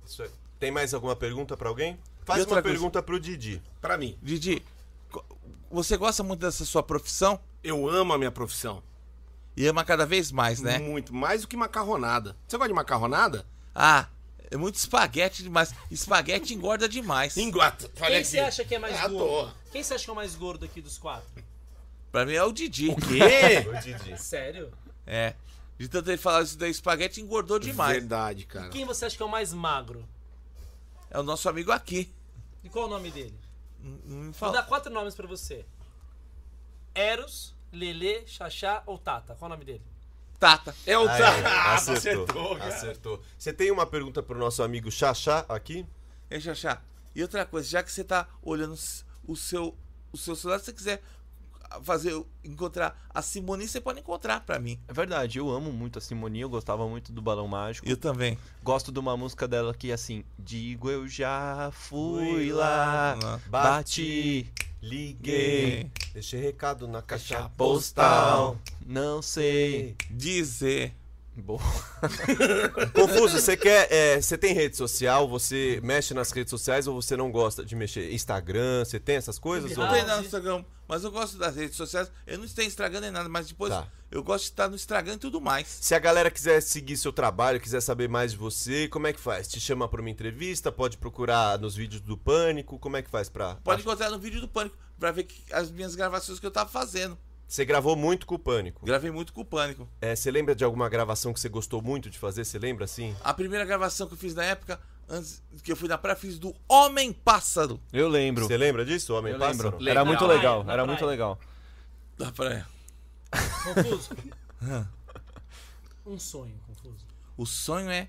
Speaker 1: Isso aí. Tem mais alguma pergunta pra alguém? Faz
Speaker 4: outra
Speaker 1: uma
Speaker 4: coisa?
Speaker 1: pergunta pro Didi.
Speaker 2: Pra mim,
Speaker 4: Didi, co- você gosta muito dessa sua profissão
Speaker 2: eu amo a minha profissão.
Speaker 4: e ama cada vez mais, né?
Speaker 2: Muito, mais do que macarronada. Você gosta de macarronada?
Speaker 4: Ah, é muito espaguete demais. Espaguete engorda demais.
Speaker 2: Engota.
Speaker 3: Quem você acha que é mais
Speaker 2: Ah,
Speaker 3: gordo?
Speaker 2: tô.
Speaker 3: Quem você acha que é o mais gordo aqui dos quatro?
Speaker 4: Pra mim é o Didi. O
Speaker 2: Quê?
Speaker 1: O Didi.
Speaker 3: Sério?
Speaker 4: É. De tanto ele falar isso daí, espaguete engordou demais.
Speaker 2: Verdade, cara.
Speaker 3: Quem você acha que é o mais magro?
Speaker 4: É o nosso amigo aqui.
Speaker 3: E qual é o nome dele?
Speaker 4: Não me
Speaker 3: Vou
Speaker 4: fala.
Speaker 3: dar quatro nomes pra você. Eros, Lelê, Xaxá ou Tata. Qual é o nome dele?
Speaker 4: Tata.
Speaker 2: É o
Speaker 1: Ah,
Speaker 2: tá.
Speaker 1: é. acertou.
Speaker 2: acertou, cara.
Speaker 1: acertou. Você tem uma pergunta pro nosso amigo Xaxá aqui?
Speaker 4: É, Xaxá. E outra coisa, já que você tá olhando s- o seu, o seu celular, se você quiser fazer, encontrar a Simone, você pode encontrar pra mim.
Speaker 6: É verdade, eu amo muito a Simoni, eu gostava muito do Balão Mágico.
Speaker 4: Eu também.
Speaker 6: Gosto de uma música dela que é assim: Digo eu já fui lá,
Speaker 4: lá,
Speaker 6: bati,
Speaker 1: Liguei. Deixei recado na caixa
Speaker 6: É. postal, não sei.
Speaker 4: Dizer.
Speaker 6: Boa.
Speaker 1: [laughs] Confuso, você quer. é, você tem rede social? Você mexe nas redes sociais ou você não gosta de mexer? Instagram, você tem essas coisas?
Speaker 4: Não
Speaker 1: ou-
Speaker 4: tem nada no Instagram, mas eu gosto das redes sociais. Eu não tenho Instagram nem nada, mas depois
Speaker 1: Tá.
Speaker 4: eu gosto de estar no Instagram e tudo mais.
Speaker 1: Se a galera quiser seguir seu trabalho, quiser saber mais de você, como é que faz? Te chama pra uma entrevista? Pode procurar nos vídeos do Pânico? Como é que faz pra.
Speaker 4: Pode
Speaker 6: Tá.
Speaker 4: encontrar no vídeo do Pânico pra ver que- as minhas gravações que eu tava fazendo.
Speaker 1: Você gravou muito com o Pânico.
Speaker 4: Gravei muito com o Pânico.
Speaker 1: É, você lembra de alguma gravação que você gostou muito de fazer? Você lembra assim?
Speaker 4: A primeira gravação que eu fiz na época, antes que eu fui na praia, fiz do Homem Pássaro.
Speaker 6: Eu lembro.
Speaker 1: Você lembra disso, Homem
Speaker 6: Eu
Speaker 1: Pássaro?
Speaker 6: lembro. Era muito
Speaker 3: Na
Speaker 6: legal,
Speaker 3: praia, na
Speaker 6: era muito
Speaker 3: praia.
Speaker 6: legal.
Speaker 4: Da praia.
Speaker 3: Confuso. um sonho, Confuso.
Speaker 4: O sonho é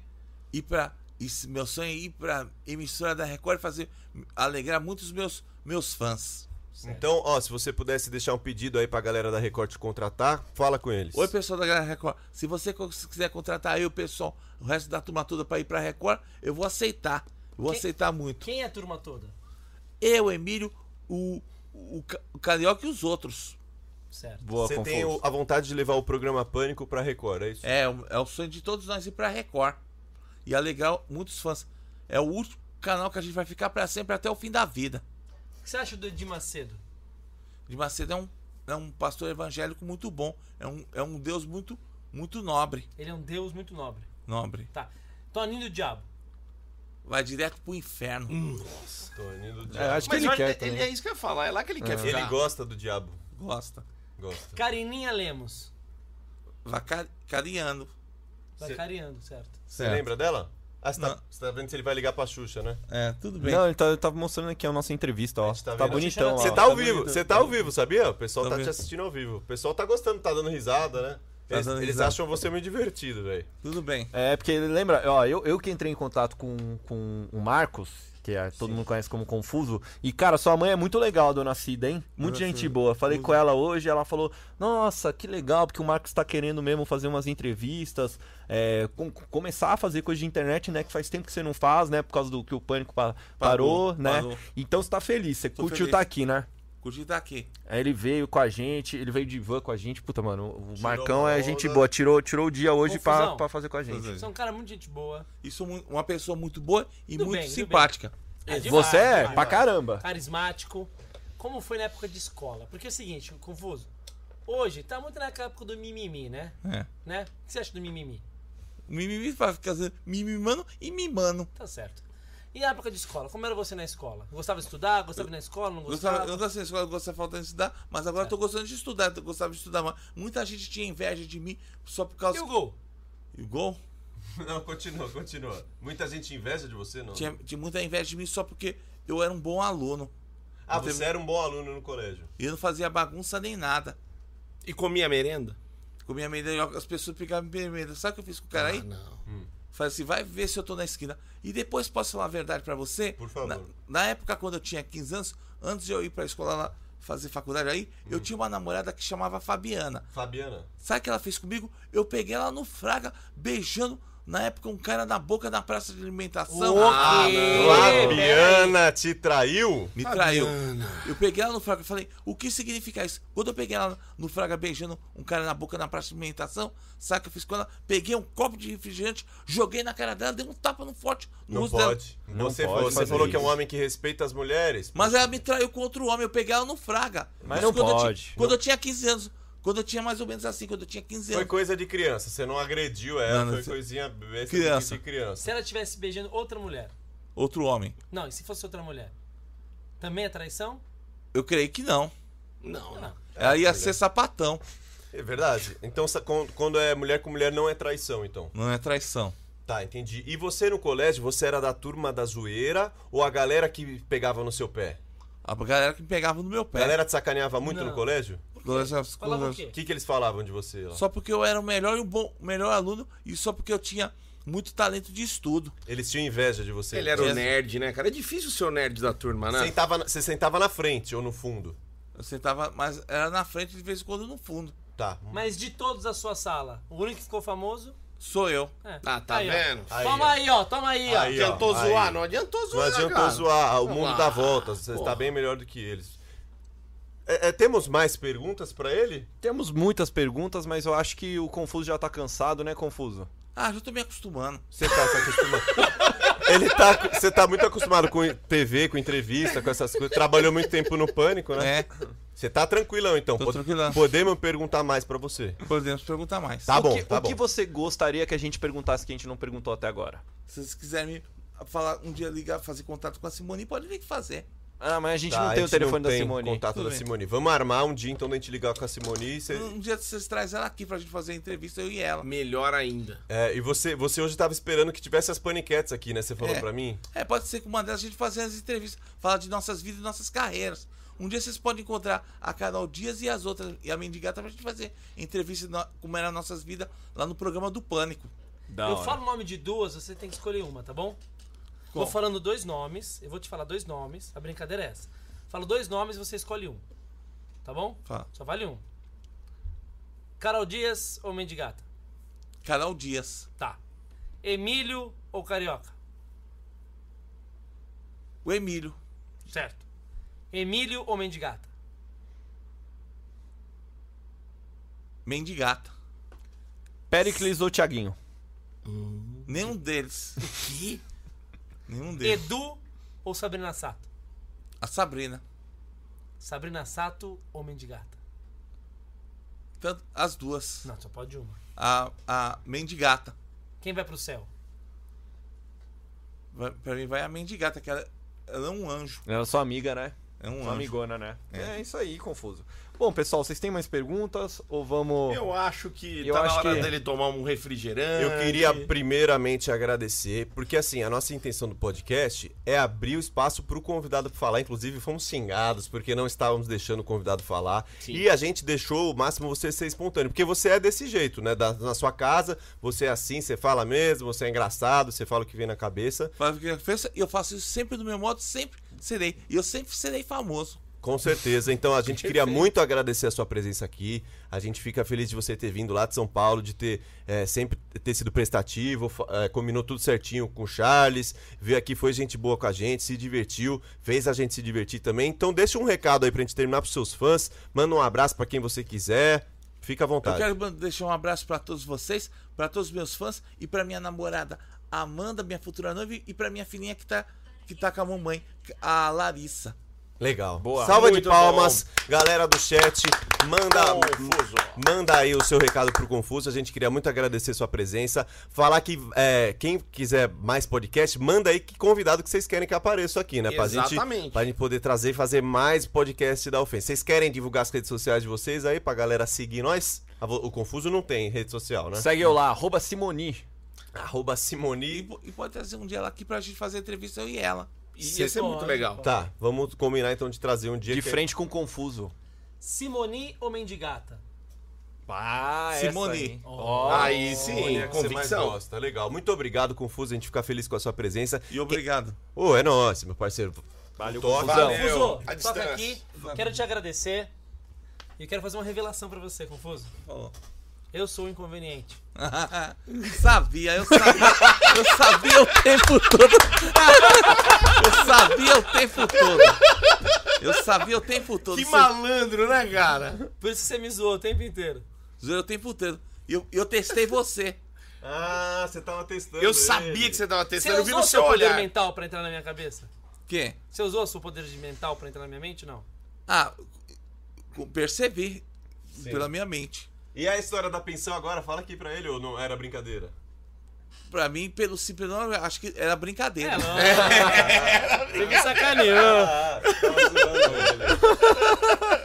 Speaker 4: ir pra. isso- Meu sonho é ir pra emissora da Record e fazer. alegrar muitos meus, meus fãs.
Speaker 1: Então, ó, se você pudesse deixar um pedido aí pra galera da Record te contratar, fala com eles.
Speaker 4: Oi, pessoal da Galera Record. Se você co- se quiser contratar eu, pessoal, o resto da turma toda pra ir pra Record, eu vou aceitar. Eu vou
Speaker 3: Quem-
Speaker 4: aceitar muito.
Speaker 3: Quem é a turma toda?
Speaker 4: Eu, Emílio, o, o, Ca- o Carioca e os outros.
Speaker 3: Certo.
Speaker 6: Boa,
Speaker 1: Você
Speaker 6: Confuso.
Speaker 1: tem o- a vontade de levar o programa Pânico pra Record, é isso?
Speaker 4: É, o- é o sonho de todos nós ir pra Record. E alegar muitos fãs. É o último canal que a gente vai ficar pra sempre até o fim da vida.
Speaker 3: O que você acha do Edir Macedo?
Speaker 4: De Macedo é um, é um pastor evangélico muito bom. É um, é um Deus muito, muito nobre.
Speaker 3: Ele é um deus muito nobre.
Speaker 4: Nobre.
Speaker 3: Tá. Toninho do Diabo.
Speaker 4: Vai direto pro inferno.
Speaker 6: É, acho que
Speaker 2: Mas
Speaker 6: ele
Speaker 2: olha,
Speaker 6: quer.
Speaker 2: ele,
Speaker 6: também.
Speaker 2: é isso que eu ia falar, é lá que ele quer
Speaker 1: Ele
Speaker 2: ficar.
Speaker 1: gosta do diabo.
Speaker 4: Gosta.
Speaker 1: Gosta.
Speaker 3: Carininha Lemos.
Speaker 4: Vacariando.
Speaker 3: Vai cariando, certo.
Speaker 1: Você lembra dela? Ah, você tá,
Speaker 4: Não.
Speaker 1: você tá vendo se ele vai ligar pra Xuxa, né?
Speaker 4: É, tudo bem.
Speaker 6: Não, ele tá, ele tá mostrando aqui a nossa entrevista, ó.
Speaker 1: gente tá
Speaker 6: Tá,
Speaker 1: vendo.
Speaker 6: bonitão lá.
Speaker 1: Você
Speaker 6: ó.
Speaker 1: tá ao vivo, você tá ao vivo, sabia? O pessoal
Speaker 4: Tá
Speaker 1: tá, te
Speaker 4: vendo.
Speaker 1: assistindo ao vivo. O pessoal tá gostando, tá dando risada, né?
Speaker 4: Tá
Speaker 1: Eles,
Speaker 4: dando
Speaker 1: eles
Speaker 4: risada.
Speaker 1: acham você muito divertido, velho.
Speaker 4: Tudo bem.
Speaker 6: É, porque ele lembra, ó, eu, eu que entrei em contato com, com o Marcos, que é- todo mundo conhece como Confuso, e cara, sua mãe é muito legal, dona Cida, hein? Muito gente boa. Falei com ela hoje, ela falou: Nossa, que legal, porque o Marcos tá querendo mesmo fazer umas entrevistas, é, com- com- começar a fazer coisa de internet, né? Que faz tempo que você não faz, né? Por causa do que o pânico pa-
Speaker 4: Parou,
Speaker 6: parou, né?
Speaker 4: parou.
Speaker 6: Então você tá feliz, você
Speaker 4: Tô
Speaker 6: curtiu
Speaker 4: feliz.
Speaker 6: tá aqui, né?
Speaker 4: Curti tá aqui.
Speaker 6: Aí ele veio com a gente, ele veio de van com a gente. Puta, mano, o Marcão
Speaker 1: uma
Speaker 6: é
Speaker 1: onda.
Speaker 6: gente boa, tirou, tirou o dia hoje pra,
Speaker 3: Confusão.
Speaker 6: pra fazer com a gente.
Speaker 3: Você é um cara muito gente boa.
Speaker 4: Isso é mu- uma pessoa muito boa e
Speaker 3: Tudo
Speaker 4: muito
Speaker 3: bem, tudo
Speaker 4: simpática.
Speaker 3: É demais,
Speaker 6: Você é
Speaker 3: demais.
Speaker 6: pra caramba.
Speaker 3: carismático. Como foi na época de escola? Porque é o seguinte, confuso. Hoje tá muito na época do mimimi, né?
Speaker 4: É.
Speaker 3: Né? O que você acha do mimimi?
Speaker 4: Mimimi vai ficar fazendo mimimando e mimando.
Speaker 3: Tá certo. E a época de escola? Como era você na escola? Gostava de estudar? Gostava de ir na escola? Não gostava? É.
Speaker 4: Gostava, eu gostava de escola, eu gostava faltando de estudar, mas agora eu tô gostando de estudar, eu gostava de estudar. Mas muita gente tinha inveja de mim só por causa.
Speaker 3: E o gol?
Speaker 4: E o gol?
Speaker 1: [laughs] Não, continua, continua. Muita gente inveja de você, não?
Speaker 4: Tinha, tinha muita inveja de mim só porque eu era um bom aluno.
Speaker 1: Ah, você era um bom aluno no colégio.
Speaker 4: E eu não fazia bagunça nem nada.
Speaker 2: E comia merenda?
Speaker 1: Ah,
Speaker 4: Comia merenda, as pessoas pegavam merenda. Sabe o que eu fiz com o cara aí?
Speaker 2: Não.
Speaker 4: Falei assim, vai ver se eu tô na esquina. E depois posso falar a verdade pra você?
Speaker 1: Por favor.
Speaker 4: Na, na época, quando eu tinha 15 anos, antes de eu ir pra escola lá fazer faculdade aí,
Speaker 1: Hum.
Speaker 4: eu tinha uma namorada que chamava Fabiana.
Speaker 1: Fabiana.
Speaker 4: Sabe o que ela fez comigo? Eu peguei ela no Fraga, beijando, na época, um cara na boca na praça de alimentação.
Speaker 1: Ah, Fabiana te traiu?
Speaker 4: Me traiu. Eu peguei ela no Fraga e falei, o que significa isso? Quando eu peguei ela no Fraga beijando um cara na boca na praça de alimentação, sabe o que eu fiz com ela? Peguei um copo de refrigerante, joguei na cara dela, dei um tapa no forte no
Speaker 1: Não
Speaker 4: rosto dela.
Speaker 1: pode.
Speaker 6: Não
Speaker 1: você
Speaker 6: pode
Speaker 1: você
Speaker 6: fazer
Speaker 1: falou que é um
Speaker 6: isso.
Speaker 1: homem que respeita as mulheres.
Speaker 4: Mas ela me traiu com outro homem, eu peguei ela no Fraga.
Speaker 6: Mas
Speaker 4: Isso
Speaker 6: não
Speaker 4: quando eu ti-
Speaker 6: pode.
Speaker 4: quando eu tinha 15 anos. Quando eu tinha mais ou menos assim, quando eu tinha 15
Speaker 1: Foi
Speaker 4: anos.
Speaker 1: coisa de criança, você não agrediu ela,
Speaker 4: Não, não,
Speaker 1: foi
Speaker 4: você-
Speaker 1: coisinha besta de-
Speaker 4: Criança.
Speaker 1: de criança.
Speaker 3: Se ela estivesse beijando outra mulher.
Speaker 4: Outro homem.
Speaker 3: Não, e se fosse outra mulher? Também é traição?
Speaker 4: Eu creio que não.
Speaker 2: Não, não.
Speaker 4: Ela ia ser sapatão,
Speaker 1: É verdade. Então sa- con- quando é mulher com mulher não é traição, então.
Speaker 4: não é traição.
Speaker 1: Tá, entendi. E você no colégio, você era da turma da zoeira ou a galera que pegava no seu pé?
Speaker 4: A galera que me pegava no meu
Speaker 1: A
Speaker 4: pé.
Speaker 1: galera te sacaneava muito no
Speaker 3: Não.
Speaker 1: colégio?
Speaker 4: Galera-
Speaker 3: Falava o
Speaker 1: O
Speaker 3: quê?
Speaker 1: que, que eles falavam de você lá?
Speaker 4: Só porque eu era o melhor e o bom, o melhor aluno e só porque eu tinha muito talento de estudo.
Speaker 1: Eles tinham inveja de você.
Speaker 2: Ele era o
Speaker 4: Essa-
Speaker 2: nerd, né, cara? É difícil ser o nerd da turma, né?
Speaker 1: Sentava na- você sentava na frente ou no fundo?
Speaker 4: Eu sentava, mas era na frente de vez em quando no fundo.
Speaker 1: Tá.
Speaker 3: Mas de todos da sua sala, o único que ficou famoso.
Speaker 4: Sou eu.
Speaker 3: É.
Speaker 2: Ah, tá
Speaker 3: Aí, ó.
Speaker 2: vendo?
Speaker 1: Aí, ó.
Speaker 3: Toma aí, ó, toma aí, ó.
Speaker 1: Aí, ó,
Speaker 2: adiantou
Speaker 1: aí.
Speaker 2: zoar? Não adiantou
Speaker 1: Não
Speaker 2: zoar,
Speaker 1: adiantou
Speaker 2: cara.
Speaker 1: zoar, o mundo
Speaker 2: Ah,
Speaker 1: dá voltas. Você está
Speaker 2: porra.
Speaker 1: bem melhor do que eles. É- é, temos mais perguntas pra ele?
Speaker 6: Temos muitas perguntas, mas eu acho que o Confuso já tá cansado, né, Confuso?
Speaker 4: Ah, já tô
Speaker 1: [laughs]
Speaker 4: me acostumando.
Speaker 1: Você tá se acostumando. ele tá, [laughs] você tá muito acostumado com TV, com entrevista, com essas coisas. Trabalhou muito tempo no pânico, né?
Speaker 4: É,
Speaker 1: Você tá tranquilão então.
Speaker 4: Tô
Speaker 1: Pod-
Speaker 4: tranquilão.
Speaker 1: Podemos perguntar mais pra você.
Speaker 4: podemos perguntar mais.
Speaker 1: Tá bom,
Speaker 6: [laughs] o que,
Speaker 1: tá
Speaker 6: o que
Speaker 1: bom.
Speaker 6: você gostaria que a gente perguntasse que a gente não perguntou até agora?
Speaker 4: Se vocês quiserem me falar um dia ligar, fazer contato com a Simone, pode vir que fazer.
Speaker 6: Ah, mas a gente
Speaker 1: Tá,
Speaker 6: não
Speaker 1: a
Speaker 6: tem o
Speaker 1: gente não
Speaker 6: telefone da
Speaker 1: tem
Speaker 6: Simone.
Speaker 1: contato
Speaker 4: Tudo
Speaker 1: da
Speaker 4: bem.
Speaker 1: Simone. Vamos armar um dia então da gente ligar com a Simone e você...
Speaker 4: Um dia vocês trazem ela aqui pra gente fazer a entrevista, eu e ela.
Speaker 2: Melhor ainda.
Speaker 1: É, e você, você hoje tava esperando que tivesse as paniquetes aqui, né? Você falou
Speaker 4: É.
Speaker 1: pra mim.
Speaker 4: É, pode ser que uma delas a gente fazer as entrevistas, falar de nossas vidas e nossas carreiras. Um dia vocês podem encontrar a Carol Dias e as outras, e a Mendigata, pra gente fazer entrevista no- como era nossas vidas lá no programa do Pânico.
Speaker 6: Da
Speaker 3: eu
Speaker 6: hora.
Speaker 3: falo o nome de duas, você tem que escolher uma, tá bom? Vou
Speaker 4: Qual?
Speaker 3: falando dois nomes, eu vou te falar dois nomes, a brincadeira é essa. Falo dois nomes e você escolhe um. Tá bom?
Speaker 4: Tá.
Speaker 3: Só vale um. Carol Dias ou Mendigata?
Speaker 4: Carol Dias.
Speaker 3: Tá. Emílio ou Carioca?
Speaker 4: O Emílio.
Speaker 3: Certo. Emílio ou Mendigata?
Speaker 4: Mendigata.
Speaker 6: Pericles ou Thiaguinho?
Speaker 4: Nenhum deles. Que? Nenhum deles.
Speaker 3: Edu ou Sabrina Sato?
Speaker 4: A Sabrina.
Speaker 3: Sabrina Sato ou Mendigata?
Speaker 4: Tanto- as duas.
Speaker 3: Não, só pode uma.
Speaker 4: A, a Mendigata.
Speaker 3: Quem vai pro céu?
Speaker 4: Vai, pra mim vai a Mendigata, que ela, ela é um anjo.
Speaker 6: Ela é sua amiga, né?
Speaker 4: É um
Speaker 6: Sua
Speaker 4: anjo.
Speaker 6: amigona, né? É. isso aí, Confuso. Bom, pessoal, vocês têm mais perguntas ou vamos...
Speaker 2: Eu acho que
Speaker 6: Eu
Speaker 2: tá
Speaker 6: acho
Speaker 2: na hora
Speaker 6: que-
Speaker 2: dele tomar um refrigerante.
Speaker 1: Eu queria primeiramente agradecer, porque assim, a nossa intenção do podcast é abrir o espaço pro convidado falar. Inclusive, fomos xingados porque não estávamos deixando o convidado falar. E a gente deixou o máximo você ser espontâneo, porque você é desse jeito, né? Da- na sua casa, você é assim, você fala mesmo, você é engraçado, você fala o que vem na cabeça.
Speaker 4: Faz o que eu faço, E eu faço isso sempre do meu modo, sempre serei. E eu sempre serei famoso.
Speaker 1: Com certeza. Então a gente queria muito agradecer a sua presença aqui. A gente fica feliz de você ter vindo lá de São Paulo, de ter eh, sempre ter sido prestativo, fa- eh, combinou tudo certinho com o Charles, veio aqui, foi gente boa com a gente, se divertiu, fez a gente se divertir também. Então deixa um recado aí pra gente terminar pros seus fãs, manda um abraço pra quem você quiser. Fica à
Speaker 4: Eu
Speaker 1: vontade.
Speaker 4: quero man- deixar um abraço pra todos vocês, pra todos os meus fãs e pra minha namorada Amanda, minha futura noiva, e pra minha filhinha que tá, que tá com a mamãe, a Larissa.
Speaker 1: Legal.
Speaker 2: Boa.
Speaker 1: Salva de
Speaker 2: Muito
Speaker 1: palmas, galera do chat. Manda,
Speaker 2: Confuso.
Speaker 1: manda aí o seu recado pro Confuso. A gente queria muito agradecer sua presença. Falar que é, quem quiser mais podcast, manda aí que convidado que vocês querem que apareça aqui, né? Pra gente,
Speaker 2: Exatamente.
Speaker 1: pra gente poder trazer e fazer mais podcast da ofensa. Vocês querem divulgar as redes sociais de vocês aí pra galera seguir nós? A vo- O Confuso não tem rede social, né?
Speaker 6: Segue eu lá, arroba Simoni.
Speaker 1: Arroba
Speaker 4: E,
Speaker 1: Simoni.
Speaker 4: po- e pode trazer um dia ela aqui pra gente fazer entrevista, eu e ela.
Speaker 2: Ia ser muito legal.
Speaker 1: Tá, vamos combinar então de trazer um dia
Speaker 6: De
Speaker 1: que-
Speaker 6: frente com o Confuso.
Speaker 3: Simoni ou Mendigata?
Speaker 13: Pá,
Speaker 6: Ah,
Speaker 13: essa
Speaker 4: Simone.
Speaker 13: aí.
Speaker 2: Aí sim,
Speaker 1: Olha, que você mais
Speaker 2: convicção.
Speaker 1: gosta. Legal. Muito obrigado, Confuso. A gente fica feliz com a sua presença.
Speaker 4: E obrigado.
Speaker 1: Ô, é nóis, meu parceiro. Valeu,
Speaker 2: Valeu.
Speaker 3: Confuso, toca
Speaker 2: à distância.
Speaker 3: aqui. Quero te agradecer. E eu quero fazer uma revelação pra você, Confuso.
Speaker 4: Falou.
Speaker 3: Eu sou o inconveniente.
Speaker 4: sabia, eu sabia. Eu sabia o tempo todo. [laughs] Eu sabia o tempo todo. Eu sabia o tempo todo.
Speaker 2: Que
Speaker 4: Você-
Speaker 2: malandro, né, cara?
Speaker 3: Por isso que você me zoou o tempo inteiro.
Speaker 4: Zoei o tempo todo. E eu, eu testei você.
Speaker 1: Ah, você tava testando.
Speaker 2: Eu sabia que você tava
Speaker 3: Você
Speaker 2: testando, eu vi
Speaker 3: usou
Speaker 2: no
Speaker 3: o seu
Speaker 2: seu
Speaker 3: poder
Speaker 2: olhar.
Speaker 3: mental pra entrar na minha cabeça?
Speaker 4: Quem?
Speaker 3: Você usou o seu poder de mental pra entrar na minha mente?
Speaker 2: [laughs]
Speaker 3: Não.
Speaker 4: Ah, eu percebi. Pela minha mente.
Speaker 1: E a história da pensão agora? Fala aqui pra ele ou não era brincadeira?
Speaker 4: Pra mim, pelo simples nome, acho que era brincadeira.
Speaker 3: É, não. Você me sacaneou.
Speaker 1: Ah,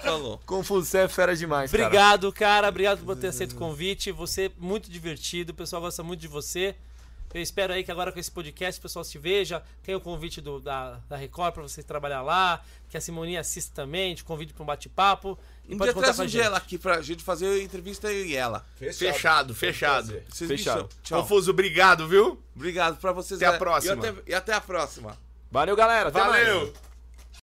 Speaker 4: Falou.
Speaker 6: Confuso, você é fera demais, cara.
Speaker 3: Obrigado, cara. Obrigado por ter aceito o convite. Você é muito divertido. O pessoal gosta muito de você. Eu espero aí que agora com esse podcast o pessoal se veja. Tem o convite do- da, da Record pra você trabalhar lá. Que a Simoninha assista também. Te convido pra um bate-papo. E
Speaker 4: Um
Speaker 3: pode
Speaker 4: dia
Speaker 3: contar
Speaker 4: traz
Speaker 3: com a
Speaker 4: um
Speaker 3: gente.
Speaker 4: dia ela aqui pra gente fazer a entrevista eu e ela.
Speaker 2: Fechado, fechado.
Speaker 4: Vocês
Speaker 6: Fechado.
Speaker 4: me chamam. Tchau.
Speaker 2: Confuso, obrigado, viu?
Speaker 4: Obrigado pra vocês. é-
Speaker 2: Até a
Speaker 4: galera.
Speaker 2: próxima.
Speaker 4: E até- e até a próxima.
Speaker 6: Valeu, galera. Até mais.
Speaker 2: Valeu!